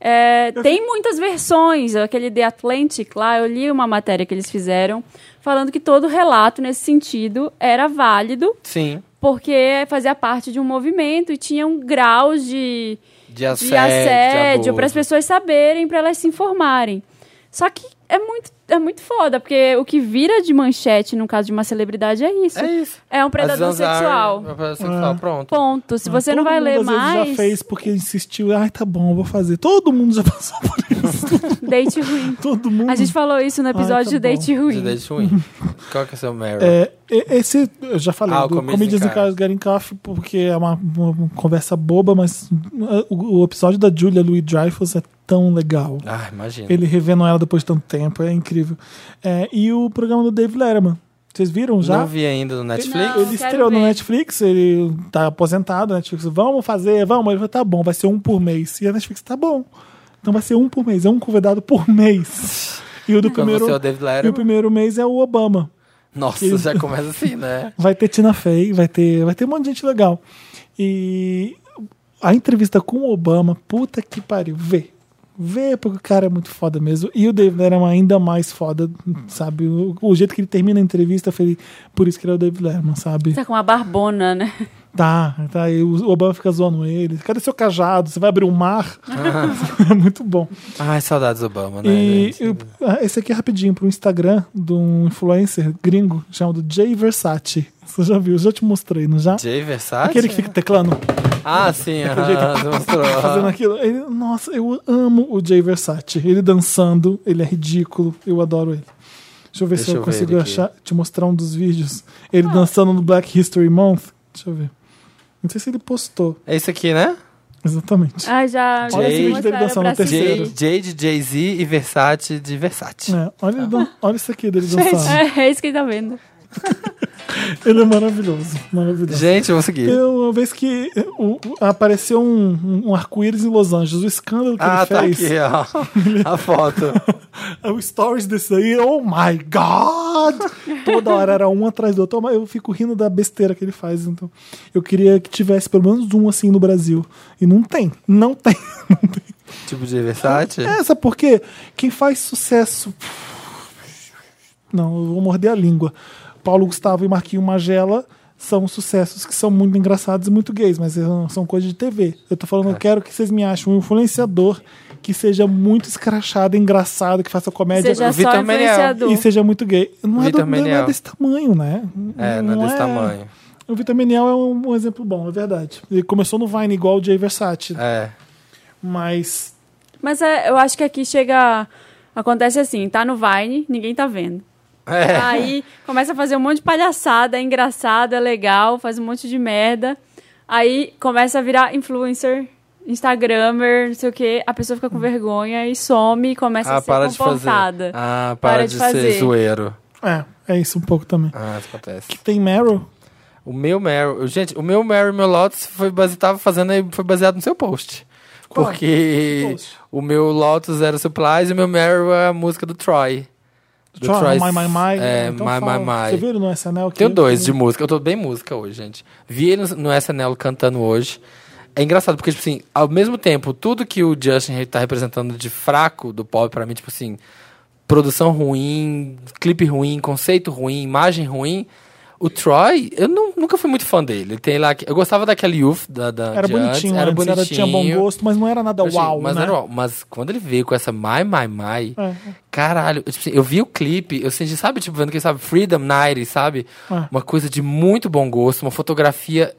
S3: é, tem muitas versões, aquele The Atlantic lá, eu li uma matéria que eles fizeram falando que todo relato nesse sentido era válido,
S2: Sim,
S3: porque fazia parte de um movimento e tinha um grau de,
S2: de assédio.
S3: de assédio,
S2: abuso.
S3: para as pessoas saberem, para elas se informarem. Só que é muito, é muito foda, porque o que vira de manchete no caso de uma celebridade é isso.
S2: É isso.
S3: É um predador
S2: Aziz Ansari,
S3: sexual.
S2: é um predador
S1: Ah.
S2: sexual, pronto.
S3: Ponto. Se você
S1: Todo
S3: não vai
S1: mundo,
S3: ler
S1: às vezes,
S3: mais,
S1: já fez porque insistiu. Ai, tá bom, eu vou fazer. Todo mundo já passou por isso.
S3: date ruim.
S1: Todo mundo.
S3: A gente falou isso no episódio
S1: Ai, tá
S3: de date ruim.
S2: De date ruim. Qual que é o seu Meryl?
S1: É, e- esse, eu já falei,
S2: Ah, o
S1: do
S2: Comedians
S1: Comedians
S2: in
S1: in Cars Getting Coffee, porque é uma, uma- uma conversa boba, mas uh, o, o episódio da Julia Louis-Dreyfus é tão legal.
S2: Ah, imagina.
S1: Ele revendo ela depois de tanto tempo, é incrível. É, e o programa do Dave Letterman. Vocês viram já?
S2: Não vi ainda no Netflix.
S3: Não.
S1: Ele
S3: quero
S1: estreou no
S3: ver.
S1: Netflix, ele tá aposentado, a Netflix, vamos fazer, vamos. Ele falou, tá bom, vai ser um por mês. E a Netflix, tá bom. Então vai ser um por mês, é um convidado por mês. E o do
S2: Quando
S1: primeiro,
S2: você é o David
S1: e o
S2: Letterman.
S1: primeiro mês é o Obama.
S2: Nossa, já começa assim, né?
S1: Vai ter Tina Fey, vai ter, vai ter um monte de gente legal. E a entrevista com o Obama, puta que pariu, vê. Vê, porque o cara é muito foda mesmo. E o David Letterman é ainda mais foda, sabe? O, o jeito que ele termina a entrevista foi ele- por isso que ele é o David Letterman, sabe?
S3: Tá com uma barbona, né?
S1: Tá, tá. E o Obama fica zoando ele. Cadê seu cajado? Você vai abrir o mar? é muito bom.
S2: Ai, saudades Obama, Ah. né?
S1: E
S2: gente?
S1: eu- ah, esse aqui é rapidinho pro Instagram de um influencer gringo chamado Jay Versace. Você já viu? Já te mostrei, não já?
S2: Jay Versace?
S1: Aquele que fica teclando,
S2: Ah, sim, aham,
S1: jeito-
S2: você mostrou.
S1: fazendo aquilo. Ele- nossa, eu amo o Jay Versace. Ele dançando, ele é ridículo, eu adoro ele. Deixa eu ver
S2: Deixa
S1: se eu,
S2: eu ver
S1: consigo
S2: ele aqui.
S1: achar, te mostrar um dos vídeos. Ele dançando no Black History Month. Deixa eu ver. Não sei se ele postou
S2: É isso aqui, né?
S1: exatamente.
S3: Ah, já.
S2: Olha esse
S3: já
S2: vídeo
S1: dele
S3: mostraram
S1: dançando
S3: pra
S1: no terceiro.
S2: Jay,
S3: assistir.
S2: Jay de Jay-Z e Versace de Versace.
S1: É, olha,
S2: Tá.
S1: ele dan- olha isso aqui dele dançando.
S3: É, é isso que ele tá vendo.
S1: Ele é maravilhoso, maravilhoso.
S2: Gente, eu vou seguir.
S1: Eu, uma vez que eh, o- o- apareceu um, um- um arco-íris em Los Angeles, o escândalo que
S2: ah,
S1: ele
S2: tá
S1: fez. É
S2: aqui, ó. A foto.
S1: O stories desse aí, oh my god! Toda hora era um atrás do outro. Mas eu fico rindo da besteira que ele faz, então. Eu queria que tivesse pelo menos um assim no Brasil. E não tem, não tem, não tem.
S2: tipo de Versace?
S1: É, sabe por quê? Quem faz sucesso. Não, eu vou morder a língua. Paulo Gustavo e Marquinho Magela são sucessos que são muito engraçados e muito gays, mas são- são coisas de TV. Eu tô
S2: É.
S1: falando, eu quero que vocês me achem um influenciador que seja muito escrachado, engraçado, que faça comédia
S3: Seja
S2: Vitor
S3: só é
S2: Meniel.
S3: influenciador.
S1: É, e seja muito gay. Não é, do,
S2: Vitor
S1: não é
S2: Meniel.
S1: desse tamanho, né?
S2: É, não é desse tamanho.
S1: O Vitor Meniel é um, um exemplo bom, é verdade. Ele começou no Vine igual o Jay Versace,
S2: É.
S1: mas
S3: Mas é, eu acho que aqui chega. Acontece assim, tá no Vine, ninguém tá vendo.
S2: É.
S3: Aí começa a fazer um monte de palhaçada, é engraçado, é legal, faz um monte de merda. Aí começa a virar influencer, Instagrammer, não sei o quê. A pessoa fica com vergonha e some e começa
S2: Ah,
S3: a ser
S2: para de fazer.
S3: comportada.
S2: Ah, para,
S3: Para
S2: de,
S3: de
S2: ser
S3: fazer.
S2: zoeiro.
S1: é, é isso um pouco também.
S2: Ah, isso acontece.
S1: Tem Meryl?
S2: O meu Meryl... Gente, o meu Meryl, meu Lotus, foi base... tava fazendo... aí- Foi baseado no seu post.
S1: Qual?
S2: Porque
S1: Que post?
S2: o meu Lotus era Supplies e o meu Meryl é a música do Troy. Do
S1: Try,
S2: Troy-
S1: My My My.
S2: É,
S1: Então
S2: My
S1: fala.
S2: My My.
S1: Você viu né? ele no SNL? que
S2: Tenho
S1: ele-
S2: dois de música. Eu tô bem música hoje, gente. Vi ele no no SNL cantando hoje. É engraçado, porque, tipo assim, ao mesmo tempo, tudo que o Justin tá representando de fraco do pop pra mim, tipo assim, produção ruim, clipe ruim, conceito ruim, imagem ruim. O Troy, eu não- nunca fui muito fã dele. Tem lá, que- eu gostava daquele Youth da, da
S1: Era
S2: de antes,
S1: bonitinho,
S2: era
S1: antes,
S2: bonitinho.
S1: era- tinha bom gosto, mas não era nada
S2: Assim,
S1: uau,
S2: mas,
S1: né?
S2: era uau. Mas quando ele veio com essa My My My,
S1: É.
S2: caralho, eu, tipo assim, eu vi o clipe, eu senti, sabe, tipo, vendo que sabe, Freedom Night, sabe?
S1: É.
S2: Uma coisa de muito bom gosto, uma fotografia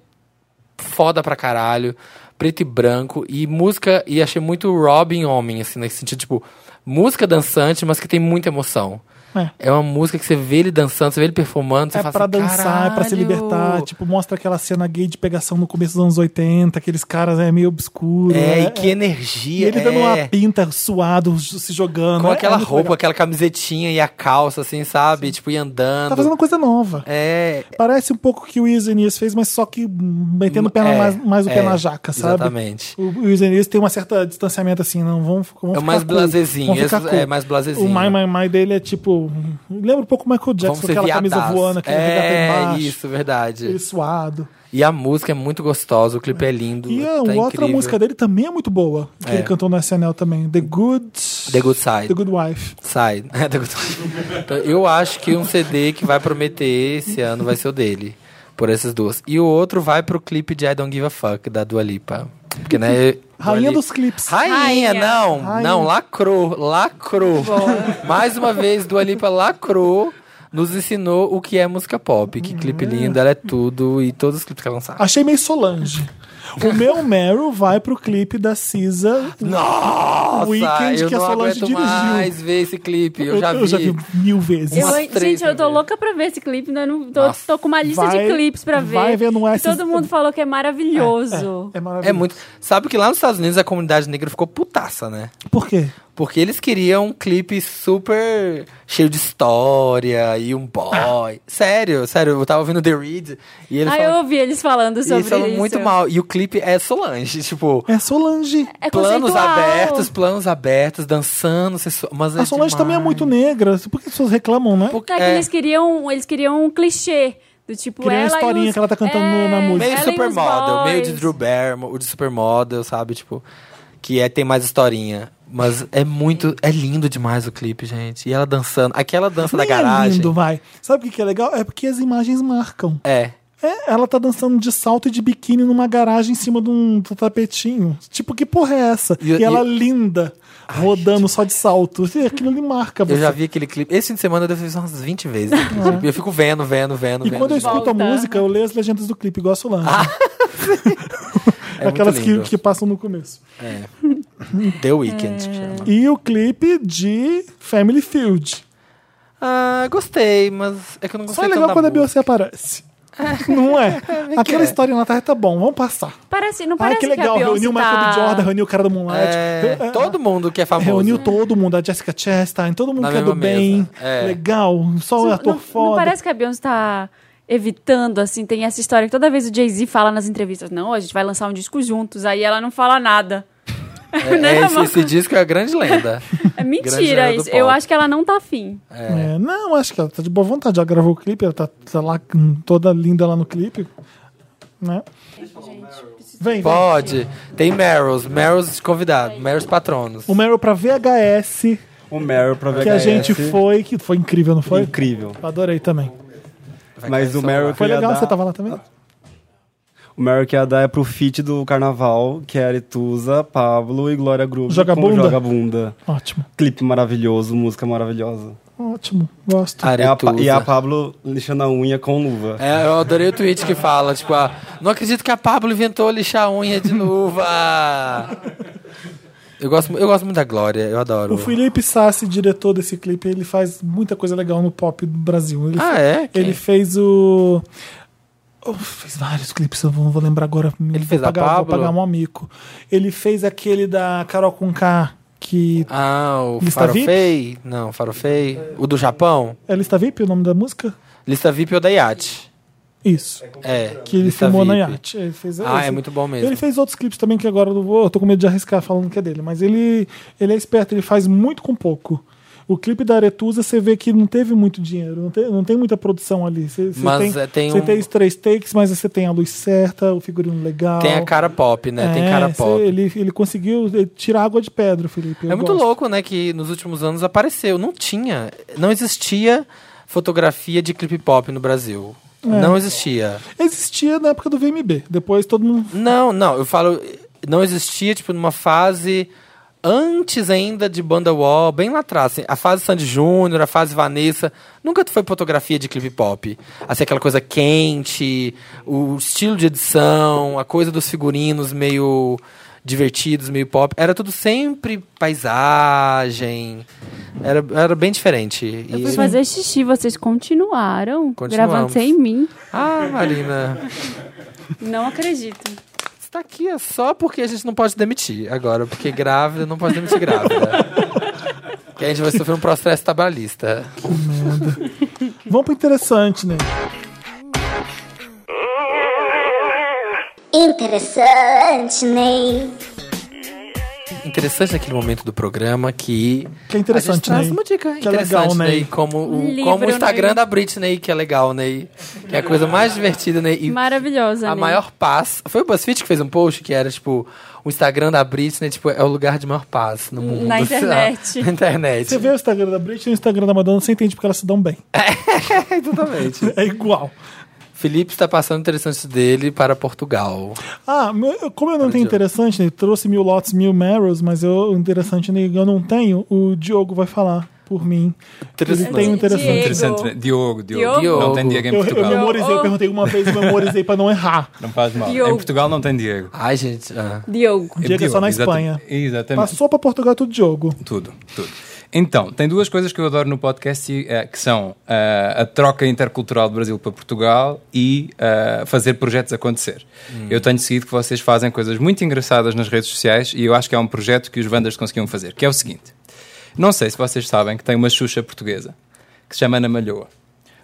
S2: foda pra caralho, preto e branco, e música, e achei muito Robin Homem, assim, nesse sentido, tipo, música dançante, mas que tem muita emoção.
S1: É.
S2: É uma música que você vê ele dançando, você vê ele performando, você
S1: É
S2: fala
S1: pra
S2: assim,
S1: dançar, é pra se
S2: "Caralho!"
S1: libertar. Tipo, mostra aquela cena gay de pegação no começo dos anos 80, aqueles caras é meio obscuros.
S2: É,
S1: né?
S2: e que
S1: E
S2: energia.
S1: ele dando
S2: é.
S1: uma pinta, suado, se jogando.
S2: Com
S1: É-
S2: aquela
S1: é muito
S2: roupa,
S1: legal.
S2: aquela camisetinha e a calça, assim, sabe? Tipo, e andando.
S1: Tá fazendo coisa nova.
S2: É.
S1: Parece um pouco o que o Isenias fez, mas só que metendo o pé na-
S2: é,
S1: mais, mais o pé
S2: é,
S1: na jaca, sabe?
S2: Exatamente.
S1: O, o Isenias tem um certo distanciamento assim, não, vamos, vamos
S2: É o
S1: ficar
S2: mais
S1: cool,
S2: blazezinho.
S1: vamos
S2: Esse
S1: ficar cool.
S2: é mais blazezinho.
S1: O My My My dele é tipo. Lembra um pouco o Michael
S2: Vamos
S1: Jackson,
S2: ser
S1: aquela
S2: viadaço.
S1: camisa voando, aquele
S2: É,
S1: regata embaixo,
S2: isso, verdade.
S1: ele suado.
S2: E a música é muito gostosa, o clipe é lindo.
S1: E a
S2: tá
S1: outra
S2: incrível.
S1: música dele também é muito boa, que
S2: É.
S1: ele cantou no SNL também. The Good.
S2: The Good Side.
S1: The Good Wife.
S2: Side. É, The Good Side. Então, eu acho que um CD que vai prometer esse ano vai ser o dele. Por essas duas. E o outro vai pro clipe de I Don't Give a Fuck, da Dua Lipa. Porque, né? Dua
S1: Rainha
S2: Lipa-
S1: dos clipes.
S2: Rainha,
S3: Rainha.
S2: não,
S1: Rainha.
S2: não, lacrou, lacrou. Mais uma vez, Dua Lipa lacrou, nos ensinou o que é música pop, que clipe lindo, ela é tudo e todos os clipes que ela lançar.
S1: Achei meio Solange. O meu Meryl vai pro clipe da Cisa.
S2: Nossa,
S1: Weekend
S2: eu
S1: que é a
S2: não
S1: Solange
S2: aguento
S1: dirigiu.
S2: mais ver esse clipe, eu, já vi.
S1: mil vezes.
S3: Eu,
S2: Umas
S3: ai-
S2: três
S3: gente, eu tô
S2: também.
S3: louca pra ver esse clipe. né? Eu não, tô,
S2: Nossa.
S3: tô com uma lista
S1: Vai-
S3: de clipes pra ver.
S1: vai ver no
S3: E
S1: SS.
S3: Todo mundo falou que é maravilhoso.
S1: É maravilhoso.
S2: um É muito. Sabe que lá nos Estados Unidos a comunidade negra ficou putaça, né?
S1: Por quê?
S2: Porque eles queriam um clipe super cheio de história e um boy. Sério, sério, eu tava ouvindo The Read e eles
S3: Ah,
S2: falam
S3: eu ouvi eles falando sobre
S2: eles falam
S3: isso.
S2: muito mal. E o clipe é Solange, tipo,
S1: É Solange.
S3: É
S2: planos
S3: conceitual.
S2: abertos, planos abertos, dançando, sexu- mas
S1: é A Solange também é muito negra. Por que as pessoas reclamam, né?
S2: Porque,
S3: Tá, que eles queriam, eles queriam um clichê Do tipo,
S1: Que nem a
S3: ela e
S1: historinha
S3: os-
S1: que ela tá cantando
S3: É,
S1: na música.
S2: Meio
S3: ela e os
S2: supermodel, meio de
S3: boys.
S2: Drew Barrymore, de supermodel, sabe? Tipo, que é, tem mais historinha. Mas é muito. É lindo demais o clipe, gente. E ela dançando. Aquela dança
S1: Nem
S2: da
S1: é
S2: garagem.
S1: lindo, vai. Sabe o que que é legal? É porque as imagens marcam.
S2: É.
S1: É, ela tá dançando de salto e de biquíni numa garagem em cima de um do tapetinho. Tipo, que porra é essa?
S2: E-
S1: E,
S2: e-
S1: ela linda, rodando só de salto. E Aquilo ali marca você. É.
S2: Eu já vi aquele clipe. Esse fim de semana eu devo ter visto umas 20 vezes. aquele clipe. Eu fico vendo, vendo, vendo,
S1: E
S2: vendo.
S1: quando eu escuto a
S3: Volta.
S1: música, eu leio as legendas do clipe, igual a Solange.
S2: Ah, É muito
S1: Aquelas que,
S2: lindo.
S1: que passam no começo.
S2: The Weeknd. que chama.
S1: E o clipe de Family Field.
S2: Ah, gostei, mas é que eu não
S1: Só
S2: gostei
S1: é
S2: tanto
S1: legal
S2: da
S1: quando a
S2: música.
S1: Beyoncé aparece. Não é? Aquela história na Terra tá bom, vamos passar.
S3: Parece, não
S1: Ah,
S3: parece
S1: que
S3: a
S1: legal,
S3: Beyoncé
S1: reuniu o Michael
S3: tá...
S1: B. Jordan, reuniu o cara do Moonlight. Re-
S2: É, todo mundo que é famoso.
S1: Reuniu todo mundo, a Jessica Chastain, todo mundo
S2: Na
S1: que é
S2: mesma
S1: do bem,
S2: mesa, é.
S1: legal, só
S3: Não-
S1: ator
S3: não,
S1: foda.
S3: não parece que a Beyoncé tá evitando, assim, tem essa história que toda vez o Jay-Z fala nas entrevistas, não, a gente vai lançar um disco juntos, aí ela não fala nada.
S2: É,
S3: Né,
S2: é, esse,
S3: amor?
S2: esse disco é a grande lenda.
S3: É
S2: Grande
S3: mentira
S2: era do
S3: isso. Eu
S2: pop.
S3: acho que ela não tá afim.
S1: É, não, acho que ela tá de boa vontade, ela gravou o clipe, ela tá, tá lá hum, toda linda lá no clipe. Né? Vem, vem.
S2: Pode. Tem Meryl's, Meryl's convidado, Meryl's patronos.
S1: O Meryl pra VHS,
S7: O Meryl pra VHS.
S1: que a gente foi, que foi incrível, não foi?
S7: Incrível.
S1: Eu Adorei também.
S2: Vai
S7: Mas o
S2: começar
S7: Meryl
S2: lá.
S1: Foi
S7: Eu ia
S1: legal,
S7: dar-
S1: você tava lá também?
S7: O Meryl que ia dar é pro feat do carnaval, que era Ituza, Pablo e Glória Groove.
S1: Joga Bunda?
S7: Joga bunda.
S1: Ótimo,
S7: Clipe maravilhoso, música maravilhosa.
S1: ótimo, gosto.
S7: É a Pa-
S2: Aretusa.
S7: e a Pablo lixando a unha com luva.
S2: É, eu adorei o tweet que fala, tipo, ah, não acredito que a Pablo inventou lixar a unha de luva. Eu gosto, mu- eu gosto muito da Glória, eu adoro.
S1: O Felipe Sassi, diretor desse clipe, ele faz muita coisa legal no pop do Brasil. Ele
S2: Ah, é? Quem?
S1: Ele fez o. Oh, fez vários clipes, eu não vou lembrar agora. Ele
S2: fez a
S1: vou pagar,
S2: Pabllo?
S1: Vou pagar mó mico. Ele fez aquele da Carol Conká, que.
S2: Ah, o
S1: Lista
S2: Farofei? Não, Farofei. O do Japão?
S1: É Lista VIP o nome da música?
S2: Lista VIP ou é da Yacht?
S1: Isso.
S2: É.
S1: Que ele
S2: Lista
S1: filmou na
S2: VIP.
S1: Yacht. Ele fez
S2: Ah,
S1: esse.
S2: é muito bom mesmo.
S1: Ele fez outros clipes também que agora eu não vou- eu tô com medo de arriscar falando que é dele, mas ele, ele é esperto, ele faz muito com pouco. O clipe da Aretusa, você vê que não teve muito dinheiro, não tem, não tem muita produção ali. Você, você
S2: Mas,
S1: tem,
S2: é, tem
S1: você
S2: um-
S1: tem os três takes, mas você tem a luz certa, o figurino legal.
S2: Tem a cara pop, né?
S1: É,
S2: Tem cara
S1: cê-
S2: pop.
S1: Ele, ele conseguiu eh, tirar água de pedra, Felipe. eu
S2: É muito
S1: gosto.
S2: louco, né, que nos últimos anos apareceu. Não tinha, não existia fotografia de clipe pop no Brasil.
S1: É.
S2: Não existia.
S1: Existia na época do VMB. Depois todo mundo.
S2: Não, não, eu falo, não existia, tipo, numa fase antes ainda de Banda Wall, bem lá atrás. assim, a fase Sandy Júnior, a fase Vanessa, nunca foi fotografia de clipe pop. Assim, aquela coisa quente, o estilo de edição, a coisa dos figurinos meio divertidos, meio pop. Era tudo sempre paisagem. Era, era bem diferente.
S3: Eu
S2: E-
S3: fui fazer xixi, vocês continuaram
S2: Continuamos.
S3: gravando sem mim.
S2: Ah, Marina.
S3: Não acredito.
S2: Você tá aqui é só porque a gente não pode demitir agora, porque grávida não pode demitir grávida. que a gente vai sofrer um processo trabalhista.
S1: Vamos pro interessante, né?
S6: Interessante, Ney.
S2: Interessante naquele momento do programa que.
S1: Que é interessante,
S2: a gente traz
S1: Ney.
S2: uma dica
S1: Que é
S2: interessante,
S1: legal, Ney.
S2: Ney. Como, o,
S3: Livro, né?
S2: como o Instagram
S3: Ney.
S2: da Britney, que é legal, Ney. Que é a coisa mais divertida, Ney. E
S3: Maravilhosa,
S2: a
S3: né?
S2: maior paz. Foi o BuzzFeed que fez um post que era, tipo, o Instagram da Britney, tipo, é o lugar de maior paz no mundo.
S3: Na internet.
S2: Na internet.
S1: Você vê o Instagram da Britney e o Instagram da Madonna, você entende porque elas se dão bem.
S2: Exatamente.
S1: É igual.
S2: Felipe está passando o interessante dele para Portugal.
S1: Ah, meu- como eu não tenho
S2: Diogo.
S1: interessante, né? Trouxe mil lotes, mil Meryls, mas eu o interessante né? eu não tenho, o Diogo vai falar por mim. Ele
S2: Interessante.
S1: tem um
S3: Diego.
S1: interessante.
S4: Interessante. né? Diogo, Diogo.
S3: Diogo.
S4: Não tem Diego em
S1: Eu, eu
S4: Portugal.
S1: memorizei, eu perguntei uma vez e memorizei pra não errar.
S4: Não faz mal.
S3: Diogo.
S4: Em Portugal não tem Diego.
S2: Ai, gente. ah.
S3: Diogo.
S1: Diego é só na Espanha.
S4: exata- Exatamente.
S1: Passou pra Portugal é tudo Diogo.
S4: Tudo, tudo. Então, tem duas coisas que eu adoro no podcast, e, eh, que são eh, a troca intercultural do Brasil para Portugal e eh, fazer projetos acontecer. Eu tenho seguido que vocês fazem coisas muito engraçadas nas redes sociais e eu acho que é um projeto que os Vandas conseguiam fazer, que é o seguinte. Não sei se vocês sabem que tem uma Xuxa portuguesa, que se chama Ana Malhoa.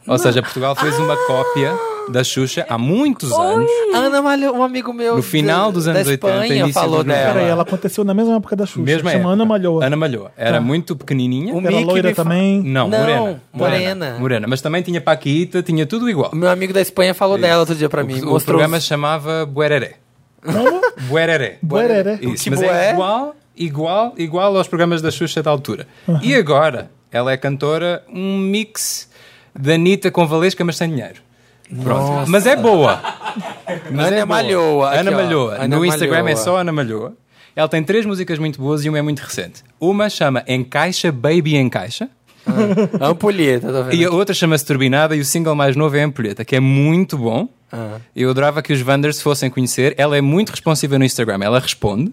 S4: Ou seja, Portugal fez uma cópia da Xuxa há muitos anos.
S2: Ana Malheiros, um amigo meu.
S4: No final dos
S2: da
S4: anos 80,
S2: Espanha
S4: início
S2: falou
S4: dos anos
S2: dela.
S1: Peraí, ela aconteceu na mesma época da Xuxa.
S4: É. Mesma
S1: chama
S4: época.
S1: Ana Malhoa.
S4: Ana Malhoa. Era
S1: Tá.
S4: muito pequenininha.
S2: O
S1: Era
S2: Mickey
S1: loira
S2: me fa-
S1: também.
S4: Não,
S2: Não,
S4: morena.
S2: morena.
S4: Morena. Mas também tinha Paquita, tinha tudo igual.
S2: O meu amigo da Espanha falou dela outro dia pra mim.
S4: O, o
S2: mostrou
S4: programa chamava Buereré. Buereré.
S1: Buerere.
S4: Isso,
S2: Que
S4: mas
S2: bué.
S4: é igual, igual, igual aos programas da Xuxa da altura. E agora, ela é cantora, um mix da Anitta com Valesca, mas sem dinheiro. Pronto. Mas é boa. Mas
S2: Ana
S4: é boa.
S2: Malhoa,
S4: Ana
S2: aqui, ó.
S4: Malhoa.
S2: Ana
S4: no Instagram
S2: Malhoa.
S4: é só Ana Malhoa. Ela tem três músicas muito boas e uma é muito recente. Uma chama Encaixa Baby Encaixa.
S2: a ampulheta, tá vendo?
S4: é E a outra chama-se Turbinada e o single mais novo é Ampulheta, que é muito bom.
S2: Ah.
S4: Eu adorava que os Vanders fossem conhecer. Ela é muito responsiva no Instagram, ela responde.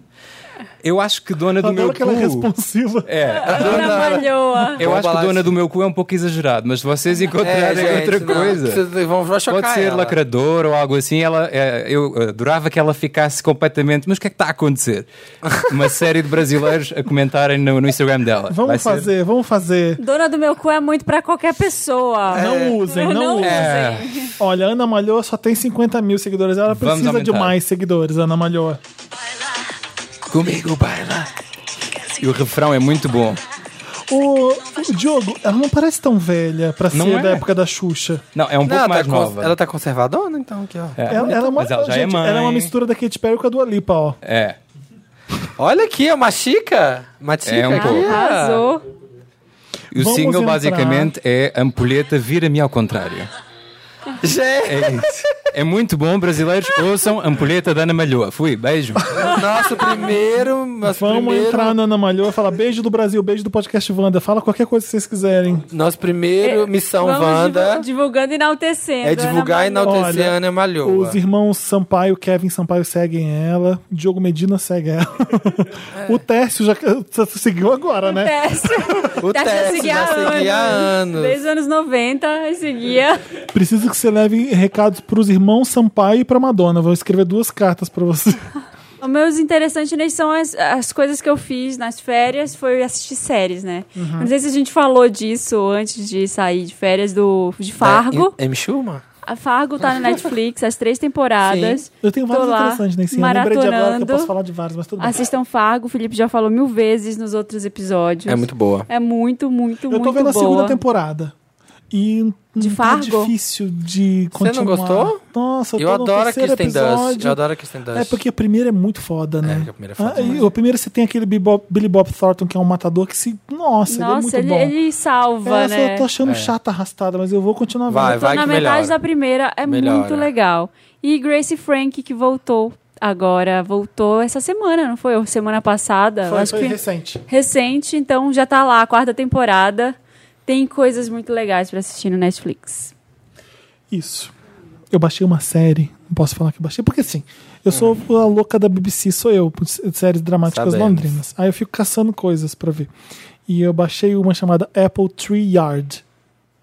S4: Eu acho que dona do meu
S1: Adoro que ela é
S4: cu.
S1: responsiva.
S4: É,
S3: Ana Malhoa.
S4: eu
S2: Bom
S4: acho que
S2: balanço.
S4: dona do meu cu é um pouco exagerado, mas se vocês
S2: assim. É,
S4: encontrarem
S2: gente,
S4: outra
S2: não,
S4: coisa.
S2: precisa- vão, vão chocar
S4: Pode ser
S2: ela.
S4: lacrador ou algo assim. Ela, é, eu adorava que ela ficasse completamente. Mas o que é que está a acontecer? Uma série de brasileiros a comentarem no, no Instagram dela.
S1: Vamos
S4: Vai ser-
S1: fazer, vamos fazer.
S3: Dona do meu cu é muito pra qualquer
S2: É,
S3: pessoa.
S1: Não usem, não, usem.
S4: É.
S1: Olha, Ana Malhoa só tem 50 mil seguidores. Ela
S4: Vamos
S1: precisa de
S4: aumentar.
S1: mais seguidores, Ana Malhoa.
S4: Comigo baila. E o refrão é muito bom.
S1: O, o Diogo, ela não parece tão velha pra
S4: Não
S1: ser
S4: é.
S1: da época da Xuxa.
S4: Não, é um
S2: Não,
S4: pouco
S2: ela,
S4: mais
S2: tá cons-
S4: nova.
S2: ela tá conservadona, então, aqui, ó.
S4: É.
S1: Ela, ela é uma,
S4: Mas ela já é
S1: gente,
S4: mãe.
S1: ela é uma mistura da Katy Perry com a Dua Lipa, ó.
S4: É.
S2: Olha aqui, é uma chica. Uma chica.
S4: É um
S2: aqui,
S4: pouco.
S2: ó.
S3: Arrasou.
S4: E o
S1: Vamos
S4: single
S1: entrar.
S4: basicamente é Ampulheta Vira-me ao contrário.
S2: Gente,
S4: É isso. É muito bom, brasileiros. Ouçam Ampulheta da Ana Malhoa. Fui, beijo.
S2: nosso primeiro... Nosso
S1: Vamos
S2: primeiro,
S1: entrar na Ana Malhoa e falar beijo do Brasil, beijo do podcast Wanda. Fala qualquer coisa que vocês quiserem.
S2: Nosso primeiro Missão
S3: É, Vamos
S2: Então, Wanda
S3: divul- divulgando e enaltecendo.
S2: é divulgar e
S3: Ana Malhoa.
S2: enaltecer
S1: Olha,
S2: a Ana Malhoa.
S1: Os irmãos Sampaio, Kevin Sampaio seguem ela, Diogo Medina segue ela. O Tércio já já seguiu agora, né?
S3: É. Tércio.
S2: O Tércio já seguia há anos.
S3: Desde os anos 90, seguia.
S1: Preciso que você leve recados pros irmãos Sampaio e pra Madonna. Vou escrever duas cartas pra você.
S3: Os meus interessantes né, são as, as coisas que eu fiz nas férias, foi assistir séries, né?
S2: Uhum.
S3: Não sei se a gente falou disso antes de sair de férias do, de Fargo.
S2: Da- em- Né? M. Schumer?
S3: A Fargo tá no Netflix, as três temporadas.
S1: Eu tenho
S3: Tô
S1: vários
S3: lá,
S1: interessantes, né? Sim, eu lembrei de agora que eu
S3: maratonando.
S1: posso falar de vários, mas tudo bem.
S3: Assistam Fargo, o Felipe já falou mil vezes nos outros episódios.
S2: É muito boa.
S3: É muito, muito,
S1: Eu
S3: muito
S1: tô vendo
S3: boa.
S1: a segunda temporada. E não
S3: De
S1: tá
S3: Fargo?
S1: difícil de
S2: Você não
S1: continuar.
S2: gostou?
S1: Nossa, eu,
S2: Eu
S1: tô no
S2: adoro a
S1: terceiro
S2: Kristen Dust.
S1: episódio.
S2: Eu adoro a Kristen Dust.
S1: É porque a primeira é muito foda, né?
S2: porque a primeira é foda
S1: Ah, e o primeiro você tem aquele Bebop- Billy Bob Thornton, que é um matador que se. Nossa,
S3: Nossa,
S1: ele
S3: ele,
S1: é muito bom.
S3: ele salva,
S1: é,
S3: né?
S1: eu tô achando chata arrastada, mas eu vou continuar
S2: Vai,
S1: vendo.
S3: Tô na
S2: que
S3: metade
S2: melhora.
S3: da primeira, é
S2: Melhora.
S3: muito legal. E Grace Frank, que voltou agora, voltou essa semana, não foi? Ou semana passada? Eu
S1: Foi,
S3: acho
S1: foi
S3: que
S1: recente.
S3: recente, então já tá lá, a quarta temporada. Tem coisas muito legais pra assistir no Netflix.
S1: Isso. Eu baixei uma série, não posso falar que eu baixei, porque assim, eu sou a louca da BBC, sou eu, por s- séries dramáticas
S2: Sabemos.
S1: londrinas. Aí eu fico caçando coisas pra ver. E eu baixei uma chamada Apple Tree Yard,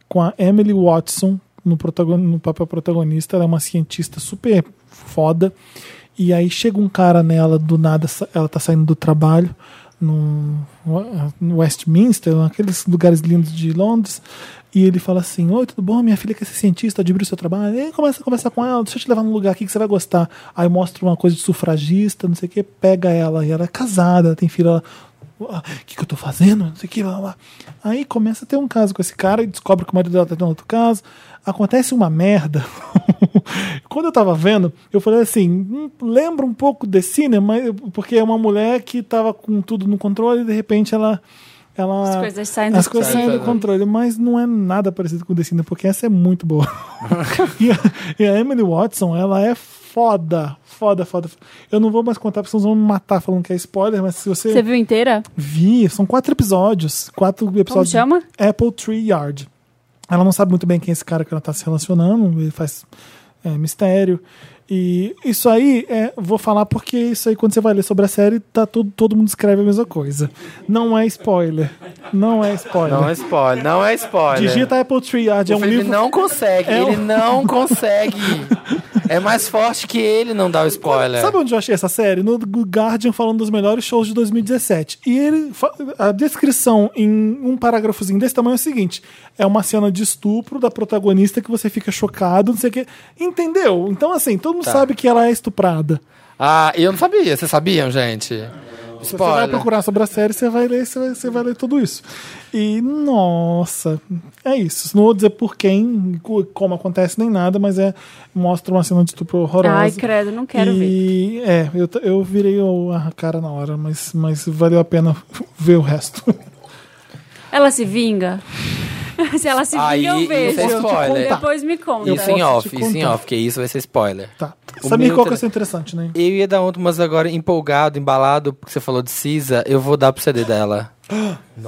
S1: com a Emily Watson no, protagon- no papel protagonista. Ela é uma cientista super foda. E aí chega um cara nela, do nada, sa- ela tá saindo do trabalho no no Westminster, aqueles lugares lindos de Londres. E ele fala assim: Oi, tudo bom? Minha filha quer ser cientista, admira o seu trabalho. E aí começa a conversar com ela: Deixa eu te levar num lugar aqui que você vai gostar. Aí mostra uma coisa de sufragista, não sei o que, pega ela. E ela é casada, ela tem filha. Ela, o Ah, que, que eu tô fazendo? Não sei o que, lá, lá. Aí começa a ter um caso com esse cara e descobre que o marido dela tá tendo outro caso. Acontece uma merda. Quando eu tava vendo, eu falei assim: "Hum, lembra um pouco de cinema, mas- porque é uma mulher que tava com tudo no controle e de repente ela. ela
S3: As coisas saem do
S1: Ah, as coisas saem do controle, mas não é nada parecido com The Sinner, porque essa é muito boa. e, a, e a Emily Watson, ela é foda, foda, foda. Eu não vou mais contar, porque vocês vão me matar falando que é spoiler, mas se você,
S3: Você viu inteira?
S1: vi, são quatro episódios. Quatro episódios.
S3: chama?
S1: Apple Tree Yard. Ela não sabe muito bem quem é esse cara que ela tá se relacionando, ele faz é, mistério. E isso aí, é, vou falar porque isso aí, quando você vai ler sobre a série, tá todo, todo mundo escreve a mesma coisa. Não é spoiler. Não é spoiler.
S2: Não é spoiler, não é spoiler.
S1: Digita Apple Tree Yard, é
S2: o
S1: um
S2: Felipe
S1: livro.
S2: não consegue,
S1: É um-
S2: ele não consegue. É mais forte que ele não dá o spoiler.
S1: Sabe onde eu achei essa série? No Guardian falando dos melhores shows de 2017. E ele fa- a descrição em um parágrafozinho desse tamanho é o seguinte: é uma cena de estupro da protagonista que você fica chocado, não sei o quê. Entendeu? Então, assim, todo mundo sabe que ela é estuprada.
S2: Ah, eu não sabia. Vocês sabiam, gente?
S1: Se Você vai
S2: Spoiler.
S1: procurar sobre a série, você vai ler, você vai, você vai ler tudo isso. E, nossa, é isso. Não vou dizer por quem, co- como acontece, nem nada, mas é mostra uma cena de estupro horrorosa.
S3: Ai, credo, não quero ver.
S1: e, É, eu, t- eu virei o- a cara na hora, mas, mas valeu a pena ver o resto.
S3: Ela se vinga? se ela se
S2: Aí,
S3: vinga, eu vejo.
S2: isso é spoiler.
S3: Depois me conta.
S2: Isso em
S1: posso
S2: off,
S1: te
S2: isso em
S1: contar.
S2: off, porque isso vai ser spoiler.
S1: Tá.
S2: O
S1: Samir,
S2: meu
S1: qual que
S2: também.
S1: é o seu interessante, né?
S2: Eu ia dar outro, mas agora empolgado, embalado, porque você falou de Cisa, eu vou dar pro CD dela.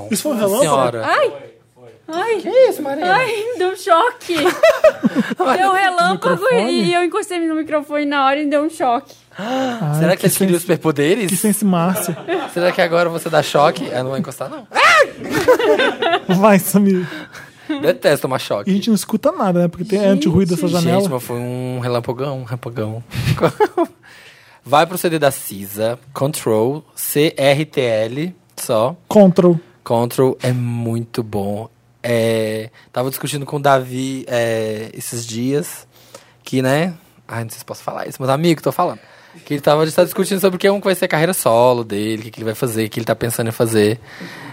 S1: Isso foi um relâmpago?
S2: Senhora.
S3: Ai! Ai! Que isso, Maria? Ai, deu um choque! deu um relâmpago e eu encostei no microfone na hora e deu um choque.
S1: Ai,
S2: Será Ah, que, você adquiriu
S1: sense-
S2: superpoderes?
S1: que sense Márcia.
S2: Será que agora você dá choque? Ah, não vai encostar, não.
S1: Vai, Samir.
S2: Detesto tomar
S1: E a
S2: choque.
S1: gente não escuta nada, né? Porque tem anti-ruído essa janela.
S2: Gente, mas foi um relampogão, um rampagão. vai pro CD da Cisa, Control, C-R-T-L, só.
S1: Control.
S2: Control é muito bom. É, tava discutindo com o Davi é, esses dias que, né? Ai, não sei se posso falar isso, mas amigo, tô falando. Que ele tava a gente tava discutindo sobre o que é um que vai ser a carreira solo dele, o que, que ele vai fazer, o que ele tá pensando em fazer.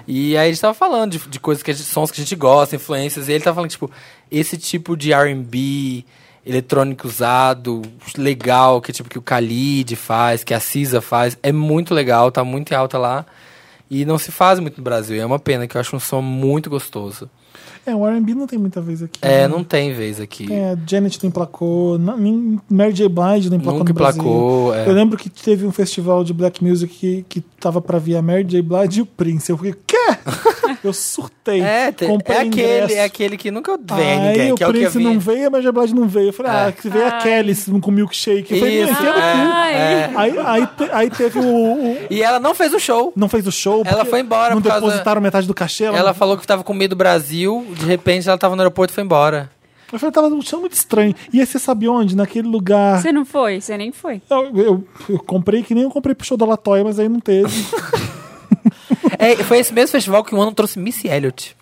S2: E aí a gente tava falando de, de coisas que a gente, sons que a gente gosta, influências, e ele tava falando, tipo, esse tipo de RB eletrônico usado, legal, que tipo que o Khalid faz, que a Cisa faz, é muito legal, tá muito em alta lá. E não se faz muito no Brasil. e É uma pena, que eu acho um som muito gostoso.
S1: É, o R&B não tem muita vez aqui.
S2: É,
S1: né?
S2: não tem vez aqui.
S1: É, Janet não emplacou, não- nem- Mary J. Blige não emplacou
S2: Nunca
S1: no Brasil.
S2: emplacou, é.
S1: Eu lembro que teve um festival de black music que, que tava pra vir a Mary J. Blige e o Prince. Eu fiquei, quê? Eu surtei.
S2: É, te-
S1: Comprei
S2: é aquele,
S1: ingresso.
S2: é aquele que nunca vem
S1: Aí
S2: ninguém,
S1: o
S2: que é o que eu
S1: Prince
S2: vi.
S1: não veio, a Mary J. Blige não veio. Eu falei, ah, que veio a Kelly com milkshake. Eu falei,
S2: Isso,
S1: "Não, eu quero tudo."
S2: é,
S3: Ai.
S2: é.
S1: Aí, aí, te- aí teve o, o-
S2: E ela não fez o show.
S1: Não fez o show.
S2: Ela
S1: porque
S2: foi embora
S1: Não
S2: por causa-
S1: depositaram metade do cachê. Ela,
S2: Ela falou que tava com medo do Brasil, de repente ela tava no aeroporto e foi embora.
S1: Eu falei, tava achando muito estranho. E aí você sabe onde? Naquele lugar.
S3: Você não foi? Você nem foi.
S1: Eu, eu- eu comprei que nem eu comprei pro show da Latoya, mas aí não teve.
S2: É, foi esse mesmo festival que um ano trouxe Missy Elliott.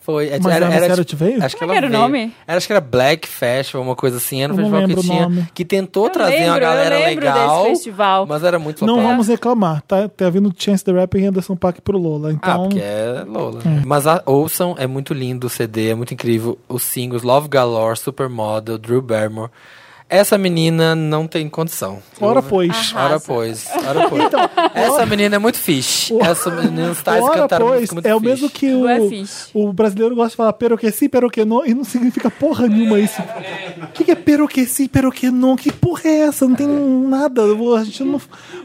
S2: Foi. é,
S1: Mas a Missy Elliott
S2: tipo-
S1: veio?
S2: Acho que
S3: Como
S2: ela
S3: é que era o
S2: veio.
S3: nome?
S2: Era, acho que era Black Festival, uma coisa assim. Era um
S1: Eu não
S2: festival
S1: lembro
S2: que
S1: o nome.
S2: tinha. Que tentou
S3: Eu
S2: trazer uma
S3: lembro, eu
S2: galera
S3: lembro desse
S2: legal.
S3: festival.
S2: Mas era muito
S1: não
S2: flopado.
S1: vamos reclamar, tá? Tá vindo Chance the Rapper e Anderson Paak pro Lola.
S2: Ah,
S1: Então,
S2: porque é Lola. Mas a- ouçam, é muito lindo o CD, é muito incrível. Os singles Love Galore, Supermodel, Drew Barrymore. Essa menina não tem condição.
S1: ora
S2: Eu-
S1: pois. Então,
S2: Ora pois, ora pois. Essa menina é muito fish. Essa menina está
S1: Ora
S2: cantando
S1: pois
S2: tá música muito
S1: é o
S2: fish.
S1: mesmo que
S3: Tu
S1: o,
S3: é fish.
S1: o brasileiro gosta de falar peroqueci, peroquenô, e não significa porra nenhuma isso. O que, que é peroqueci, peroquenô? Que porra é essa? Não tem nada. O, argentino não,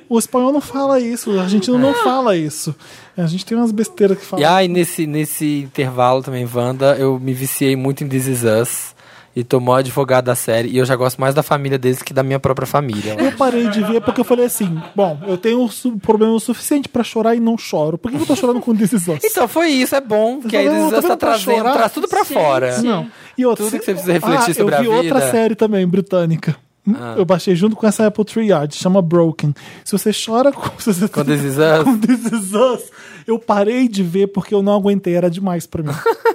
S1: o espanhol não fala isso, o argentino não fala isso. A gente tem umas besteiras que falam.
S2: É. E aí, nesse, nesse intervalo também, Wanda, eu me viciei muito em This Is Us. E tô mó advogado da série. E eu já gosto mais da família deles que da minha própria família.
S1: Eu parei de ver porque eu falei assim: bom, eu tenho su- problema o suficiente pra chorar e não choro. Por que que eu tô chorando com This Is Us?
S2: Então foi isso, é bom. Que aí
S1: vendo?
S2: This Is Us
S1: Tá
S2: tá
S1: vendo pra
S2: trazendo,
S1: chorar?
S2: traz tudo pra
S3: Gente.
S2: fora.
S1: Não. E outra,
S2: Tudo que você precisa refletir
S1: ah,
S2: sobre a
S1: Eu vi outra
S2: vida. Ah.
S1: série também, britânica. Hum? Eu baixei junto com essa Apple Triad, chama Broken. Se você chora com, se você
S2: Com This Is Us?
S1: com This Is Us, eu parei de ver porque eu não aguentei, era demais pra mim.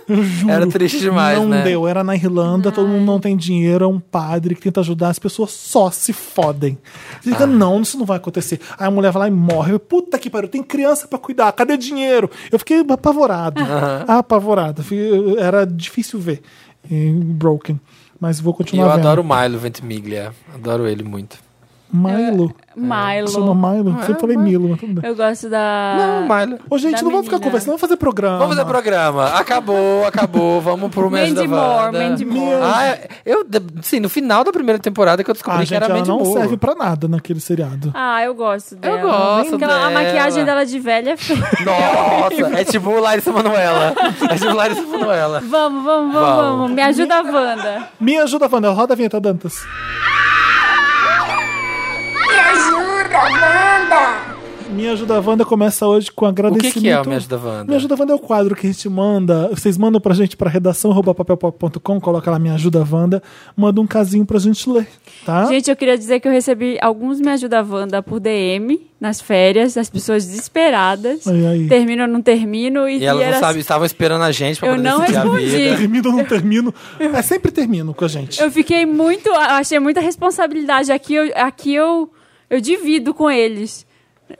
S1: Eu juro.
S2: Era triste demais,
S1: Não
S2: né?
S1: deu, era na Irlanda, todo mundo não tem dinheiro, é um padre que tenta ajudar, as pessoas só se fodem. Você
S2: Ah.
S1: fica, não, isso não vai acontecer. Aí a mulher vai lá e morre. Eu, Puta que pariu, tem criança pra cuidar, cadê dinheiro? Eu fiquei apavorado. Apavorado. Fui- Era difícil ver em Broken. Mas vou
S2: E eu
S1: continuar vendo.
S2: adoro o Milo Ventimiglia. Adoro ele muito.
S1: Milo.
S3: É,
S1: Chama
S3: Milo.
S1: Milo. Sempre falei Milo, mas tudo bem.
S3: Eu gosto da.
S2: Não, Milo.
S1: Ô, gente,
S3: Da
S1: não vamos ficar
S3: menina.
S1: conversando, vamos fazer programa.
S2: Vamos fazer programa. Acabou, acabou. Vamos pro mês da
S3: Mandy Moore,
S2: Wanda.
S3: Mandy Moore.
S2: Ah, eu, de- sim, no final da primeira temporada que eu descobri
S1: Ah,
S2: que
S1: gente,
S2: era
S1: ela
S2: Mandy
S1: não
S2: Moore.
S1: serve pra nada naquele seriado.
S3: Ah, eu gosto dela.
S2: gosto
S3: Porque ela-
S2: dela.
S3: A maquiagem dela de velha é feia.
S2: Nossa, é tipo Larissa Manoela. É tipo Larissa Manoela.
S3: Vamos, vamos, vamos,
S2: Vamos.
S3: vamos. Me ajuda a Wanda.
S1: Me ajuda, Wanda. Roda a vinheta, Dantas.
S6: Me ajuda, Wanda!
S1: Minha Ajuda Wanda começa hoje com
S2: O
S1: agradecimento.
S2: que, que é o Me Ajuda Wanda?
S1: Me Ajuda Wanda é o quadro que a gente manda. Vocês mandam pra gente pra redação arroba papelpop.com, coloca lá Me Ajuda Wanda, manda um casinho pra gente ler, tá?
S3: Gente, eu queria dizer que eu recebi alguns Me Ajuda Wanda por DM nas férias, as pessoas desesperadas.
S1: Ai, ai.
S3: Termino ou não termino. E,
S2: E elas
S3: e era-
S2: não sabe, estavam esperando a gente pra
S3: Eu
S2: poder
S3: não
S2: decidir a vida.
S3: respondi.
S1: Termino ou não termino? É sempre termino com a gente.
S3: Eu fiquei muito. eu Achei muita responsabilidade. Aqui eu, aqui eu, eu divido com eles.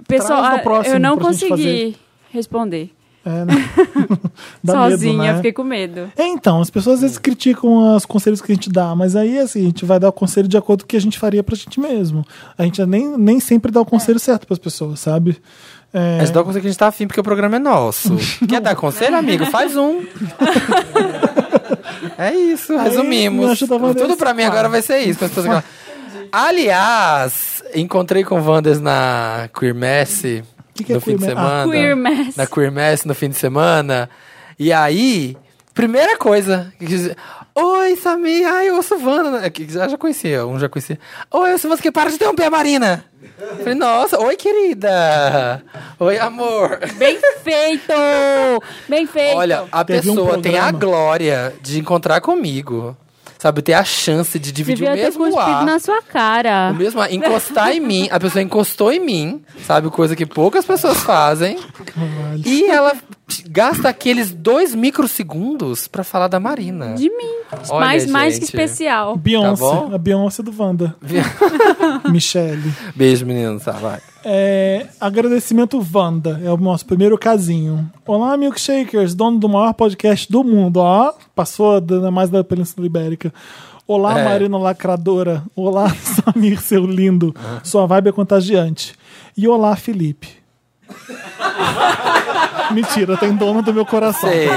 S3: Pessoal,
S1: Traz no
S3: ah,
S1: próximo
S3: eu não
S1: pra gente
S3: consegui responder.
S1: É, né? Dá
S3: Sozinha,
S1: medo, né?
S3: fiquei com Hum. medo.
S1: É, então, as pessoas às vezes criticam os conselhos que a gente dá, mas aí assim, a gente vai dar o conselho de acordo com o que a gente faria pra gente mesmo. A gente nem, nem sempre dá o conselho certo pras pessoas, sabe? É,
S2: Mas dá o conselho que a gente tá afim, porque o programa é nosso. Quer dar conselho, amigo? Faz um. é isso,
S1: me
S2: resumimos.
S1: ajuda, Wanda.
S2: Tudo pra mim agora vai ser isso. com as pessoas que falam. Aliás, encontrei com o Wanders na Queermesse
S1: Que que é
S2: no fim de
S1: Queermesse? Ah.
S2: semana.
S3: Queermesse.
S2: Na Queermesse no fim de semana. E aí, primeira coisa. que diz, Oi, Samir. Ai, eu sou Wanda. É Que Já, já conhecia, um já conhecia. Oi, eu sou você que para de interromper a Marina. Eu Falei, nossa, oi, querida. Oi, amor.
S3: Bem feito! Bem feito!
S2: Olha, ah, a
S1: Teve um
S2: pessoa tem a
S1: programa.
S2: glória de encontrar comigo. Sabe, ter a chance de dividir
S3: Devia
S2: o
S3: ter
S2: mesmo
S3: cuspido
S2: ar.
S3: na sua cara.
S2: O mesmo ar, encostar em mim. A pessoa encostou em mim, sabe? Coisa que poucas pessoas fazem. E ela gasta aqueles dois microsegundos pra falar da Marina.
S3: De mim.
S2: Olha,
S3: mais, mais que
S2: gente.
S3: especial.
S1: Beyoncé,
S2: tá bom?
S1: a Beyoncé do Wanda. Michelle.
S2: Beijo, menino, tá? Vai.
S1: É, agradecimento Wanda, é o nosso primeiro casinho. Olá, milkshakers, dono do maior podcast do mundo. Ó, passou da- mais da Península Ibérica. Olá,
S2: É.
S1: Marina Lacradora. Olá, Samir, seu lindo. Sua vibe é contagiante. E olá, Felipe. Mentira, tem dono do meu coração.
S2: Sei.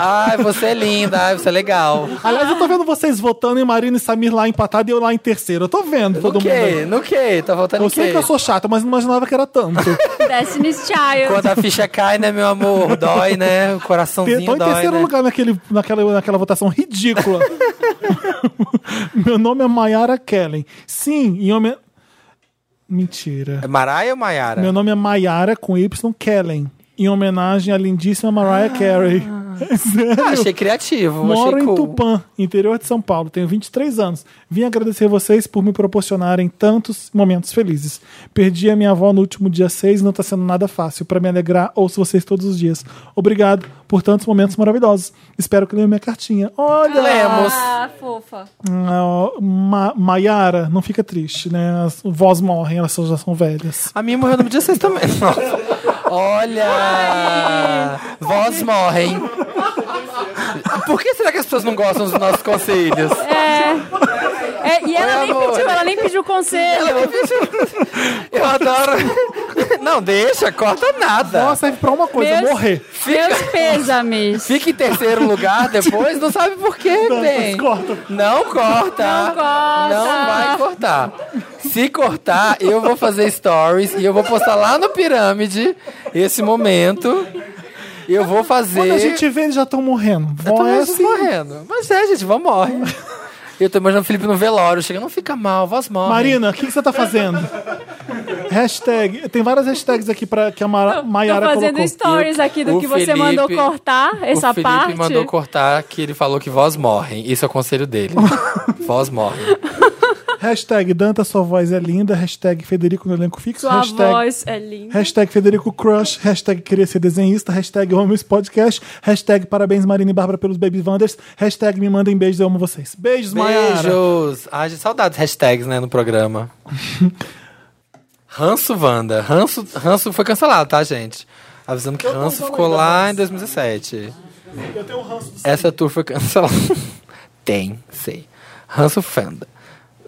S2: Ai, você é linda. Ai, você é legal.
S1: Aliás, eu tô vendo vocês votando em Marina e Samir lá empatado e eu lá em terceiro. Eu tô vendo todo
S2: No
S1: mundo. aí.
S2: quê? No quê? Tá faltando
S1: Eu
S2: o
S1: sei
S2: quê?
S1: que eu sou chato, mas não imaginava que era tanto.
S3: Destiny's Child.
S2: Quando a ficha cai, né, meu amor? Dói, né? O coraçãozinho
S1: Estou em
S2: dói,
S1: terceiro
S2: né?
S1: lugar naquele, naquela, naquela votação ridícula. Meu nome é Mayara Kellen. Sim, em homem. Mentira.
S2: É Maraia ou Maiara?
S1: Meu nome é Mayara com Y Kellen. Em homenagem à lindíssima Mariah Carey. É Sério?
S2: Ah, achei criativo,
S1: Moro
S2: achei
S1: em
S2: cool.
S1: Tupã, interior de São Paulo. Tenho 23 anos. Vim agradecer vocês por me proporcionarem tantos momentos felizes. Perdi a minha avó no último dia 6 e não tá sendo nada fácil. Pra me alegrar, ouço vocês todos os dias. Obrigado por tantos momentos maravilhosos. Espero que leiam minha cartinha. Olha!
S2: Lemos.
S3: Ah, fofa.
S1: Ah, Ma Maiara, não fica triste, né? As vós morrem, elas já são velhas.
S2: A minha morreu no dia 6 também. Nossa. Olha! Vós morrem. Por que será que as pessoas não gostam dos nossos conselhos?
S3: É. É, e ela
S2: Oi,
S3: nem
S2: amor.
S3: pediu, ela nem pediu
S1: É,
S3: conselho.
S2: Eu adoro. Não, deixa, corta nada.
S1: Ela serve pra uma coisa,
S3: Meus-
S1: morrer.
S3: Meus pêsames.
S2: Fica em terceiro lugar depois, não sabe por quê, bem.
S1: corta.
S2: Não corta.
S3: Não corta.
S2: Não vai cortar. Se cortar, eu vou fazer stories e eu vou postar lá no Pirâmide esse momento. Eu vou fazer.
S1: Quando a gente vê, eles já estão morrendo.
S2: Eu tô
S1: Vó é
S2: mesmo
S1: assim.
S2: morrendo. Mas é, gente, vamos morre. Eu tô imaginando o Felipe no velório, chega, não fica mal, voz morre.
S1: Marina, o que, que você tá fazendo? Hashtag. Tem várias hashtags aqui pra, que a Mara,
S3: Tô
S1: Maiara
S3: fazendo
S1: colocou.
S3: stories aqui do
S2: o
S3: que você
S2: Felipe-
S3: mandou cortar, essa
S2: o Felipe
S3: parte.
S2: mandou cortar que ele falou que voz morrem. Isso é o conselho dele. voz morre.
S1: Hashtag Danta, sua voz é linda. Hashtag Federico no elenco fixo.
S3: Sua
S1: hashtag,
S3: voz é linda.
S1: hashtag Federico Crush. Hashtag Queria Ser Desenhista. Hashtag Homens Podcast. Hashtag Parabéns Marina e Bárbara pelos Baby Wonders. Hashtag Me Mandem Beijos, eu amo vocês. Beijos, Maiara.
S2: Beijos. Ai, gente, saudades hashtags, né, no programa. Ranço Wanda. Ranço, ranço foi cancelado, tá, gente? Avisando que Ranço ficou lá em 2017.
S1: Eu tenho um ranço do
S2: Essa tour foi cancelada. Tem, sei. Ranço Fanda.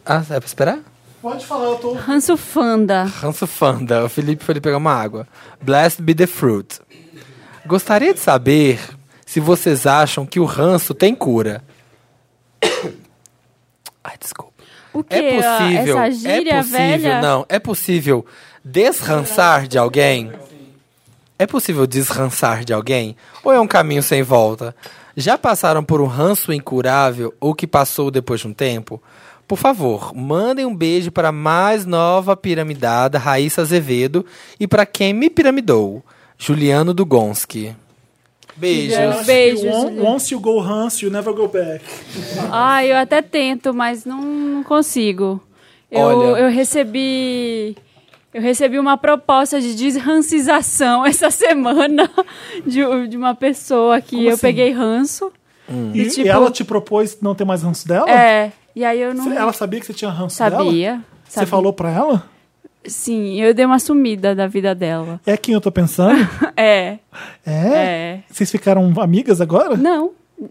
S2: Ah, é pra esperar?
S1: Pode falar, eu tô.
S3: Ranço Fanda.
S2: Ranço Fanda. O Felipe foi ali pegar uma água. Blessed be the fruit. Gostaria de saber se vocês acham que o ranço tem cura. Ai, desculpa.
S3: O que?
S2: É possível,
S3: Essa gíria
S2: é possível,
S3: velha?
S2: não, é possível desrançar de alguém? É possível desrançar de alguém? Ou é um caminho sem volta? Já passaram por um ranço incurável ou que passou depois de um tempo? Por favor, mandem um beijo para a mais nova piramidada, Raíssa Azevedo, e para quem me piramidou, Juliano Dugonski. Beijos.
S3: Beijos.
S1: Once- Once you go Hans, you never go back.
S3: Ai, eu até tento, mas não, não consigo. Eu,
S2: Olha.
S3: eu recebi. Eu recebi uma proposta de desrancização essa semana de, de uma pessoa que
S1: assim?
S3: eu peguei ranço.
S1: E,
S3: E, tipo-
S1: e ela te propôs não ter mais ranço dela?
S3: É. E aí eu não
S1: Você- Ela sabia que você tinha ranço
S3: sabia.
S1: dela? Você
S3: sabia.
S1: falou pra ela?
S3: Sim, eu dei uma sumida da vida dela.
S1: É quem eu tô pensando?
S3: É.
S1: É?
S3: É.
S1: Vocês ficaram amigas agora?
S3: Não.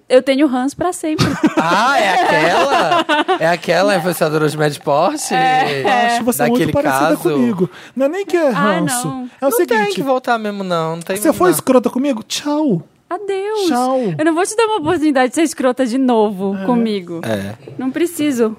S3: Eu tenho ranço pra sempre.
S2: Ah, é aquela? É aquela influenciadora de Medport?
S1: Eu acho você é
S2: Daquele
S1: muito parecida
S2: caso.
S1: comigo. Não é nem que é ranço.
S3: não.
S1: É o
S2: não tem
S1: seguinte,
S2: que voltar mesmo, não. não tem
S1: você foi
S2: não.
S1: escrota comigo? Tchau.
S3: Adeus.
S1: Tchau.
S3: Eu não vou te dar uma oportunidade de ser escrota de novo comigo.
S2: É.
S3: Não preciso.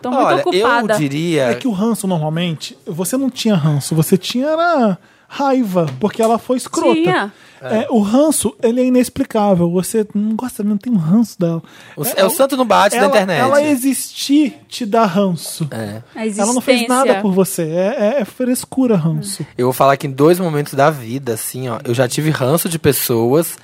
S3: Tô muito
S2: Olha,
S3: ocupada.
S2: eu diria...
S1: É que o ranço, normalmente, você não tinha ranço, você tinha era raiva, porque ela foi escrota.
S3: Tinha.
S1: É, o ranço, ele é inexplicável. Você não gosta, não tem um ranço dela.
S2: o- é, o santo no bate
S1: ela,
S2: da internet.
S1: Ela existir te dá ranço.
S2: É.
S3: A existência.
S1: Ela não fez nada por você. É, é- é frescura, ranço.
S2: Eu vou falar que em dois momentos da vida, assim, ó, eu já tive ranço de pessoas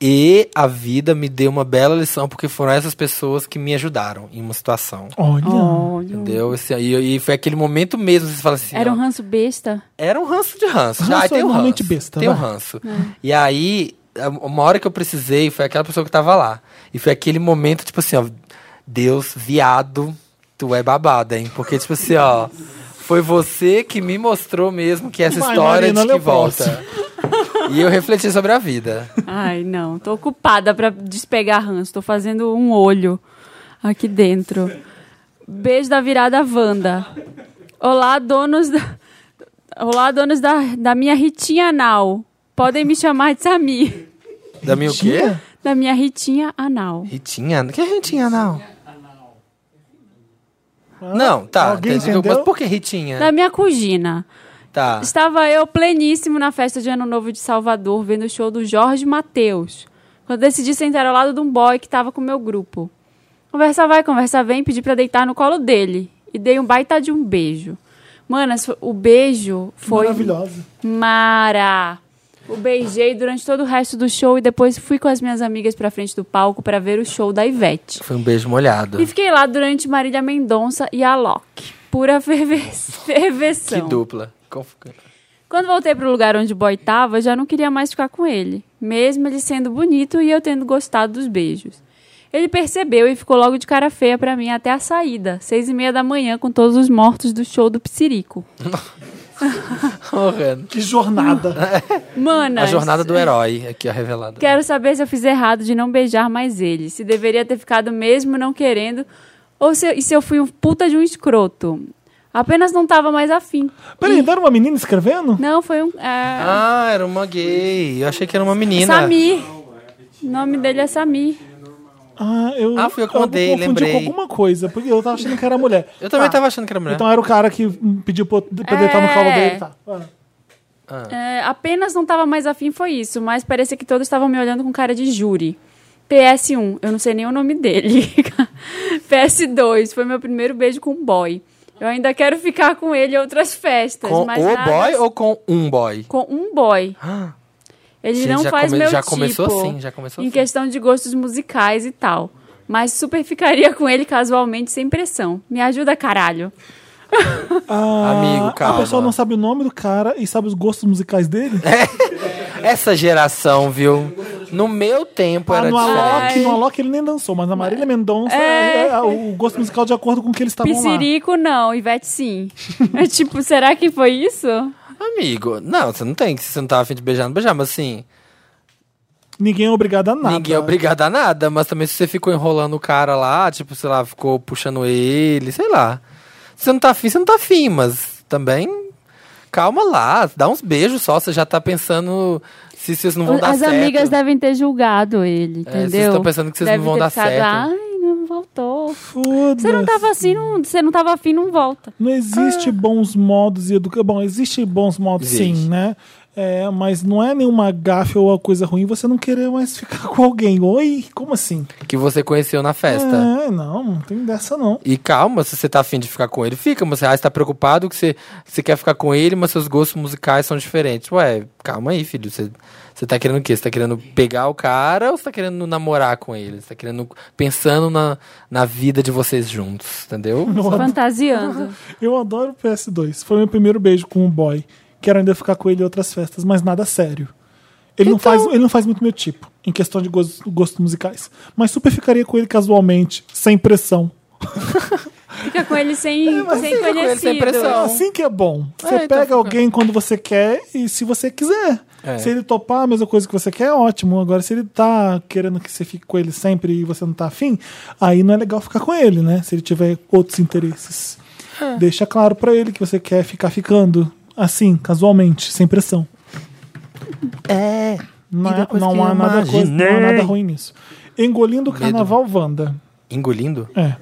S2: e a vida me deu uma bela lição, porque foram essas pessoas que me ajudaram em uma situação.
S1: Olha.
S3: Olha.
S2: Entendeu? Esse, e, e foi aquele momento mesmo, vocês falam assim.
S3: Era um
S2: ó,
S3: ranço besta.
S2: Era um ranço de ranço.
S1: Ranço
S2: já
S1: é
S2: tem um
S1: normalmente
S2: ranço.
S1: besta, né?
S2: tem um
S1: vai.
S2: ranço. E aí, a- uma hora que eu precisei, foi aquela pessoa que tava lá. E foi aquele momento, tipo assim, ó. Deus, viado, tu é babada, hein? Porque, tipo assim, ó. Foi você que me mostrou mesmo que essa
S1: Vai,
S2: história é
S1: Marina,
S2: de que
S1: lê o
S2: volta. E eu refleti sobre a vida.
S3: Ai, não. Tô ocupada pra despegar ranço. Tô fazendo um olho aqui dentro. Beijo da virada Wanda. Olá, donos da... Olá, donos da, da minha ritinha anal. Podem me chamar de Sami.
S2: Da minha o quê?
S1: Ritinha?
S3: Da minha ritinha anal.
S2: Ritinha? Que é Ritinha, não? Não, tá.
S1: Ah. Alguém
S2: entendi.
S1: entendeu?
S2: Mas por que Ritinha?
S3: Da minha cugina.
S2: Tá.
S3: Estava eu pleníssimo na festa de Ano Novo de Salvador, vendo o show do Jorge Mateus. Quando decidi sentar ao lado de um boy que estava com o meu grupo. Conversa vai, conversa vem, pedi pra deitar no colo dele. E dei um baita de um beijo. Manas, fo- o beijo foi...
S1: Maravilhosa.
S3: Mara! O beijei durante todo o resto do show e depois fui com as minhas amigas pra frente do palco pra ver o show da Ivete.
S2: Foi um beijo molhado.
S3: E fiquei lá durante Marília Mendonça e a Loki. Pura ferves- ferveção.
S2: Que
S1: Então.
S2: dupla. Conf-
S3: Quando voltei pro lugar onde o boy tava, eu já não queria mais ficar com ele, mesmo ele sendo bonito e eu tendo gostado dos beijos. Ele percebeu e ficou logo de cara feia pra mim até a saída, seis e meia da manhã, com todos os mortos do show do Psirico.
S2: Horrendo.
S1: Que jornada.
S3: Mana,
S2: A jornada do herói, aqui, ó, revelada.
S3: quero saber se eu fiz errado de não beijar mais ele, se deveria ter ficado mesmo não querendo, ou se, e se eu fui um puta de um escroto. Apenas não tava mais afim.
S1: Peraí, não era uma menina escrevendo?
S3: Não, foi um... é,
S2: Ah, era uma gay. Eu achei que era uma menina.
S3: Samir. O nome dele é Samir.
S1: Ah, eu,
S2: Ah, fui eu que mandei,
S1: eu confundi
S2: lembrei.
S1: com alguma coisa, porque eu tava achando que era mulher.
S2: Eu também
S1: Tá.
S2: tava achando que era mulher.
S1: Então era o cara que hum, pediu pra, eu- pra deitar no
S3: É.
S1: colo dele. Tá. Ah.
S3: É, apenas não estava mais afim, foi isso, mas parecia que todos estavam me olhando com cara de júri. PS1, eu não sei nem o nome dele. PS2, foi meu primeiro beijo com um boy. Eu ainda quero ficar com ele em outras festas,
S2: Com o
S3: mas nada-
S2: boy
S1: assim.
S2: ou com um boy?
S3: com um boy. Ele
S2: Gente,
S3: não
S2: já
S3: faz
S2: come-
S3: meu
S2: já
S3: tipo.
S2: começou assim, já começou
S3: Em
S2: assim.
S3: questão de gostos musicais e tal. Mas super ficaria com ele casualmente, sem pressão. Me ajuda, caralho.
S1: Ah,
S2: Amigo, calma.
S1: A pessoa não sabe o nome do cara e sabe os gostos musicais dele?
S2: É. Essa geração, viu? No meu tempo
S1: Ah,
S2: era
S1: no
S2: diferente.
S1: Alok, no Alok ele nem dançou, mas na Marília Mendonça
S3: É.
S1: é, é o gosto musical de acordo com o que
S3: Tá
S1: eles estavam lá.
S3: Piscirico, não. Ivete, sim. é tipo, será que foi isso?
S2: Amigo, não, você não tem que. Você não tava afim de beijar, não beijar, mas assim.
S1: Ninguém é obrigado a nada.
S2: Ninguém é obrigado a nada, mas também se você ficou enrolando o cara lá, tipo, sei lá, ficou puxando ele, sei lá. Se você não tá afim, você não tá afim, mas também calma lá, dá uns beijos só, você já tá pensando se vocês não vão dar
S3: As
S2: certo.
S3: amigas devem ter julgado ele,
S2: É, vocês
S3: entendeu?
S2: estão pensando que vocês
S3: Deve
S2: não vão
S3: ter
S2: dar
S3: ficado,
S2: certo.
S3: Ai, não voltou.
S1: Foda-se.
S3: Você não tava assim, não, você não tava afim, não volta.
S1: Não existe bons modos e educação. Bom, existe bons modos
S2: Existe.
S1: sim, né? É, mas não é nenhuma gafe ou uma coisa ruim você não querer mais ficar com alguém. Oi, como assim?
S2: Que você conheceu na
S3: Ah,
S2: festa.
S1: É, não, não tem dessa não.
S2: E calma, se você tá afim de ficar com ele, fica. Mas ah, você tá preocupado que você, que você quer ficar com ele, mas seus gostos musicais são diferentes. Ué, calma aí, filho. Você, você tá querendo o quê? Você tá querendo pegar o cara ou você tá querendo namorar com ele? Você tá querendo. pensando na, na vida de vocês juntos, entendeu?
S3: Fantasiando.
S1: Eu adoro o PS2. Foi meu primeiro beijo com um boy. Quero ainda ficar com ele em outras festas, mas nada sério. Ele, não faz, ele não faz muito meu tipo, em questão de gostos gostos musicais. Mas super ficaria com ele casualmente, sem pressão.
S3: Fica com ele sem, sem
S2: fica com ele
S3: conhecido.
S2: sem pressão.
S1: Assim que é bom. Você
S2: então
S1: pega
S2: fica-
S1: alguém quando você quer e se você quiser.
S2: É.
S1: Se ele topar a mesma coisa que você quer, ótimo. Agora, se ele tá querendo que você fique com ele sempre e você não tá afim, aí não é legal ficar com ele, né? Se ele tiver outros interesses.
S2: É.
S1: Deixa claro pra ele que você quer ficar ficando assim, casualmente, sem pressão. É. Não,
S2: depois que
S1: não,
S2: eu
S1: há nada coisa, não há nada
S2: imaginei.
S1: ruim nisso. Engolindo o carnaval, Wanda.
S2: Engolindo?
S1: É.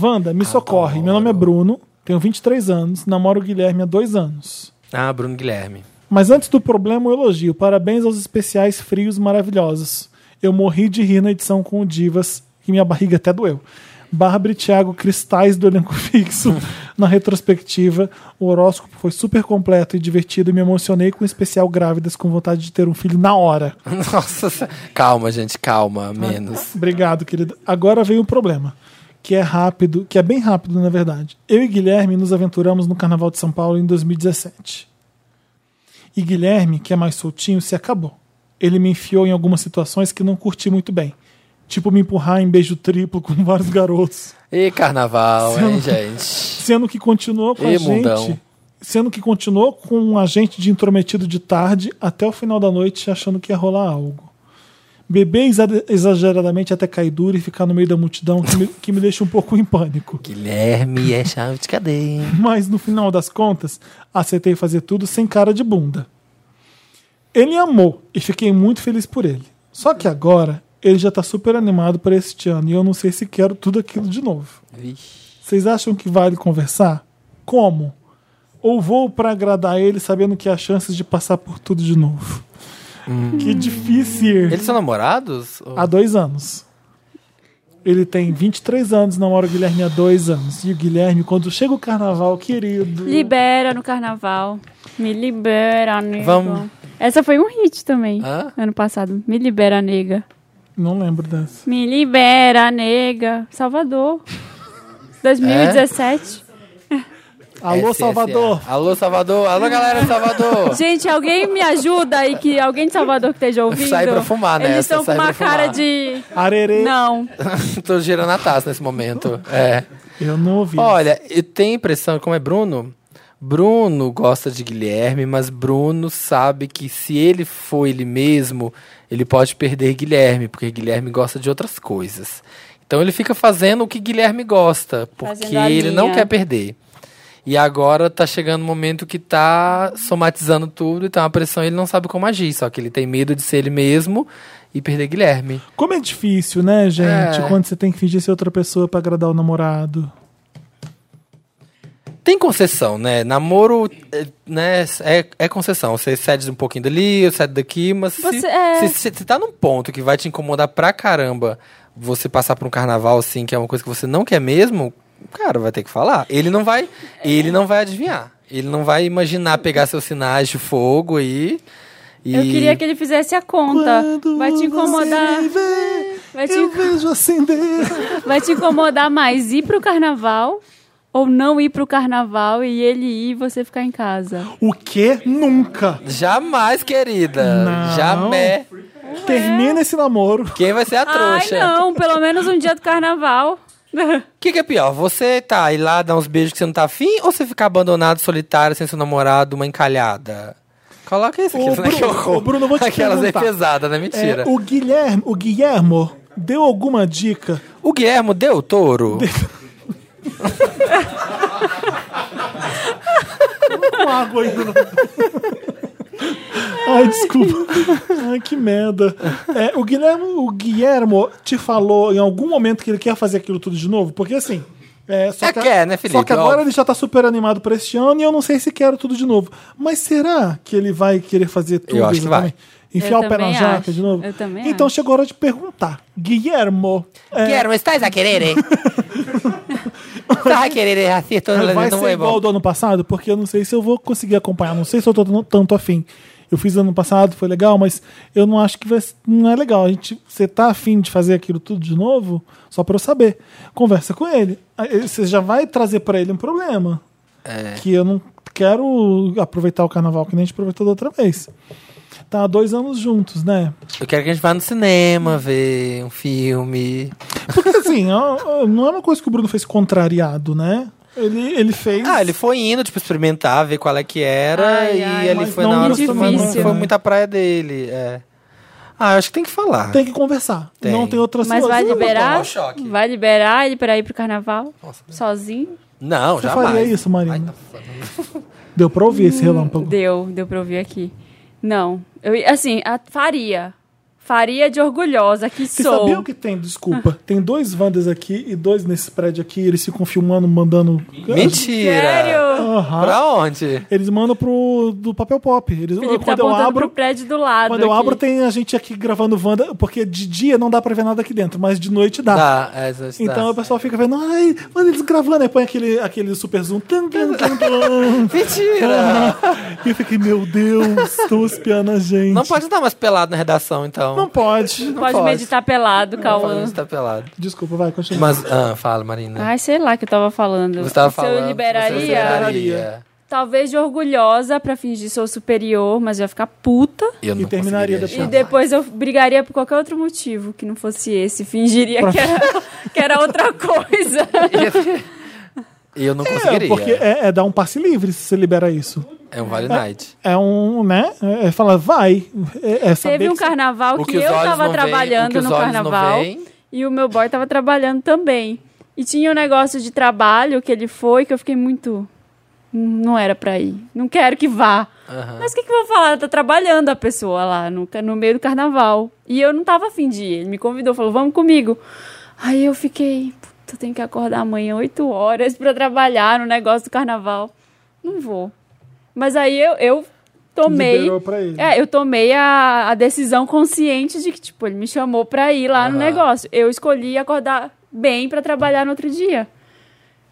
S1: Wanda, me socorre. Meu nome é Bruno, tenho 23 anos, namoro o Guilherme há dois anos.
S2: Ah, Bruno Guilherme.
S1: Mas antes do problema, o elogio. Parabéns aos especiais frios maravilhosos. Eu morri de rir na edição com o Divas, que minha barriga até doeu. Bárbara e Thiago, cristais do elenco fixo. Na retrospectiva, o horóscopo foi super completo e divertido e me emocionei com o especial Grávidas com vontade de ter um filho na hora.
S2: Nossa, se- calma, gente, calma, menos.
S1: Obrigado, querido. Agora vem o problema, que é rápido, que é bem rápido, na verdade. Eu e Guilherme nos aventuramos no Carnaval de São Paulo em 2017. E Guilherme, que é mais soltinho, se acabou. Ele me enfiou em algumas situações que não curti muito bem. Tipo me empurrar em beijo triplo com vários garotos.
S2: E carnaval, hein, gente?
S1: Sendo que continuou com a
S2: Ê,
S1: gente.
S2: mundão.
S1: Sendo que continuou com a gente de intrometido de tarde até o final da noite achando que ia rolar algo. Beber exa- exageradamente até cair duro e ficar no meio da multidão que me, que me deixa um pouco em pânico.
S2: Guilherme é chave de cadeia. hein?
S1: Mas no final das contas, aceitei fazer tudo sem cara de bunda. Ele amou e fiquei muito feliz por ele. Só que agora ele já tá super animado para este ano e eu não sei se quero tudo aquilo de novo.
S2: Vixe.
S1: Vocês acham que vale conversar? Como? Ou vou pra agradar ele sabendo que há chances de passar por tudo de novo? Que difícil.
S2: Eles são namorados? Ou-
S1: Há dois anos. Ele tem 23 anos, namora o Guilherme há dois anos. E o Guilherme, quando chega o carnaval, querido.
S3: Libera no carnaval. Me libera, nega.
S2: Vamos.
S3: Essa foi um hit também,
S2: Hã?
S3: ano passado. Me libera, nega.
S1: Não lembro dessa.
S3: Me libera, nega. Salvador.
S2: É?
S3: 2017.
S1: Alô,
S2: SSA.
S1: Salvador!
S2: Alô, Salvador! Alô, galera, de Salvador!
S3: Gente, alguém me ajuda aí, que alguém de Salvador que esteja ouvindo.
S2: Sai pra fumar, né?
S3: Eles
S2: Essa
S3: estão com
S2: sai
S3: uma
S2: pra fumar.
S3: cara de...
S1: Arerê!
S3: Não.
S2: Tô girando a taça nesse momento. É.
S1: Eu não ouvi.
S2: Olha, eu tenho a impressão, como é Bruno? Bruno gosta de Guilherme, mas Bruno sabe que se ele for ele mesmo, ele pode perder Guilherme, porque Guilherme gosta de outras coisas. Então ele fica fazendo o que Guilherme gosta, porque
S3: Fazendo a
S2: ele não
S3: linha.
S2: quer perder. E agora tá chegando o momento que tá somatizando tudo e tá uma pressão, ele não sabe como agir, só que ele tem medo de ser ele mesmo e perder Guilherme.
S1: Como é difícil, né, gente?
S2: É.
S1: Quando você tem que fingir ser outra pessoa pra agradar o namorado.
S2: Tem concessão, né? Namoro é, né, é, é concessão. Você cede um pouquinho dali, eu cedo daqui, mas se-
S3: Você-
S2: se,
S3: é.
S2: se, você tá num ponto que vai te incomodar pra caramba você passar por um carnaval assim, que é uma coisa que você não quer mesmo, cara, vai ter que falar. Ele não vai, ele não vai adivinhar. Ele não vai imaginar pegar seus sinais de fogo aí. E...
S3: Eu queria que ele fizesse a conta.
S1: Quando
S3: Vai te incomodar.
S1: você me vê,
S3: Vai te
S1: eu
S3: inco-
S1: vejo acender.
S3: Vai te incomodar mais ir pro carnaval ou não ir pro carnaval e ele ir e você ficar em casa?
S1: O que? Nunca.
S2: Jamais, querida.
S1: Não.
S2: Jamais.
S1: Termina esse namoro.
S2: Quem vai ser a
S3: Ai,
S2: trouxa?
S3: não, pelo menos um dia do carnaval.
S2: O que, que é pior? Você tá ir lá dar uns beijos que você não tá afim ou você ficar abandonado, solitário, sem seu namorado, uma encalhada? Coloca isso aqui,
S1: Ô,
S2: né? Que
S1: Bruno,
S2: horror.
S1: ô, Bruno, eu vou te
S2: Aquelas é
S1: perguntar.
S2: pesada, né? Mentira.
S1: É, o Guilherme, o Guilhermo deu alguma dica?
S2: o... Guilherme deu touro?
S1: Com água ainda. não. Ai, desculpa. Ai, que merda. É, o Guilherme, o Guilhermo te falou em algum momento que ele quer fazer aquilo tudo de novo? Porque assim, É, só
S2: É que é, né, Felipe?
S1: Só que agora
S2: Óbvio.
S1: ele já tá super animado pra este ano e eu não sei se quero tudo de novo. Mas será que ele vai querer fazer tudo?
S2: Eu acho que vai.
S1: exatamente? Enfiar
S3: Eu
S1: o pé na
S3: também
S1: jaca
S3: acho.
S1: de novo?
S3: Eu também
S1: Então
S3: acho.
S1: chegou a hora de perguntar. Guilhermo, é,
S2: Quero, estás a querer? eh? Estás a querer eh, assim, todo
S1: vai
S2: não
S1: ser
S2: é
S1: igual
S2: bom.
S1: ao do ano passado? Porque eu não sei se eu vou conseguir acompanhar, não sei se eu tô tão- tanto afim. Eu fiz ano passado, foi legal, mas eu não acho que vai, não é legal. A gente, você tá afim de fazer aquilo tudo de novo? Só pra eu saber. Conversa com ele. Aí Você já vai trazer pra ele um problema.
S2: É.
S1: Que eu não quero aproveitar o carnaval que nem a gente aproveitou da outra vez. Tá há dois anos juntos, né?
S2: Eu quero que a gente vá no cinema ver um filme.
S1: Porque assim, ó, ó, não é uma coisa que o Bruno fez contrariado, né? Ele, ele fez.
S2: Ah, ele foi indo, tipo, experimentar, ver qual é que era.
S3: Ai,
S2: e
S3: ai,
S2: ele
S1: mas
S2: foi
S1: não
S2: na hora
S3: muito
S2: mas não é
S3: difícil.
S2: Foi muito a praia dele. É. Ah, eu acho que tem que falar.
S1: Tem que conversar.
S2: Tem.
S1: Não tem outra
S3: Mas vai
S1: Você não
S3: liberar?
S2: um choque.
S3: Vai liberar ele pra ir pro carnaval?
S2: Nossa,
S3: Sozinho?
S2: Não,
S1: Você
S2: jamais.
S1: faria isso, Marina?
S2: Ai, não.
S1: Deu pra ouvir
S3: Hum,
S1: esse relâmpago.
S3: Deu, deu pra ouvir aqui. Não. Eu, assim, a- faria. Faria de orgulhosa que
S1: Você
S3: sou.
S1: sabia o que tem? Desculpa.
S3: Ah.
S1: Tem dois Wanders aqui e dois nesse prédio aqui. Eles ficam filmando, mandando.
S2: Mentira.
S3: Sério?
S1: Aham.
S2: Pra onde?
S1: Eles mandam pro do papel pop. Eles,
S3: Felipe tá
S1: quando eu
S3: apontando
S1: abro.
S3: pro prédio do lado.
S1: Quando eu
S3: aqui.
S1: abro, tem a gente aqui gravando Wanda, porque de dia não dá pra ver nada aqui dentro, mas de noite dá.
S2: Tá, é, isso está.
S1: Então o pessoal fica vendo, ai, mano, eles gravando, aí põe aquele, aquele super zoom. Tum, tum, tum, tum.
S2: Mentira!
S1: e eu fiquei, meu Deus, estão espiando a gente.
S2: Não pode andar mais pelado na redação, então.
S1: Não pode.
S3: Pode,
S2: Pode.
S3: meditar pelado, Cauã.
S2: Falando que tá pelado.
S1: Desculpa, vai, continua.
S2: Mas, ah, fala, Marina.
S3: Ai, sei lá o que eu tava falando.
S2: você tava
S3: Se
S2: falando.
S3: eu
S2: você
S3: liberaria,
S2: liberaria.
S3: talvez de orgulhosa pra fingir sou superior, mas eu ia ficar puta.
S2: Eu não
S1: E terminaria
S2: conseguiria
S1: Jamais.
S3: E
S2: achar.
S3: depois eu brigaria por qualquer outro motivo que não fosse esse. Fingiria que era, que era outra coisa.
S2: E eu não
S1: É,
S2: conseguiria.
S1: porque é, é dar um passe livre se você libera isso.
S2: É um Vale Night.
S1: É um, né? É, é falar, vai. É, é saber
S3: Teve um
S1: que você-
S3: carnaval
S2: O
S3: que,
S2: que os
S3: eu
S2: olhos
S3: tava
S2: não veem,
S3: trabalhando
S2: o que os
S3: no
S2: olhos não
S3: carnaval
S2: veem.
S3: e o meu boy tava trabalhando também. E tinha um negócio de trabalho que ele foi que eu fiquei muito. "Hum, Não era pra ir. Não quero que vá.
S2: Aham.
S3: Mas o que, que eu vou falar? Tá trabalhando a pessoa lá no, ca- no meio do carnaval. E eu não tava afim de ir. Ele me convidou, falou, vamos comigo. Aí eu fiquei, puta, eu tenho que acordar amanhã 8 horas pra trabalhar no negócio do carnaval. Não vou. Mas aí eu, eu tomei.
S1: Liberou pra ele.
S3: É, eu tomei a, a decisão consciente de que, tipo, ele me chamou pra ir lá no
S2: Aham.
S3: negócio. Eu escolhi acordar bem pra trabalhar no outro dia.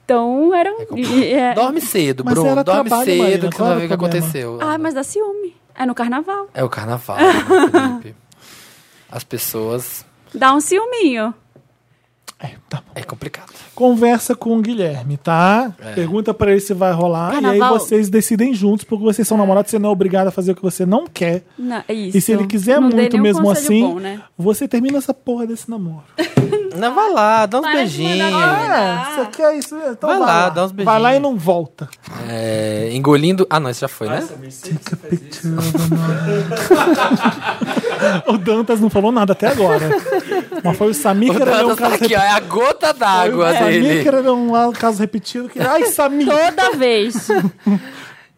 S3: Então era um. e- é-
S2: Dorme cedo,
S1: Mas
S2: Bruno.
S1: era
S2: Dorme
S1: trabalho,
S2: cedo,
S1: Marina,
S2: que você
S1: qual
S2: não vai
S1: era
S2: ver o
S1: o
S2: que
S1: problema?
S2: aconteceu.
S3: Ai, Ah, mas dá ciúme. É no carnaval.
S2: É o carnaval, né, Felipe? As pessoas.
S3: Dá um ciúminho.
S1: É, tá bom.
S2: É complicado.
S1: Conversa com o Guilherme, tá?
S2: É.
S1: Pergunta pra ele se vai rolar. E aí
S3: Carnaval.
S1: vocês decidem juntos, porque vocês são namorados, você não é obrigado a fazer o que você não quer.
S3: Não, é isso.
S1: E se ele quiser
S3: Não dei
S1: muito
S3: nenhum
S1: mesmo
S3: conselho
S1: assim,
S3: bom, né?
S1: você termina essa porra desse namoro.
S2: Não, vai lá, dá uns
S3: Para de
S2: beijinhos.
S3: mandar-
S1: É, você quer isso? Então
S2: Vai lá,
S1: vai, lá,
S2: dá uns beijinhos.
S1: Vai lá e não volta.
S2: É, engolindo. Ah, não, isso já foi, né?
S1: O Dantas não falou nada até agora. Mas foi o Samir que
S2: O
S1: era um
S2: Dantas tá
S1: caso É,
S2: aqui, ó. É a gota d'água
S1: Samir que
S2: dele.
S1: era um lá- caso repetido. Que... Ai, Samir!
S3: Toda vez.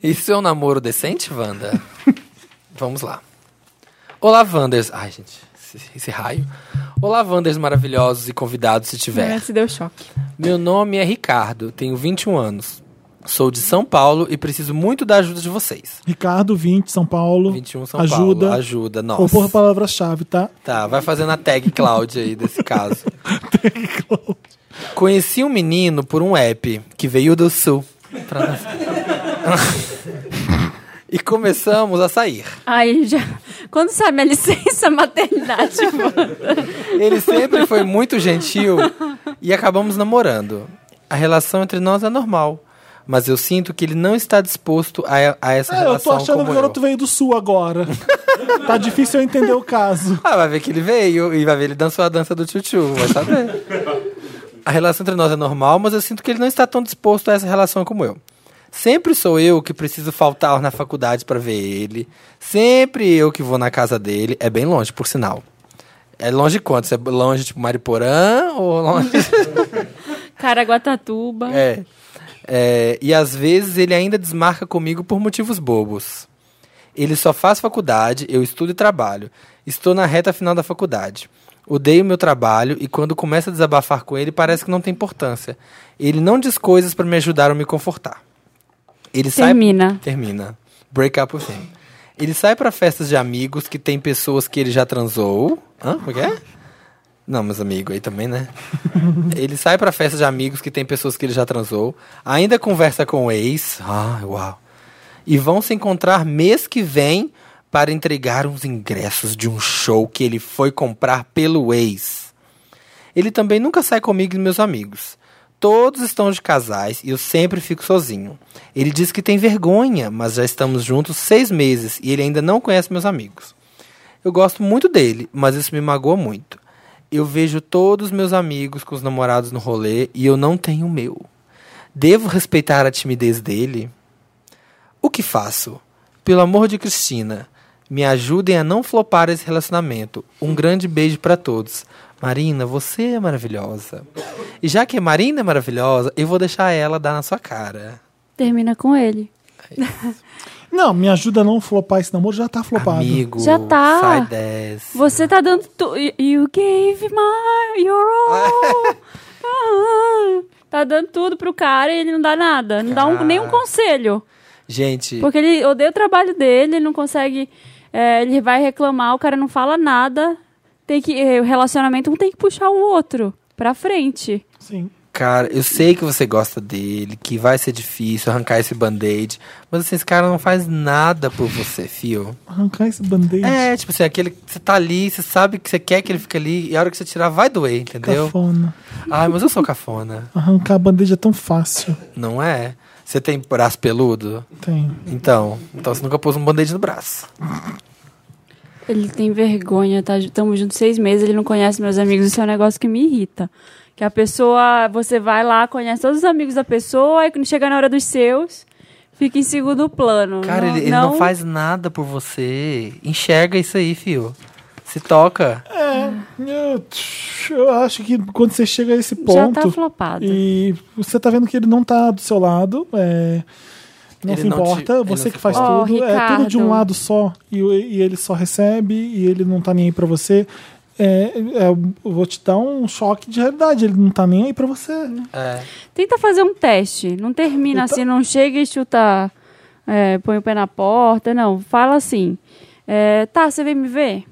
S2: Isso é um namoro decente, Wanda? Vamos lá. Olá, Wanders. Ai, gente, esse, esse raio. Olá, Wanders maravilhosos e convidados, se tiver.
S3: Né, Se deu choque.
S2: Meu nome é Ricardo, tenho 21 anos. Sou de São Paulo e preciso muito da ajuda de vocês.
S1: Ricardo, 20, São Paulo.
S2: 21 São
S1: ajuda,
S2: Paulo. Ajuda, nossa.
S1: Ou por palavra-chave, tá?
S2: Tá, vai fazendo a tag Cláudia aí desse caso. Conheci um menino por um app que veio do sul. pra nós. e começamos a sair.
S3: Aí já. Quando sai minha licença maternidade,
S2: Ele sempre foi muito gentil e acabamos namorando. A relação entre nós é normal. Mas eu sinto que ele não está disposto a, a essa
S1: É,
S2: relação.
S1: eu tô achando que
S2: como
S1: o
S2: eu.
S1: garoto veio do sul agora. tá difícil eu entender o caso.
S2: Ah, vai ver que ele veio e vai ver ele dançou a dança do tchutchu, vai saber. a relação entre nós é normal, mas eu sinto que ele não está tão disposto a essa relação como eu. Sempre sou eu que preciso faltar na faculdade para ver ele. Sempre eu que vou na casa dele. É bem longe, por sinal. É longe quanto? Isso É longe, tipo, Mariporã ou longe...
S3: Caraguatatuba.
S2: É. É, E às vezes ele ainda desmarca comigo por motivos bobos. Ele só faz faculdade, eu estudo e trabalho. Estou na reta final da faculdade. Odeio meu trabalho e quando começo a desabafar com ele, parece que não tem importância. Ele não diz coisas pra me ajudar ou me confortar. Ele sai
S3: Termina.
S2: termina. Break up with him. Ele sai pra festas de amigos que tem pessoas que ele já transou. Hã? Como que é? Não, mas amigo aí também, né? ele sai pra festa de amigos que tem pessoas que ele já transou. Ainda conversa com o ex. Ah, uau. E vão se encontrar mês que vem para entregar uns ingressos de um show que ele foi comprar pelo ex. Ele também nunca sai comigo e meus amigos. Todos estão de casais e eu sempre fico sozinho. Ele diz que tem vergonha, mas já estamos juntos seis meses e ele ainda não conhece meus amigos. Eu gosto muito dele, mas isso me magoa muito. Eu vejo todos meus amigos com os namorados no rolê e eu não tenho o meu. Devo respeitar a timidez dele? O que faço? Pelo amor de Cristina, me ajudem a não flopar esse relacionamento. Um grande beijo pra todos. Marina, você é maravilhosa. E já que a Marina é maravilhosa, eu vou deixar ela dar na sua cara.
S3: Termina com ele.
S1: Não, me ajuda a não flopar esse namoro, já tá flopado.
S2: Amigo,
S3: Já tá.
S2: sai dessa.
S3: Você tá dando. Tu... You gave my. Your all. Ah, tá dando tudo pro cara e ele não dá nada. Não dá um,
S1: Ah.
S3: nenhum conselho.
S2: Gente,
S3: Porque ele odeia o trabalho dele, ele não consegue. é, ele vai reclamar, o cara não fala nada. Tem que, é, o relacionamento um tem que puxar o outro pra frente.
S1: Sim.
S2: cara, eu sei que você gosta dele, que vai ser difícil arrancar esse band-aid, mas assim, esse cara não faz nada por você, fio.
S1: Arrancar esse band-aid.
S2: É, tipo assim, aquele que você tá ali, você sabe que você quer que ele fique ali, e a hora que você tirar vai doer, entendeu?
S1: Cafona.
S2: Ai, mas eu sou cafona.
S1: Arrancar a band-aid é tão fácil.
S2: Não é? Você tem braço peludo?
S1: Tem.
S2: Então, então você nunca pôs um band-aid no braço.
S3: Ele tem vergonha, tá? Estamos juntos seis meses, ele não conhece meus amigos. Isso é um negócio que me irrita. Que a pessoa, você vai lá, conhece todos os amigos da pessoa, e quando chega na hora dos seus, fica em segundo plano.
S2: Cara, ele, ele não faz nada por você. Enxerga isso aí, fio. Se toca.
S1: Eu, eu acho que quando você chega a esse ponto.
S3: Já tá flopado.
S1: E você tá vendo que ele não tá do seu lado. é, não
S2: Ele
S1: se
S2: não te-
S1: importa,
S2: ele não
S1: você
S2: se
S1: que faz
S3: importa.
S1: tudo.
S3: Ó,
S1: é tudo de um
S3: Ricardo.
S1: lado só. E, o- e ele só recebe, e ele não tá nem aí pra você. É, é, eu vou te dar um choque de realidade. Ele não tá nem aí pra você.
S2: É.
S3: Tenta fazer um teste. Não
S2: Então
S3: termina assim, não chega e chuta, é, põe o pé na porta, não. Fala assim. é, tá, você vem me ver?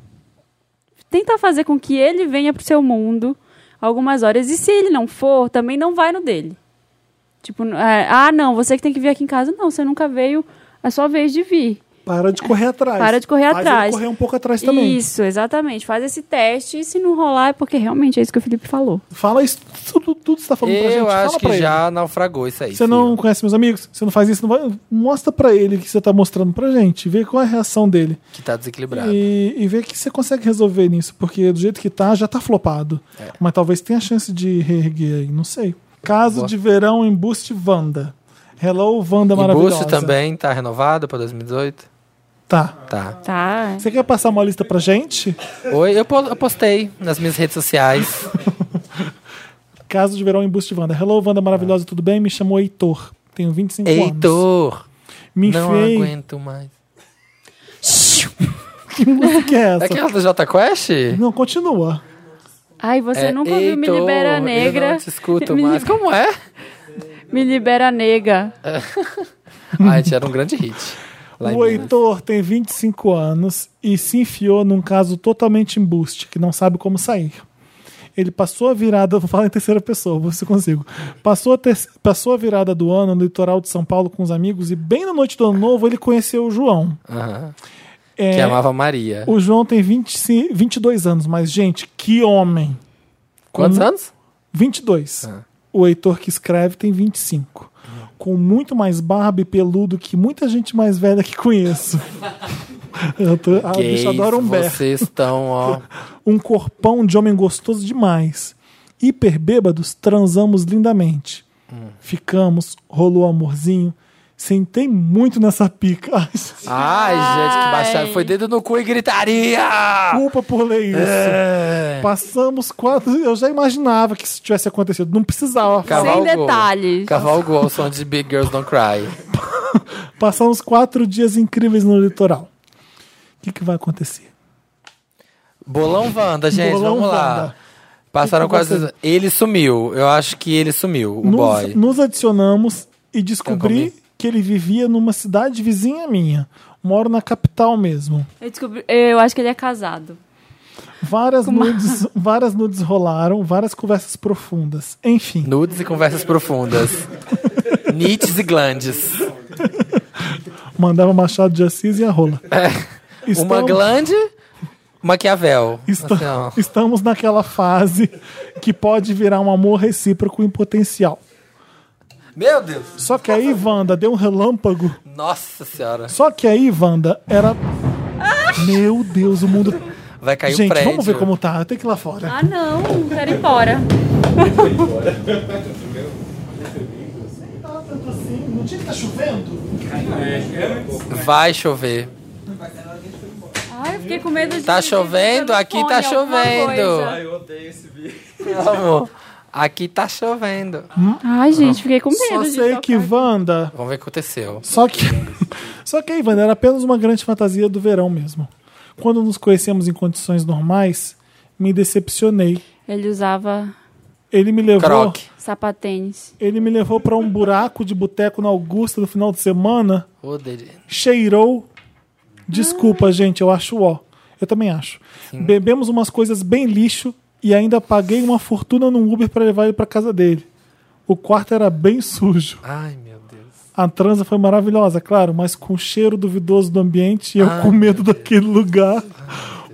S3: Tenta fazer com que ele venha pro seu mundo algumas horas. E se ele não for, também não vai no dele. Tipo, n- é, ah, não, você que tem que vir aqui em casa. Não, você nunca veio, é sua vez de vir.
S1: Para de correr atrás.
S3: Para de correr
S1: Faz ele
S3: atrás.
S1: correr um pouco atrás também.
S3: Isso, exatamente. Faz esse teste e se não rolar é porque realmente é isso que o Felipe falou.
S1: Fala isso, tudo, tudo que você tá falando pra gente.
S2: Eu
S1: Fala
S2: acho
S1: pra
S2: que
S1: ele.
S2: já naufragou isso aí.
S1: Você não
S2: fio.
S1: conhece meus amigos? Você não faz isso? Não vai... Mostra pra ele o que você tá mostrando pra gente. Vê qual é a reação dele.
S2: Que tá desequilibrado.
S1: E, e vê que você consegue resolver nisso. Porque do jeito que tá, já tá flopado.
S2: É.
S1: Mas talvez tenha chance de reerguer aí. Não sei. Caso
S2: Boa.
S1: de verão em Boost Wanda. Hello, Wanda
S2: E
S1: maravilhosa.
S2: Boost também tá renovado pra 2018?
S1: Tá.
S2: Tá.
S3: Tá.
S1: Você quer passar uma lista pra gente?
S2: Oi, eu po- eu postei nas minhas redes sociais.
S1: Caso de verão em Boost Wanda. Hello, Wanda maravilhosa, tudo bem? Me chamo Heitor. Tenho 25 anos.
S2: É. Heitor,
S1: Me
S2: não
S1: enfiei.
S2: aguento mais.
S1: Que música é essa?
S2: É aquela do Jota Quest?
S1: Não, continua.
S3: Ai, você
S2: É,
S3: nunca ouviu Me
S2: Heitor,
S3: Libera Negra.
S2: Eu não te escuto
S3: Me
S2: mais. Como é?
S3: Me libera nega.
S2: Ai, gente, era um grande hit. Lá em
S1: o
S2: Minas.
S1: Heitor tem 25 anos e se enfiou num caso totalmente embuste, que não sabe como sair. Ele passou a virada, vou falar em terceira pessoa, vou ver se eu consigo. Passou a, ter- passou a virada do ano no litoral de São Paulo com os amigos e bem na noite do ano novo ele conheceu o João.
S2: Aham.
S1: É,
S2: Que amava Maria.
S1: O João tem 25 22 anos, mas gente, que homem.
S2: Quantos
S1: Como-
S2: anos?
S1: 22.
S2: Ah.
S1: O Heitor que escreve tem 25. Com muito mais barba e peludo que muita gente mais velha que conheço. Eu tô, a bicha adora um berro.
S2: vocês estão, ó.
S1: Um corpão de homem gostoso demais. Hiper bêbados, transamos lindamente. Ficamos, rolou amorzinho. Sentei muito nessa pica. Ai,
S2: Ai, gente, que baixada. Foi dedo no cu e gritaria!
S1: Desculpa por ler isso.
S2: É.
S1: Passamos quatro. Eu já imaginava que isso tivesse acontecido. Não precisava.
S2: Cara,
S3: Sem
S2: Cavalgou.
S3: detalhes.
S2: Cavalgou ao som de Big Girls Don't Cry.
S1: Passamos quatro dias incríveis no litoral. O que, que vai acontecer?
S2: Bolão Wanda, gente,
S1: Bolão
S2: vamos lá.
S1: Wanda.
S2: Passaram
S1: O que que
S2: quase. Ele sumiu. Eu acho que ele sumiu, o Um boy.
S1: Nos, nos adicionamos e
S2: Então,
S1: descobri que ele vivia numa cidade vizinha minha. Moro na capital mesmo.
S3: Eu, descobri- eu acho que ele é casado.
S1: Várias nudes, várias nudes rolaram, várias conversas profundas. Enfim,
S2: Nudes e conversas profundas. Nietzsche e glandes.
S1: mandava Machado de Assis e a rola.
S2: É. Uma
S1: Estamos-
S2: glande, Maquiavel.
S1: Esta-
S2: Assim, ó.
S1: estamos naquela fase que pode virar um amor recíproco em potencial.
S2: Meu Deus!
S1: Só que aí, Wanda, deu um relâmpago.
S2: Nossa senhora.
S1: Só que aí, Wanda, era.
S3: Ah!
S1: Meu Deus, o mundo.
S2: Vai cair um
S1: Gente,
S2: prédio.
S1: vamos ver como tá. Eu tenho que ir lá fora.
S3: Ah, não, quero ir embora.
S1: Não tinha que tá chovendo? tá.
S2: Vai chover.
S3: Ai, eu fiquei com medo de.
S2: Tá
S3: de-
S2: chovendo?
S3: de- de-
S2: Aqui tá
S3: alguma
S2: chovendo.
S3: coisa.
S2: Amor, aqui tá chovendo.
S3: Ai, gente, fiquei com medo.
S1: Só
S3: de
S1: sei
S3: tocar.
S1: que Wanda.
S2: Vamos ver o que aconteceu.
S1: Só que. Só que aí, Wanda, era apenas uma grande fantasia do verão mesmo. Quando nos conhecemos em condições normais, me decepcionei.
S3: Ele usava
S1: Ele me levou.
S2: Croc.
S3: sapatênis.
S1: Ele me levou pra um buraco de boteco na Augusta no final de semana.
S2: Ô, Dede.
S1: cheirou.
S2: Ah.
S1: Desculpa, gente, eu acho ó. Eu também acho. Bebemos umas coisas bem lixo e ainda paguei uma fortuna num Uber para levar ele para casa dele. O quarto era bem sujo.
S2: Ai, meu Deus.
S1: A transa foi maravilhosa, claro, mas com o cheiro duvidoso do ambiente e
S2: Ah,
S1: eu com medo daquele lugar.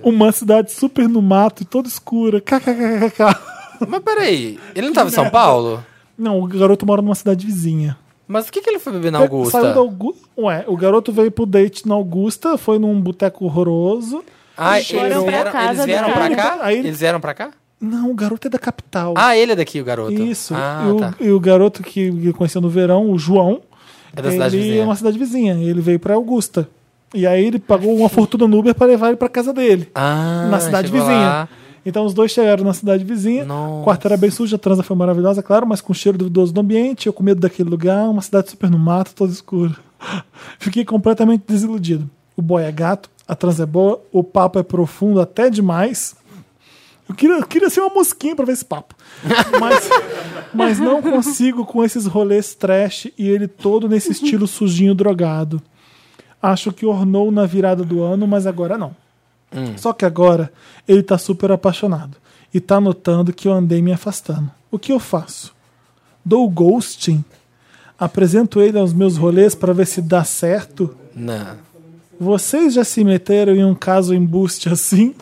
S1: Uma cidade super no mato e toda escura. KKKKK.
S2: Mas peraí, ele não tava em São Paulo?
S1: Não, o garoto mora numa cidade vizinha.
S2: Mas o que, que ele foi beber na Augusta?
S1: Saiu da Augusta. Ué, o garoto veio pro date na Augusta, foi num boteco horroroso.
S2: Ah, eles
S3: Foram pra
S2: vieram,
S3: casa
S2: eles
S3: do
S2: vieram pra
S3: cara.
S2: cá?
S1: Aí ele-
S2: Eles vieram pra cá?
S1: Não, o garoto é da capital.
S2: Ah, ele é daqui, o garoto.
S1: Isso.
S2: Ah,
S1: e, o,
S2: tá.
S1: e o garoto que eu conheci no verão, o João,
S2: É da cidade
S1: ele
S2: vizinha.
S1: é uma cidade vizinha. Ele veio pra Augusta. E aí ele pagou uma fortuna no Uber pra levar ele pra casa dele,
S2: Ah,
S1: na cidade
S2: chegou
S1: vizinha.
S2: lá.
S1: Então os dois chegaram na cidade vizinha.
S2: Nossa.
S1: O quarto era bem sujo, a transa foi maravilhosa, claro, mas com cheiro duvidoso do ambiente, eu com medo daquele lugar, uma cidade super no mato, toda escura. Fiquei completamente desiludido. O boy é gato, a transa é boa, o papo é profundo até demais. Eu queria, eu queria ser uma mosquinha pra ver esse papo. Mas, mas não consigo com esses rolês trash e ele todo nesse estilo sujinho drogado. Acho que ornou na virada do ano, mas agora não.
S2: Hum.
S1: Só que agora ele tá super apaixonado e tá notando que eu andei me afastando. O que eu faço? Dou ghosting? Apresento ele aos meus rolês pra ver se dá certo?
S2: Não.
S1: Vocês já se meteram em um caso embuste assim?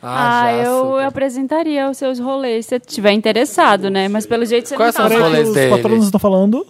S3: Ah,
S2: já,
S3: eu
S2: super.
S3: apresentaria os seus rolês se você estiver interessado, né? Mas pelo jeito você
S2: Quais
S3: não
S2: são
S3: tá.
S2: os
S1: Peraí que
S2: rolês
S1: os
S2: é dele.
S1: patronos estão falando.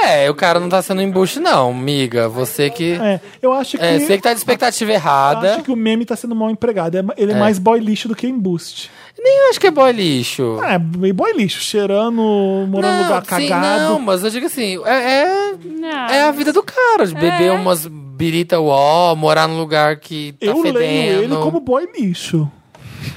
S2: É, o cara não tá sendo embuste, não, amiga. Você que.
S1: É, eu acho que.
S2: É, você que tá de expectativa
S1: eu
S2: errada.
S1: acho que o meme tá sendo mal empregado. É- Ele é, mais boy lixo do que embuste.
S2: Nem eu acho que é boy lixo.
S1: Ah, é meio boy lixo, cheirando, morando no um lugar
S2: sim,
S1: cagado.
S2: não, mas eu digo assim, é,
S3: Não.
S2: é, é a vida do cara, de beber
S3: Ah. É.
S2: umas birita uó, morar num lugar que tá
S1: eu
S2: fedendo.
S1: leio ele como boy lixo.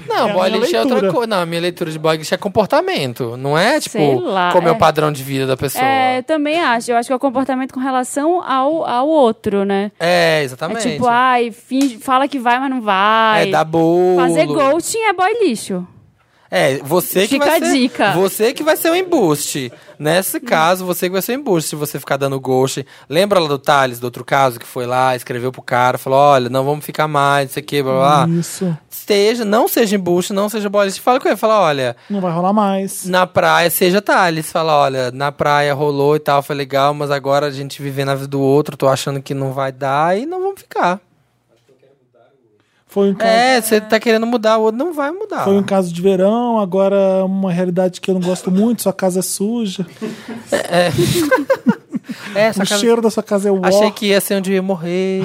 S2: Não,
S1: é a
S2: boy
S1: minha
S2: lixo é outra
S1: leitura.
S2: coisa. Não, a minha leitura de boy lixo é comportamento, não é tipo
S3: Sei lá,
S2: como é. o
S3: é.
S2: padrão de vida da pessoa.
S3: É,
S2: É,
S3: eu também acho. Eu acho que é o comportamento com relação ao, ao outro, né? É
S2: exatamente.
S3: tipo, ai, finge, fala que vai, mas não vai.
S2: É dar bolo.
S3: Fazer ghosting é boy lixo.
S2: É, você que
S3: Fica
S2: vai
S3: a
S2: ser,
S3: dica. Hum.
S2: Você que vai ser o embuste. Nesse caso, você que vai ser o embuste, se você ficar dando ghost. Lembra lá do Thales, do outro caso, que foi lá, escreveu pro cara, falou, olha, não vamos ficar mais, isso aqui, blá,
S3: Hum.
S2: blá, blá.
S1: Isso.
S2: Esteja, não seja embuste, não seja bolista. Fala com ele, fala, olha,
S1: Não vai rolar mais.
S2: na praia, seja Thales. Fala, olha, na praia rolou e tal, foi legal, mas agora a gente vivendo a vida do outro, tô achando que não vai dar e não vamos ficar.
S1: Foi um caso,
S2: É, você tá querendo mudar, o outro não vai mudar.
S1: foi um caso de verão, agora é uma realidade que eu não gosto muito, sua casa é suja.
S2: É, só
S1: o
S2: que a-
S1: cheiro da sua casa é o
S2: Achei que ia ser onde eu ia morrer.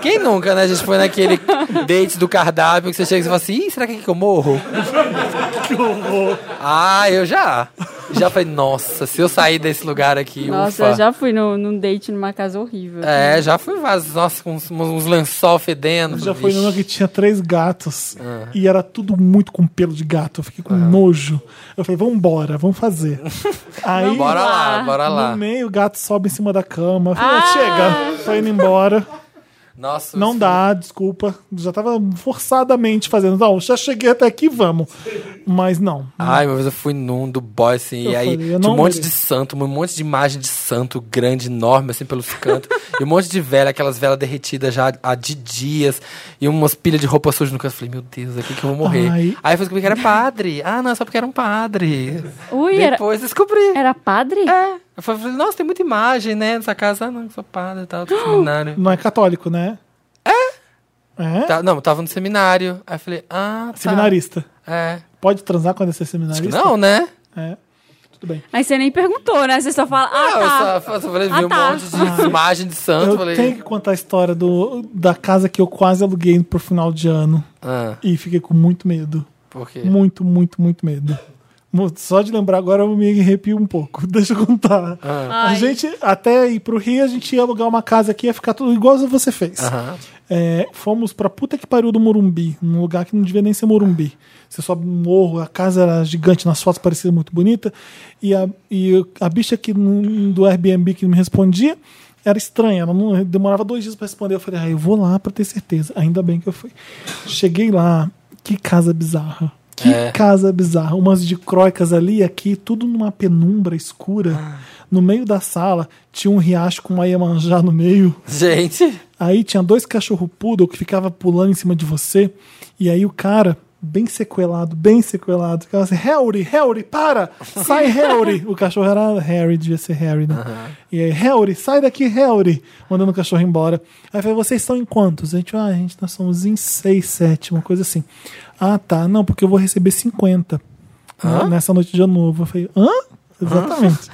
S2: Quem nunca, né? A gente foi naquele date do cardápio que você chega e você fala assim: Ih, será que é aqui que eu morro? que horror. Ah, eu já. Já falei, nossa, se eu sair desse lugar aqui,
S3: Nossa,
S2: ufa.
S3: eu já fui no, num date numa casa horrível.
S2: É, já fui vários, nossa, com uns, uns lençol fedendo.
S1: Já foi
S2: Ixi.
S1: numa que tinha três gatos
S2: Ah.
S1: e era tudo muito com pelo de gato. Eu fiquei com nojo. Eu falei, vamos embora, vamos fazer. Aí,
S2: Bora lá,
S3: lá.
S2: bora lá.
S1: no meio, o gato sobe em cima da cama. Eu falei,
S3: Ah!
S1: chega, tô indo embora.
S2: Nossa,
S1: Não
S2: isso-
S1: dá, desculpa. Já tava forçadamente fazendo. Não, já cheguei até aqui, vamos. Mas não.
S2: Ai, uma vez eu fui num do boy, assim,
S1: Eu
S2: e aí
S1: falei, eu
S2: tinha
S1: não
S2: um monte
S1: mereço.
S2: de santo, um monte de imagem de santo grande, enorme, assim, pelos cantos. e um monte de vela, aquelas velas derretidas já há de dias, e umas pilhas de roupa suja no canto. Eu falei, meu Deus, aqui que eu vou morrer.
S1: Ai.
S2: Aí eu descobri que era padre. Ah, não, só porque era um padre.
S3: Ui, era,
S2: Depois descobri.
S3: era padre?
S2: É. Eu falei, nossa, tem muita imagem, né, nessa casa. Ah, não, sou padre e tal, tô no seminário.
S1: Não é católico, né? É?
S2: Tá- não, eu tava no seminário. Aí eu falei, ah, tá.
S1: Seminarista.
S2: É.
S1: Pode transar quando é ser
S2: Acho que
S1: seminarista?
S2: não, né?
S1: É. Tudo bem.
S3: Aí você nem perguntou, né? Você só fala,
S2: Não, eu só,
S3: ah, tá.
S2: só falei,
S3: Ah,
S2: vi um
S3: tá.
S2: monte de imagem de santo.
S1: Eu
S2: falei,
S1: tenho que contar a história do, da casa que eu quase aluguei pro final de ano.
S2: ah,
S1: E fiquei com muito medo.
S2: por quê?
S1: Muito, muito, muito medo. Mu- Só de lembrar agora eu me arrepio um pouco. Deixa eu contar. A
S2: Ah.
S3: Ai.
S1: gente, até ir pro Rio, a gente ia alugar uma casa aqui, ia ficar tudo igual você fez.
S2: Aham.
S1: É, fomos pra puta que pariu do Morumbi, um lugar que não devia nem ser Morumbi. Você sobe um morro, a casa era gigante, nas fotos parecia muito bonita. E a, e a bicha que, não- do Airbnb que me respondia era estranha, ela não, demorava dois dias pra responder. Eu falei, ah, eu vou lá pra ter certeza. Ainda bem que eu fui. Cheguei lá, que casa bizarra. Que
S2: É.
S1: casa bizarra. Umas de croicas ali e aqui, tudo numa penumbra escura. No meio da sala tinha um riacho com uma Iemanjá no meio.
S2: Gente,
S1: Aí tinha dois cachorro poodle que ficava pulando em cima de você. E aí o cara, bem sequelado, bem sequelado, ficava assim: Harry, Harry, para! Sai, Harry! O cachorro era Harry, devia ser Harry, né? E aí, Harry, sai daqui, Harry! Mandando o cachorro embora. Aí eu falei: vocês são em quantos? A gente, ah, a gente, nós somos em seis, sete, uma coisa assim. Ah, tá, não, porque eu vou receber 50 né, nessa noite de ano novo. Eu falei: hã? Exatamente.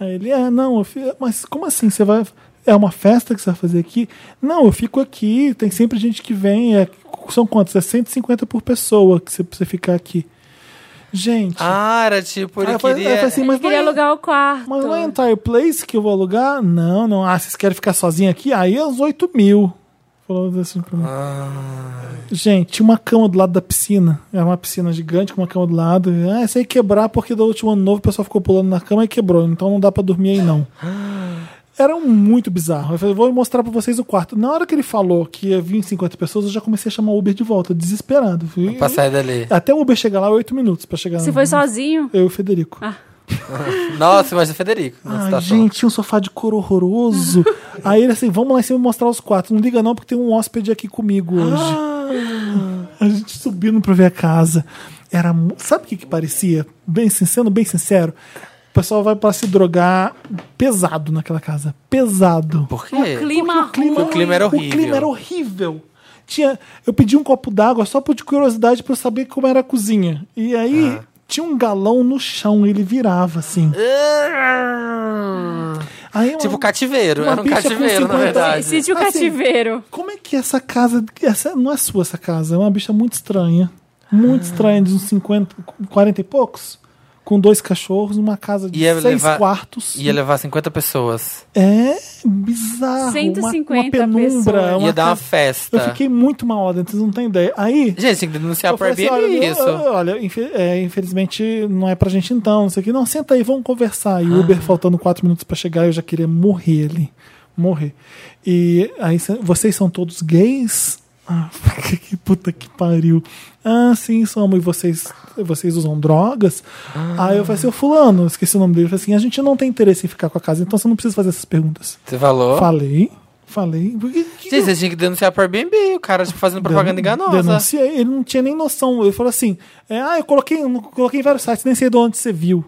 S1: Aí ele, ah, não, eu fi- mas como assim? Você vai. É uma festa que você vai fazer aqui? Não, eu fico aqui, tem sempre gente que vem. é- são quantos? É 150 por pessoa que você precisa ficar aqui. Gente.
S2: ah, era tipo, ele
S1: aí eu falei- aí eu
S2: queria...
S1: falei assim,
S3: Ele
S1: mas não
S3: queria
S1: é-
S3: alugar o quarto.
S1: mas não é entire place que eu vou alugar? Não, não. Ah, vocês querem ficar sozinho aqui? Aí é uns 8 mil. Falou assim pra mim. Gente, tinha uma cama do lado da piscina. Era uma piscina gigante com uma cama do lado. Ah, essa aí quebrar porque do último ano novo o pessoal ficou pulando na cama e quebrou. Então não dá pra dormir aí não. Era um muito bizarro. Eu falei, vou mostrar pra vocês o quarto. Na hora que ele falou que ia vir 50 pessoas, eu já comecei a chamar o Uber de volta, desesperado. Fui-
S2: Pra sair dali.
S1: Até o Uber chegar lá, 8 minutos pra chegar
S3: Você
S1: lá.
S3: foi sozinho?
S1: Eu e o Federico.
S2: Nossa, imagina o Federico. na
S1: Ai,
S2: situação.
S1: gente, um sofá de cor horroroso. Aí ele assim, vamos lá em cima mostrar os quatro. Não liga não, porque tem um hóspede aqui comigo hoje.
S2: Ah.
S1: A gente subindo pra ver a casa. Era, mu- sabe o que que parecia? Bem sincero, bem sincero. O pessoal vai pra se drogar pesado naquela casa. Pesado.
S2: Por quê?
S3: Clima
S1: clima-
S2: O clima era
S1: O
S2: horrível.
S1: clima era horrível. Tinha, eu pedi um copo d'água só por de curiosidade pra eu saber como era a cozinha. E aí
S2: Ah.
S1: tinha um galão no chão, ele virava assim. Aí eu-
S2: Tipo cativeiro,
S1: Uma
S2: era um
S1: bicha com
S2: cativeiro, na
S1: 50
S2: verdade.
S3: Sítio
S1: Assim,
S3: cativeiro.
S1: Como é que essa casa. Essa não é sua essa casa, é uma bicha muito estranha.
S2: Ah.
S1: Muito estranha, de uns 50, 40 e poucos. Com dois cachorros, numa casa de
S2: Ia
S1: seis
S2: levar-
S1: quartos.
S2: Ia levar 50 pessoas.
S1: É bizarro. 150 uma,
S3: 150
S1: penumbra.
S3: pessoas.
S1: É uma
S2: Ia dar uma
S1: casa-
S2: festa.
S1: Eu fiquei muito mal hora, vocês não têm ideia. Aí.
S2: Gente, tem que denunciar
S1: eu
S2: pro
S1: falei assim,
S2: Airbnb
S1: olha,
S2: Tá isso.
S1: eu- eu- olha, infe- é, infelizmente não é pra gente então, não sei o que. Não, senta aí, vamos conversar. E o
S2: Ah.
S1: Uber faltando quatro minutos pra chegar, eu já queria morrer ali. Morrer. E aí, cê- vocês são todos gays? Ah, que puta que pariu. Ah, sim, somos. E vocês, vocês usam drogas?
S2: Ah.
S1: Aí eu falei assim, ô fulano, esqueci o nome dele. Eu falei assim, a gente não tem interesse em ficar com a casa, então você não precisa fazer essas perguntas.
S2: Você falou?
S1: Falei, falei. Por que- que-
S2: Gente, você tinha que denunciar pro Airbnb, o cara tipo, fazendo propaganda enganosa.
S1: Denunciei, ele não tinha nem noção. Ele falou assim: é, ah, eu coloquei, eu coloquei em vários sites, nem sei de onde você viu.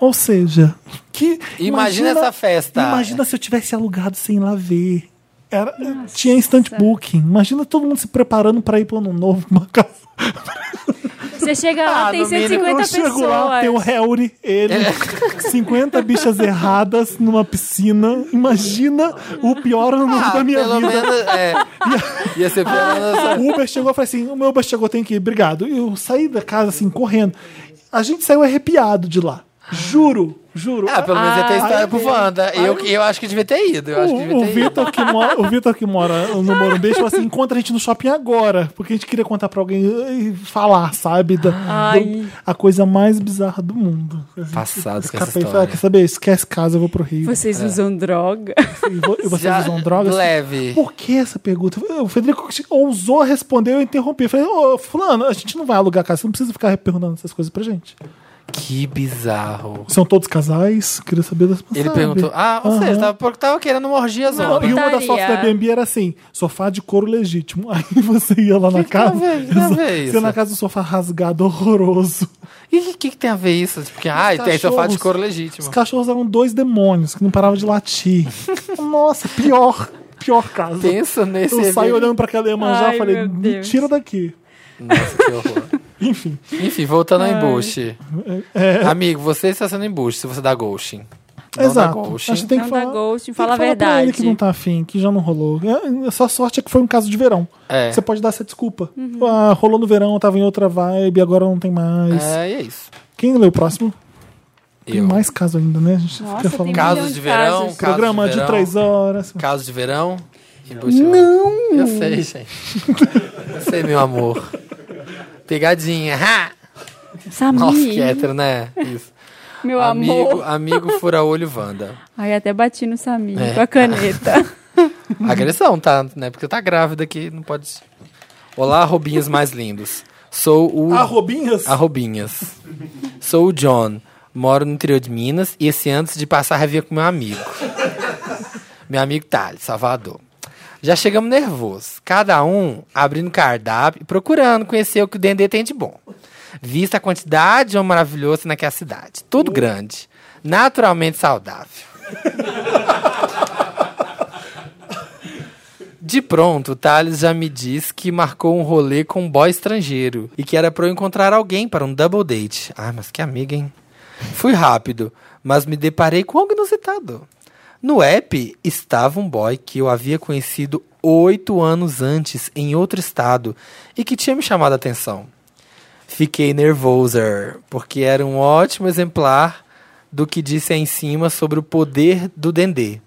S1: Ou seja, que.
S2: Ah. Imagina essa festa.
S1: Imagina se eu tivesse alugado sem lá ver. Era, eh, tinha instant booking. Imagina todo mundo se preparando pra ir pro ano novo, pra uma casa.
S3: Você chega lá,
S2: Ah,
S3: tem
S2: no mínimo,
S3: 150
S1: eu
S3: pessoas.
S1: chego lá,
S2: um
S1: tem o Harry, ele,
S2: É.
S1: 50 bichas erradas numa piscina. Imagina o pior ano novo
S2: Ah,
S1: da minha
S2: pelo
S1: vida.
S2: menos, é. Ia ser pelo menos...
S1: O Uber chegou, eu falei assim: o meu Uber chegou, tem que ir, obrigado. E eu saí da casa assim, correndo. A gente saiu arrepiado de lá. Juro, juro.
S2: Ah, pelo menos ia ter história pro Wanda. Eu, eu acho que devia ter ido. Eu acho que
S1: O, o
S2: devia ter ido.
S1: Vitor que mora, o Vitor que mora no Morumbi falou assim, encontra a gente no shopping agora, porque a gente queria contar pra alguém eh, e falar, sabe? Da,
S3: Ai.
S1: do- a coisa mais bizarra do mundo.
S2: Passado com essa
S1: Escapei e falei, ah,
S2: história.
S1: quer saber? Esquece casa, eu vou pro Rio.
S2: É.
S3: Vocês usam droga?
S1: E, vo- e vocês
S2: Já
S1: usam drogas?
S2: Leve.
S1: Por que essa pergunta? O Federico ousou responder, eu interrompi. Eu falei, ô, fulano, a gente não vai alugar casa, você não precisa ficar perguntando essas coisas pra gente.
S2: Que bizarro.
S1: São todos casais? Queria saber das
S2: Ele
S1: sabe?
S2: perguntou. Ah, ou seja,
S1: Aham.
S2: tava, porque tava querendo uma orgia
S1: Não,
S2: zona.
S1: e uma das
S3: Putaria.
S1: fotos da Airbnb era assim, sofá de couro legítimo. Aí você ia lá na casa,
S2: tem a ver? Que tem a ver
S1: você ia na
S2: isso?
S1: casa do sofá rasgado, horroroso.
S2: E o que, que tem a ver isso? Porque, ah, tem sofá de
S1: cachorros-
S2: couro
S1: Os
S2: legítimo.
S1: cachorros eram dois demônios que não paravam de latir. Nossa, pior, pior caso.
S2: Pensa nesse.
S1: Eu saí
S2: evento.
S1: olhando pra aquela Iemanjá
S3: Ai,
S1: e falei,
S3: meu
S1: me
S3: Deus.
S1: tira daqui.
S2: Nossa, que horror.
S1: Enfim, É,
S2: Enfim, voltando ao embuste. Amigo, você está sendo embuste se você dá ghosting. Não
S1: exato.
S2: Dá
S1: Acho
S2: ghosting.
S1: que tem que
S3: Não dá
S1: falar...
S3: ghosting,
S1: tem que
S3: fala
S1: falar
S3: a
S1: Pra ele
S3: verdade.
S1: que não tá afim, que já não rolou. É, A sua sorte é que foi um caso de verão.
S2: É.
S1: Você pode dar essa desculpa.
S3: Uhum.
S1: Ah, rolou no verão, eu tava em outra vibe, agora não tem mais.
S2: É, e é isso.
S1: Quem leu o próximo? Tem
S2: Eu.
S1: mais caso ainda, né? A gente
S3: Nossa,
S1: fica
S3: tem
S1: falando.
S3: milhão
S2: Casos de verão,
S3: casos.
S2: casos
S1: Programa de,
S2: verão,
S1: três horas.
S2: Casos de verão. Embuste. Não! Eu sei, gente. Eu sei, meu amor. Pegadinha. Ha!
S3: Samir,
S2: Nossa, que hétero, né? Isso.
S3: meu
S2: amigo,
S3: amor.
S2: amigo fura-olho Wanda.
S3: Ai, até bati no Samir
S2: É.
S3: com a caneta.
S2: Agressão, tá? Né? Porque tá grávida aqui, não pode. Olá, robinhos mais lindos. Sou o.
S1: Arrobinhas?
S2: Arrobinhas. Sou o John. Moro no interior de Minas e esse ano decidi passar a revia com meu amigo. meu amigo Thales, Salvador. Já chegamos nervosos, cada um abrindo cardápio e procurando conhecer o que o Dendê tem de bom. Vista a quantidade de homem maravilhoso naquela cidade. Tudo grande, naturalmente saudável. De pronto, o Thales já me diz que marcou um rolê com um boy estrangeiro e que era pra eu encontrar alguém para um double date. Ah, mas que amiga, hein? Fui rápido, mas me deparei com algo inusitado. No app estava um boy que eu havia conhecido oito anos antes em outro estado e que tinha me chamado a atenção. Fiquei nervosa, porque era um ótimo exemplar do que disse aí em cima sobre o poder do Dendê.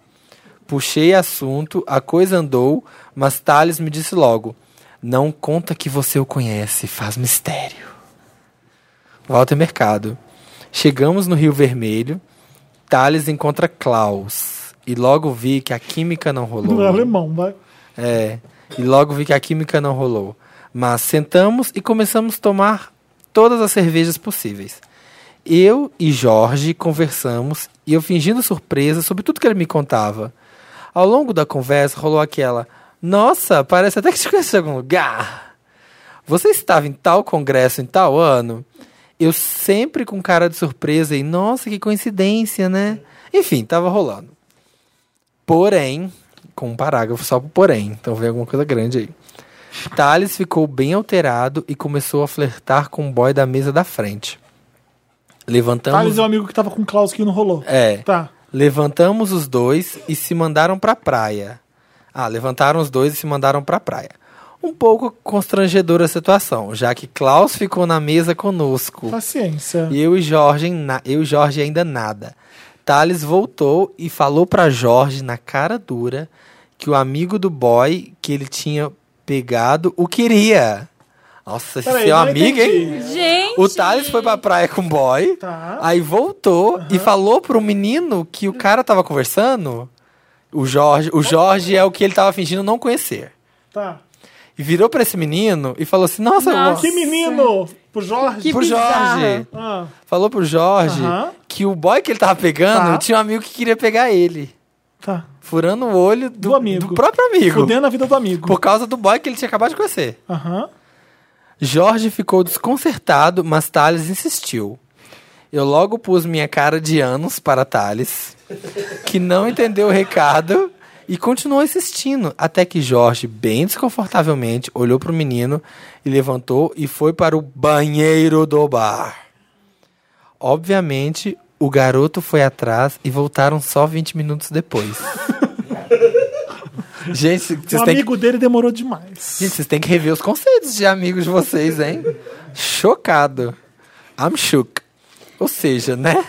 S2: Puxei assunto, a coisa andou, mas Thales me disse logo: Não conta que você o conhece, faz mistério. Walter Mercado. Chegamos no Rio Vermelho, Thales encontra Klaus. E logo vi que a química não rolou.
S1: Não é alemão, vai.
S2: É, e logo vi que a química não rolou. Mas sentamos e começamos a tomar todas as cervejas possíveis. Eu e Jorge conversamos e eu fingindo surpresa sobre tudo que ele me contava. Ao longo da conversa rolou aquela: Nossa, parece até que te conheço de algum lugar. Você estava em tal congresso em tal ano? Eu sempre com cara de surpresa e nossa, que coincidência, né? Enfim, tava rolando. Porém, com um parágrafo só pro porém, então veio alguma coisa grande aí. Thales ficou bem alterado e começou a flertar com o boy da mesa da frente. Levantamos.
S1: Thales é o amigo que tava com o Klaus que não rolou.
S2: É.
S1: Tá.
S2: Levantamos os dois e se mandaram pra praia. Ah, levantaram os dois e se mandaram pra praia. Um pouco constrangedora a situação, já que Klaus ficou na mesa conosco.
S1: Paciência.
S2: E eu e Jorge, em na- eu e Jorge ainda nada. Thales voltou e falou pra Jorge na cara dura que o amigo do boy que ele tinha pegado o queria. Nossa, esse
S1: Peraí,
S2: seu
S1: não
S2: amigo, hein? Ah.
S1: entendi.
S3: Gente!
S2: O Thales foi pra praia com o boy,
S1: Tá.
S2: aí voltou e falou pro menino que o cara tava conversando. O Jorge, o Jorge é o que ele tava fingindo não conhecer.
S1: Tá.
S2: E virou pra esse menino e falou assim: Nossa,
S3: Nossa.
S2: eu-
S1: Que menino! Pro Jorge?
S3: Que
S2: pro
S3: bizarro.
S2: Jorge.
S1: Ah,
S2: Falou pro Jorge
S1: Aham.
S2: que o boy que ele tava pegando
S1: Tá.
S2: tinha um amigo que queria pegar ele.
S1: tá.
S2: Furando o olho do,
S1: Do amigo.
S2: do próprio amigo.
S1: Fudendo a vida do amigo.
S2: Por causa do boy que ele tinha acabado de conhecer.
S1: Aham.
S2: Jorge ficou desconcertado, mas Thales insistiu. Eu logo pus minha cara de anos para Thales, que não entendeu o recado e continuou insistindo, até que Jorge, bem desconfortavelmente, olhou para o menino e levantou e foi para o banheiro do bar. Obviamente, o garoto foi atrás e voltaram só 20 minutos depois. Gente, vocês
S1: O
S2: têm que
S1: Um amigo dele demorou demais.
S2: Gente, vocês têm que rever os conceitos de amigos de vocês, hein? Chocado. I'm shook. Ou seja, né?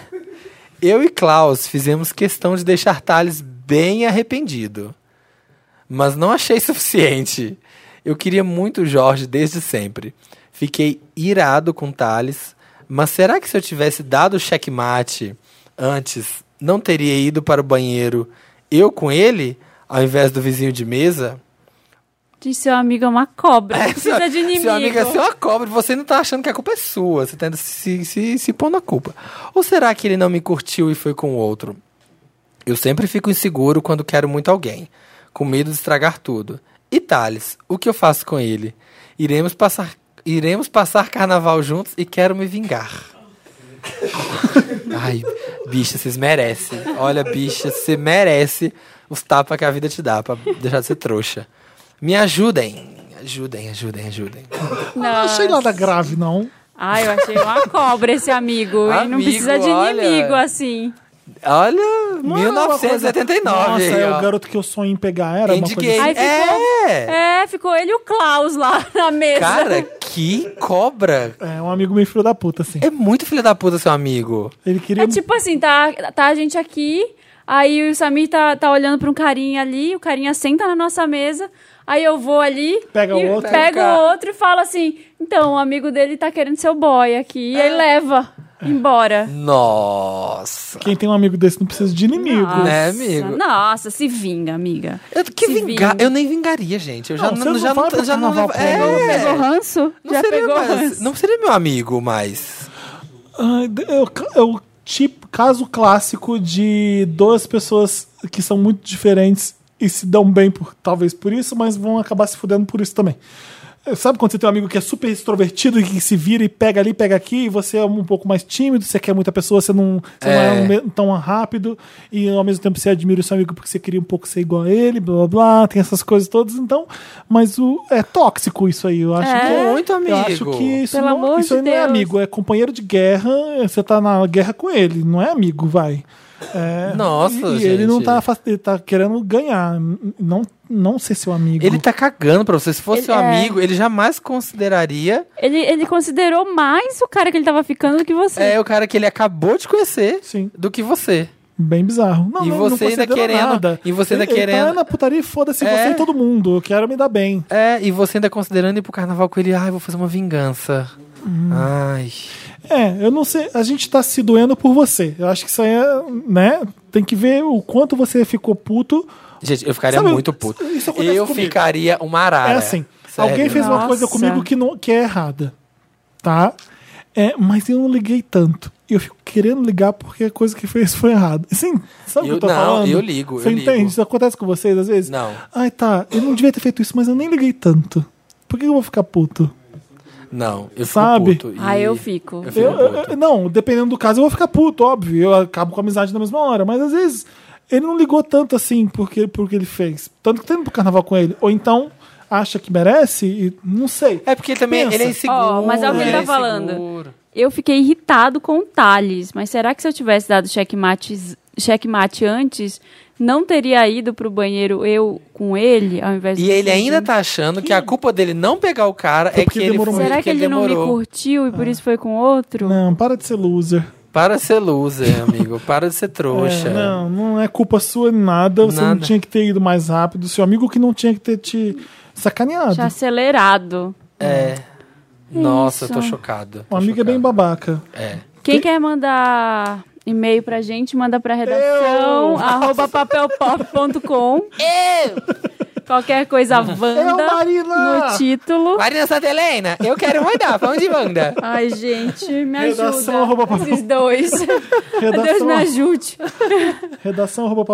S2: Eu e Klaus fizemos questão de deixar Thales bem arrependido. Mas não achei suficiente. Eu queria muito o Jorge desde sempre. Fiquei irado com Thales. Mas será que se eu tivesse dado o checkmate antes, não teria ido para o banheiro eu com ele, ao invés do vizinho de mesa?
S3: Gente, seu amigo é uma cobra.
S2: É,
S3: precisa
S2: seu-
S3: de inimigo.
S2: Seu amigo é seu uma cobra, você não tá achando que a culpa é sua. Você tá indo se, se, se pondo a culpa. Ou será que ele não me curtiu e foi com outro? Eu sempre fico inseguro quando quero muito alguém, com medo de estragar tudo. E Thales, o que eu faço com ele? Iremos passar, iremos passar carnaval juntos e quero me vingar. Ai, bicha, vocês merecem. Olha, bicha, você merece os tapas que a vida te dá pra deixar de ser trouxa. Me ajudem. Ajudem, ajudem, ajudem.
S1: Não achei nada grave, não.
S3: Ai, eu achei uma cobra esse amigo. Ele não
S2: Amigo,
S3: precisa de
S2: olha.
S3: inimigo assim.
S2: Olha,
S1: Não era uma coisa-
S2: 1979.
S1: Nossa,
S2: aí,
S1: é
S2: ó.
S1: o garoto que eu sonhei em pegar. Era uma
S2: Indie
S1: coisa assim.
S2: gay.
S3: Aí ficou-
S2: É!
S3: É, ficou ele e o Klaus lá na mesa.
S2: Cara, que cobra!
S1: assim. É, um amigo meio filho da puta, assim.
S2: É muito filho da puta, seu amigo.
S1: Ele queria...
S3: É tipo assim, tá, tá a gente aqui, aí o Samir tá, tá olhando pra um carinha ali, o carinha senta na nossa mesa, aí eu vou ali...
S1: Pega o
S3: e
S1: outro.
S3: Pego
S2: Pega.
S3: o outro e falo assim, então, o amigo dele tá querendo seu boy aqui, e aí leva embora.
S2: Nossa!
S1: Quem tem um amigo desse não precisa de inimigo.
S3: Nossa,
S2: Né, amigo?
S3: Nossa, se vinga, amiga.
S2: Eu, que
S3: Se
S2: vingar?
S3: vinga.
S2: Eu nem vingaria, gente. Eu já
S1: Não,
S2: não,
S1: você não
S2: já
S1: vai
S2: não,
S1: pro
S2: já não
S1: carnaval
S2: levo-
S1: com ele.
S2: É,
S3: Pegou ranço?
S2: não
S3: Já
S2: seria,
S3: pegou
S2: mais,
S3: ranço?
S2: não seria meu amigo, mas.
S1: Ai, é, o, é o tipo, caso clássico de duas pessoas que são muito diferentes e se dão bem, por, talvez por isso, mas vão acabar se fudendo por isso também. É, Sabe quando você tem um amigo que é super extrovertido e que se vira e pega ali, pega aqui, e você é um pouco mais tímido, você quer muita pessoa, você não, você
S2: É.
S1: não é um me- tão rápido, e ao mesmo tempo você admira o seu amigo porque você queria um pouco ser igual a ele, blá blá blá, tem essas coisas todas, então. Mas o, é tóxico isso aí, eu acho.
S3: É.
S1: que-
S2: Muito
S1: eu
S2: amigo.
S1: acho que isso,
S3: Pelo
S1: não,
S3: amor
S1: isso
S3: de
S1: aí não é
S3: Deus.
S1: amigo, é companheiro de guerra, você tá na guerra com ele, não é amigo, vai. É,
S2: Nossa,
S1: e,
S2: gente.
S1: E ele não tá, fa- ele tá querendo ganhar, n- não, não ser seu amigo.
S2: Ele tá cagando pra você. Se fosse
S3: Ele-
S2: seu
S3: é.
S2: amigo, ele jamais consideraria
S3: Ele, ele considerou mais o cara que ele tava ficando do que você.
S2: é, o cara que ele acabou de conhecer
S1: Sim,
S2: do que você.
S1: bem bizarro. Não,
S2: E
S1: não-
S2: você
S1: não
S2: ainda
S1: considera
S2: querendo-
S1: Nada.
S2: e você ainda
S1: Ele- ele Tá
S2: querendo-
S1: na putaria e foda-se
S2: É.
S1: você e todo mundo, eu quero me dar bem.
S2: É, e você ainda considerando ir pro carnaval com ele, ai, vou fazer uma vingança.
S1: Hum.
S2: Ai.
S1: É, eu não sei, a gente tá se doendo por você. Eu acho que isso aí é, né, tem que ver o quanto você ficou puto.
S2: Gente, eu ficaria
S1: Sabe,
S2: muito puto.
S1: isso acontece
S2: Eu
S1: comigo.
S2: ficaria uma arara.
S1: É assim,
S2: Sério. né?
S1: alguém fez uma
S3: Nossa.
S1: coisa comigo que, não, que é errada, tá? É, mas eu não liguei tanto. Eu fico querendo ligar porque a coisa que fez foi errada. Sim, sabe o que
S2: Eu-
S1: eu tô
S2: não,
S1: falando?
S2: eu ligo,
S1: Você
S2: eu
S1: entende?
S2: ligo.
S1: Isso acontece com vocês às vezes?
S2: Não.
S1: Ai, tá, eu não devia ter feito isso, mas eu nem liguei tanto. Por que eu vou ficar puto?
S2: Não, eu fico
S1: Sabe?
S2: puto. e-
S3: Ah, eu fico.
S2: Eu fico
S1: Eu- eu-
S2: puto.
S1: eu- não, dependendo do caso, eu vou ficar puto, óbvio. Eu acabo com a amizade na mesma hora. Mas às vezes ele não ligou tanto assim porque, porque ele fez. Tanto que tá indo pro carnaval com ele. Ou então acha que merece e não sei.
S2: É porque também
S1: Pensa.
S2: ele é inseguro.
S3: Ó, mas olha o que ele tá
S2: é
S3: falando.
S2: inseguro.
S3: Eu fiquei irritado com o Thales, mas será que se eu tivesse dado checkmate, checkmate antes, não teria ido pro banheiro eu com ele, ao invés
S2: E
S3: do
S2: ele
S3: Cid?
S2: ainda tá achando que a culpa dele não pegar o cara
S1: Foi
S2: é
S1: porque
S2: que ele
S1: demorou
S2: foi,
S3: Será que,
S2: que
S3: ele não me
S2: demorou.
S3: curtiu e por isso foi com outro?
S1: Não, para de ser loser.
S2: Para de ser loser, amigo. Para de ser trouxa.
S1: É, não, não é culpa sua em nada. Você não
S2: Nada.
S1: tinha que ter ido mais rápido. Seu amigo que não tinha que ter te sacaneado.
S3: Já Tá acelerado.
S2: É. Nossa, eu tô
S3: Isso.
S2: chocado. Tô
S1: Uma amiga Um bem
S2: chocado.
S1: babaca.
S2: É.
S3: Quem quer mandar e-mail pra gente, manda pra redação,
S1: Eu!
S3: arroba papelpop.com. Qualquer
S2: É
S3: coisa Wanda
S1: Eu, Marina!
S3: no título.
S2: Marina Santa Helena, eu quero mandar. Pra onde manda?
S3: Ai, gente, me ajuda.
S1: Redação arroba papel-
S3: Esses dois. Deus
S1: Redação,
S3: me ajude.
S1: redação arroba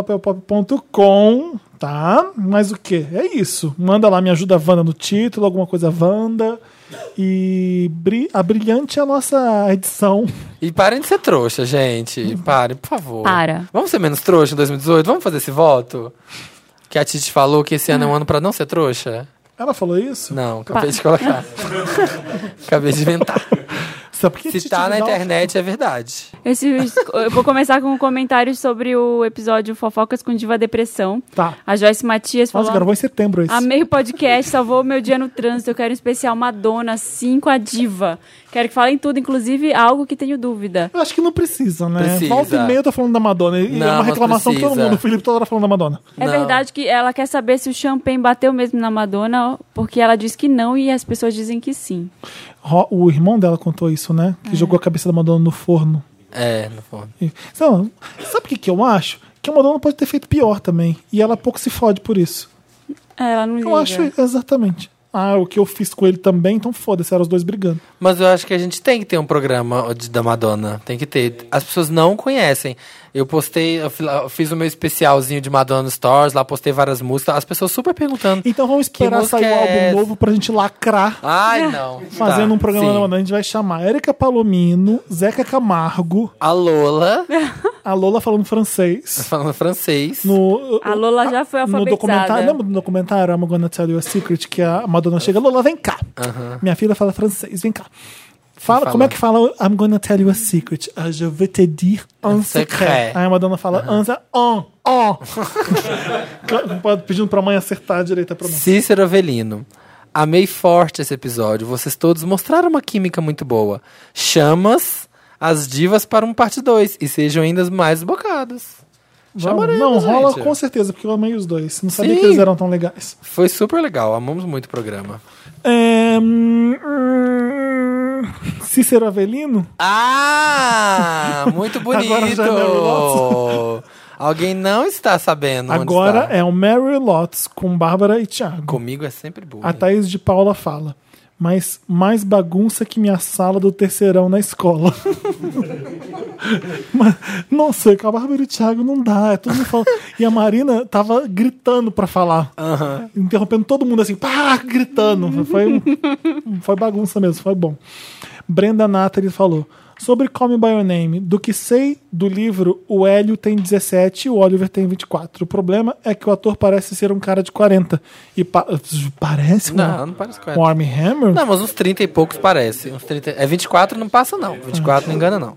S1: papelpop.com, tá? Mas o que? É isso. Manda lá, me ajuda a Wanda no título, alguma coisa Wanda. E bri a brilhante é a nossa edição.
S2: E parem de ser trouxa, gente. Parem, por favor.
S3: Para.
S2: Vamos ser menos trouxa em 2018? Vamos fazer esse voto? Que a Titi falou que esse ano é um ano pra não ser trouxa?
S1: Ela falou isso?
S2: Não, acabei de colocar. acabei de inventar.
S1: Sabe que um-
S2: Se tá na internet, é verdade.
S3: Esse- eu vou começar com um comentário sobre o episódio Fofocas com Diva Depressão.
S1: Tá.
S3: A Joyce Matias falou...
S1: Nossa, gravou em setembro esse.
S3: Amei o podcast, salvou o meu dia no trânsito. Eu quero um especial Madonna 5 a diva. Quero que falem tudo, inclusive algo que tenho dúvida.
S1: Eu acho que não precisa, né?
S2: Precisa.
S1: Volta e meia eu tô falando da Madonna. E
S2: Não,
S1: é uma
S2: mas
S1: reclamação de todo
S2: precisa.
S1: mundo. O Felipe toda hora falando da Madonna.
S3: É
S2: Não.
S3: verdade que ela quer saber se o champanhe bateu mesmo na Madonna, porque ela diz que não e as pessoas dizem que sim.
S1: Ro- O irmão dela contou isso, né? Que jogou a cabeça da Madonna no forno.
S2: É, no fundo.
S1: E- Sei lá, sabe o que, que eu acho? Que a Madonna pode ter feito pior também. E ela pouco se fode por isso.
S3: É, Ela não liga.
S1: Eu acho exatamente. Ah, o que eu fiz com ele também, então foda-se, eram os dois brigando.
S2: Mas eu acho que a gente tem que ter um programa de- da Madonna. Tem que ter. As pessoas não conhecem. Eu postei, eu fi- eu fiz o meu especialzinho de Madonna Stars, lá postei várias músicas. As pessoas super perguntando.
S1: Então vamos esperar
S2: música
S1: sair um
S2: é
S1: álbum
S2: essa?
S1: novo pra gente lacrar.
S2: Ai, não.
S1: Fazendo
S2: Tá,
S1: um programa
S2: sim.
S1: da Madonna, a gente vai chamar Érica Palomino, Zeca Camargo,
S2: A Lola,
S1: a Lola falando francês.
S2: tá falando francês.
S1: No,
S3: A Lola já foi
S1: no
S3: alfabetizada.
S1: documentário, lembra do documentário I'm Gonna Tell You a Secret, que a Madonna chega, Lola, vem cá. Minha filha fala francês, vem cá. Fala,
S2: Fala.
S1: como é que fala I'm gonna tell you a secret? Ah, je vais te dire un
S2: Un
S1: secret.
S2: secret.
S1: Aí a Madonna fala, un, se- un, un. Pedindo pra mãe acertar a direita pra mãe.
S2: Cícero Avelino. Amei forte esse episódio. Vocês todos mostraram uma química muito boa. Chamas as divas para um parte 2 e sejam ainda mais bocados.
S1: Vamos,
S2: Chamaremos,
S1: não, rola
S2: né, gente.
S1: com certeza, porque eu amei os dois. Não sabia
S2: Sim.
S1: que eles eram tão legais.
S2: Foi super legal, amamos muito o programa.
S1: É, hum, hum, Cícero Avelino?
S2: Ah! Muito
S1: Agora já é Mary
S2: bonito! Alguém não está sabendo onde
S1: Agora
S2: está.
S1: é o Mary Lots com Bárbara e Thiago.
S2: Comigo é sempre burro.
S1: A Thaís de Paula fala. Mas mais bagunça que minha sala do terceirão na escola. Mas, nossa, com a Bárbara e o Thiago não dá. É todo mundo falando. E a Marina tava gritando pra falar. Interrompendo todo mundo assim, pá, gritando. Foi, um- foi bagunça mesmo, foi bom. Brenda Nathalie falou. Sobre Come By Your Name, do que sei do livro, o Hélio tem 17 e o Oliver tem 24. O problema é que o ator parece ser um cara de 40. E pa- parece um,
S2: Não, é. não parece
S1: um
S2: 40.
S1: Armie Hammer?
S2: Não, mas uns 30 e poucos parece. Uns 30... É 24, não passa não. 24 não engana não.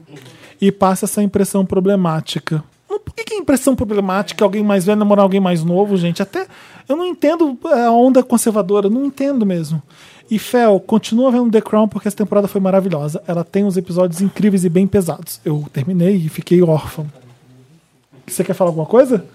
S1: e passa essa impressão problemática. Mas Por que, que é impressão problemática? é Alguém mais velho namorar alguém mais novo, gente? Até eu não entendo é, a onda conservadora, não entendo mesmo. E Fel, continua vendo The Crown porque essa temporada foi maravilhosa. Ela tem uns episódios incríveis e bem pesados. Eu terminei e fiquei órfão. Você quer falar alguma coisa?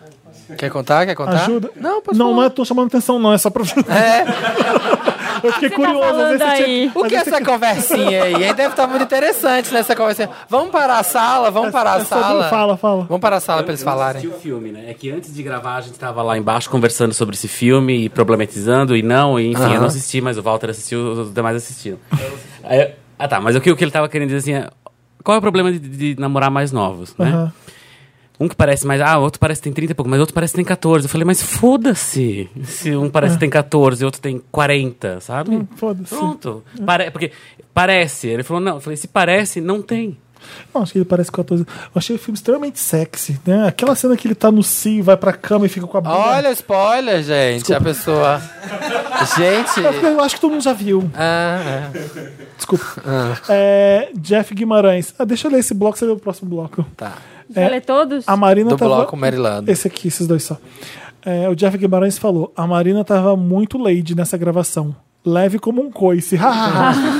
S2: Quer contar? Quer contar?
S1: Ajuda?
S2: Tá. Não, pode
S1: não,
S2: falar.
S1: não é, tô chamando atenção, não. É só pra.
S2: É.
S1: eu fiquei
S3: tá
S1: curioso. às vezes
S3: falando
S1: você
S3: aí?
S2: O que é essa conversinha aí? hein? Deve estar muito interessante nessa conversinha. Vamos parar a sala, vamos parar a
S1: é sobre-
S2: sala.
S1: fala, fala.
S2: Vamos parar a sala pra eles
S8: assisti
S2: falarem.
S8: o filme, né? É que antes de gravar a gente tava lá embaixo conversando sobre esse filme e problematizando e não, e enfim, eu não assisti, mas o Walter assistiu, os demais assistiram. Aí eu- ah tá, mas o que, o que ele tava querendo dizer assim é, qual é o problema de, de namorar mais novos, né?
S1: Aham.
S8: Um que parece mais. Ah, outro parece que tem 30 e pouco, mas outro parece que tem 14. Eu falei, mas foda-se se um parece que tem 14 e outro tem 40, sabe?
S1: foda-se.
S8: Pronto. Pare- porque parece. Ele falou, não. Eu falei, se parece, não tem.
S1: Não, acho que ele parece 14. Eu achei o filme extremamente sexy, né? Aquela cena que ele tá no cio, vai pra cama e fica com a bunda.
S2: Olha o spoiler, gente. A pessoa. Gente.
S1: Eu acho que todo mundo já viu.
S2: Ah, é.
S1: Desculpa. É, Jeff Guimarães. Ah, deixa eu ler esse bloco, você lê o próximo bloco.
S2: tá.
S3: Já lê todos?
S1: É, A Marina
S2: Do
S1: tava...
S2: bloco Maryland.
S1: Esse aqui, esses dois só. É, o Jeff Guimarães falou: a Marina tava muito lady nessa gravação. Leve como um coice.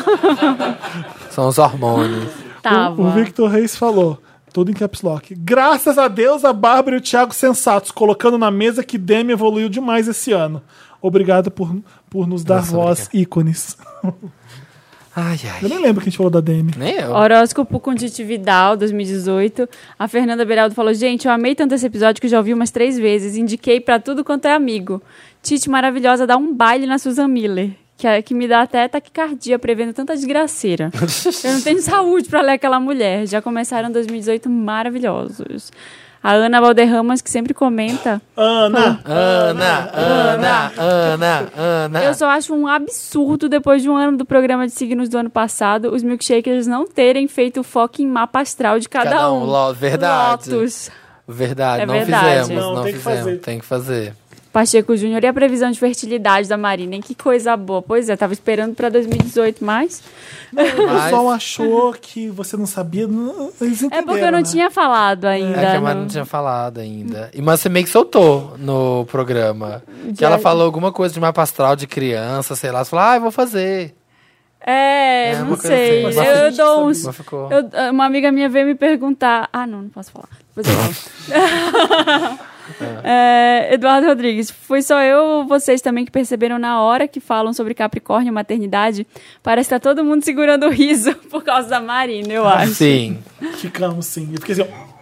S2: é. São os hormônios.
S3: Tava.
S1: o Victor Reis falou. Tudo em caps lock. Graças a Deus, a Bárbara e o Thiago sensatos, colocando na mesa que Demi evoluiu demais esse ano. Obrigado por, por nos dar voz ícones.
S2: Ai,
S1: Eu
S2: ai.
S1: nem lembro que a gente falou da Demi.
S2: Nem eu.
S3: Horóscopo com Titi Vidal, 2018. A Fernanda Beraldo falou: Gente, eu amei tanto esse episódio que já ouvi umas três vezes. Indiquei pra tudo quanto é amigo. Titi maravilhosa dá um baile na Susan Miller. Que, é- que me dá até taquicardia prevendo tanta desgraceira. Eu não tenho saúde pra ler aquela mulher. Já começaram 2018 maravilhosos. A Ana Valderramas, que sempre comenta.
S1: Ana!
S2: Ana, Ana, Ana, Ana.
S3: Eu só acho um absurdo, depois de um ano do programa de signos do ano passado, os milkshakers não terem feito foco em mapa astral de cada,
S2: Cada um,
S3: um.
S2: lo- verdade.
S3: Lotus.
S2: Verdade,
S3: É
S2: não
S3: verdade.
S2: fizemos,
S1: Não,
S2: não,
S1: tem que
S2: fizemos.
S1: fazer.
S2: Tem que fazer.
S3: Pacheco Júnior e a previsão de fertilidade da Marina. Hein? Que coisa boa. Pois é, tava esperando pra 2018 mais. É
S1: O pessoal achou que você não sabia. não- Eles entenderam,
S3: É porque eu não
S1: né?
S3: tinha falado ainda.
S2: É que a Mari não
S3: no-
S2: tinha falado ainda. E mas você meio que soltou no programa. Que ela falou alguma coisa de mapa astral de criança, sei lá. Você falou, ah, eu vou fazer.
S3: É,
S2: É, uma
S3: não
S2: coisa
S3: sei.
S2: assim.
S3: Eu,
S2: Mas a
S3: eu
S2: gente
S3: dou uns.
S2: Mas ficou.
S3: eu- eh, uma amiga minha veio me perguntar. Ah, não, não posso falar. Depois eu falo. É, Eduardo Rodrigues, foi só eu ou vocês também que perceberam na hora que falam sobre Capricórnio e maternidade? Parece que tá todo mundo segurando o riso por causa da Marina, eu acho.
S2: Sim.
S1: Ficamos sim. Eu fiquei assim, ó.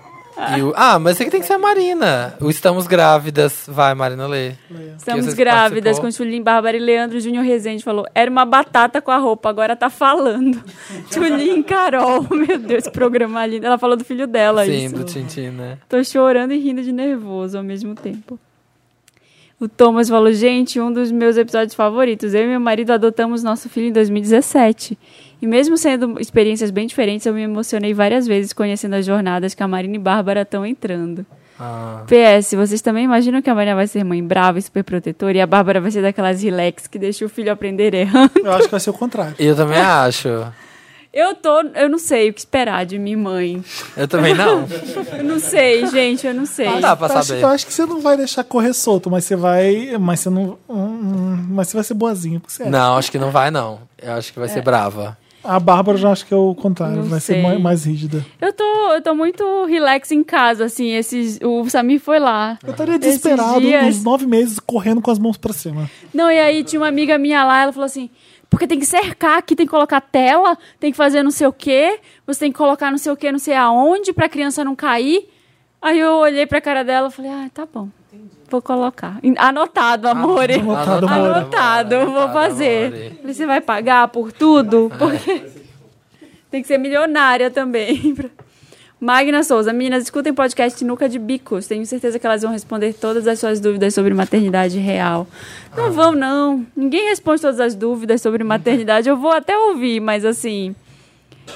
S2: E o- Ah, mas você que tem que ser a Marina. O Estamos Grávidas. Vai, Marina, lê.
S3: Estamos
S2: vocês
S3: grávidas com
S2: participou.
S3: Tulim Bárbara e Leandro Júnior Rezende falou: era uma batata com a roupa, agora tá falando. Tulim Carol, meu Deus, que programa lindo. Ela falou do filho dela,
S2: Sim,
S3: isso.
S2: do Tintin, né?
S3: Tô chorando e rindo de nervoso ao mesmo tempo. O Thomas falou, gente, um dos meus episódios favoritos. Eu e meu marido adotamos nosso filho em 2017. E mesmo sendo experiências bem diferentes, eu me emocionei várias vezes conhecendo as jornadas que a Marina e Bárbara estão entrando.
S2: Ah.
S3: PS, vocês também imaginam que a Marina vai ser mãe brava e super protetora e a Bárbara vai ser daquelas relax que deixa o filho aprender errando?
S1: Eu acho que vai ser o contrário.
S2: Eu também acho.
S3: Eu tô, eu não sei o que esperar de mim, mãe.
S2: Eu também não.
S3: Eu não sei, gente, eu não sei.
S2: Não dá pra
S1: Eu acho,
S2: saber.
S1: eu acho que você não vai deixar correr solto, mas você vai. Mas você não. hum, Mas você vai ser boazinha, porque você é.
S2: Não, acho que não vai, não. Eu acho que vai
S3: É.
S2: ser brava.
S1: A Bárbara já acho que é o contrário,
S3: Não
S1: vai
S3: sei.
S1: ser mais, mais rígida.
S3: Eu tô, eu tô muito relax em casa, assim, esses, o Samir foi lá.
S1: Eu estaria
S3: Esses
S1: desesperado
S3: dias-
S1: uns nove meses correndo com as mãos pra cima.
S3: Não, e aí tinha uma amiga minha lá, ela falou assim, porque tem que cercar aqui, tem que colocar tela, tem que fazer não sei o quê, você tem que colocar não sei o quê, não sei aonde, pra criança não cair. Aí eu olhei pra cara dela e falei, ah, tá bom, vou colocar. Anotado, amor.
S1: Anotado, amore.
S3: Anotado, vou
S2: Anotado, É.
S3: fazer.
S2: amore.
S3: Falei, Você vai pagar por tudo? Porque tem que ser milionária também. Magna Souza, meninas, escutem o podcast Nuca de Bicos. Tenho certeza que elas vão responder todas as suas dúvidas sobre maternidade real.
S2: Ah.
S3: Não vão, não. Ninguém responde todas as dúvidas sobre maternidade. Eu vou até ouvir, mas assim.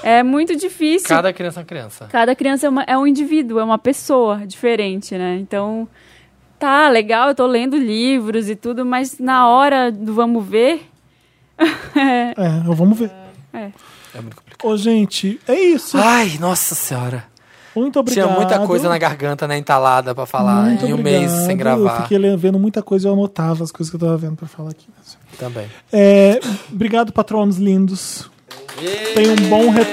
S3: É muito difícil.
S2: Cada criança é uma criança.
S3: Cada criança é, uma- é um indivíduo, é uma pessoa diferente, né? Então, tá legal, eu tô lendo livros e tudo, mas na hora do vamos ver.
S1: É, vamos ver.
S2: É muito complicado.
S1: Ô, gente, é isso.
S2: Ai, nossa senhora.
S1: Muito obrigado.
S2: Tinha muita coisa na garganta, né? Entalada pra falar.
S1: Muito
S2: e um
S1: obrigado.
S2: mês sem
S1: Eu
S2: gravar
S1: fiquei le- vendo muita coisa, eu anotava as coisas que eu tava vendo pra falar aqui.
S2: também.
S1: É, obrigado, patronos lindos. Tem um bom, re-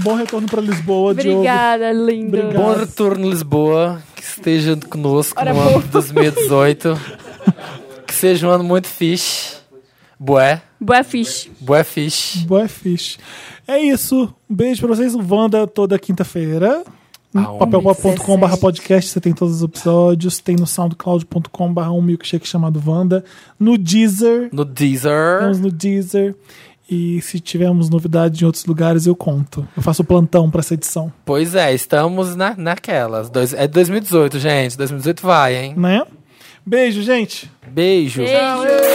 S1: bom retorno pra Lisboa, Diogo.
S3: Obrigada, lindo.
S1: Obrigado.
S2: Bom retorno, Lisboa. Que esteja conosco
S3: Ora,
S2: no ano de 2018. que seja um ano muito fixe. Bué.
S3: Boa fish.
S2: Bué fixe.
S1: Boa fish. É isso. Um beijo pra vocês. O Wanda toda quinta-feira. Hum,
S2: Aonde?
S1: papelpop.com.br podcast, você tem todos os episódios, tem no soundcloud.com.br um milkshake chamado Wanda, no Deezer,
S2: No Deezer.
S1: estamos no Deezer, e se tivermos novidades em outros lugares eu conto. Eu faço plantão pra essa edição,
S2: Pois é, estamos na, naquelas. Dois, é 2018, gente. 2018 vai, hein?
S1: né? Beijo, gente!
S2: Beijo.
S3: Beijo.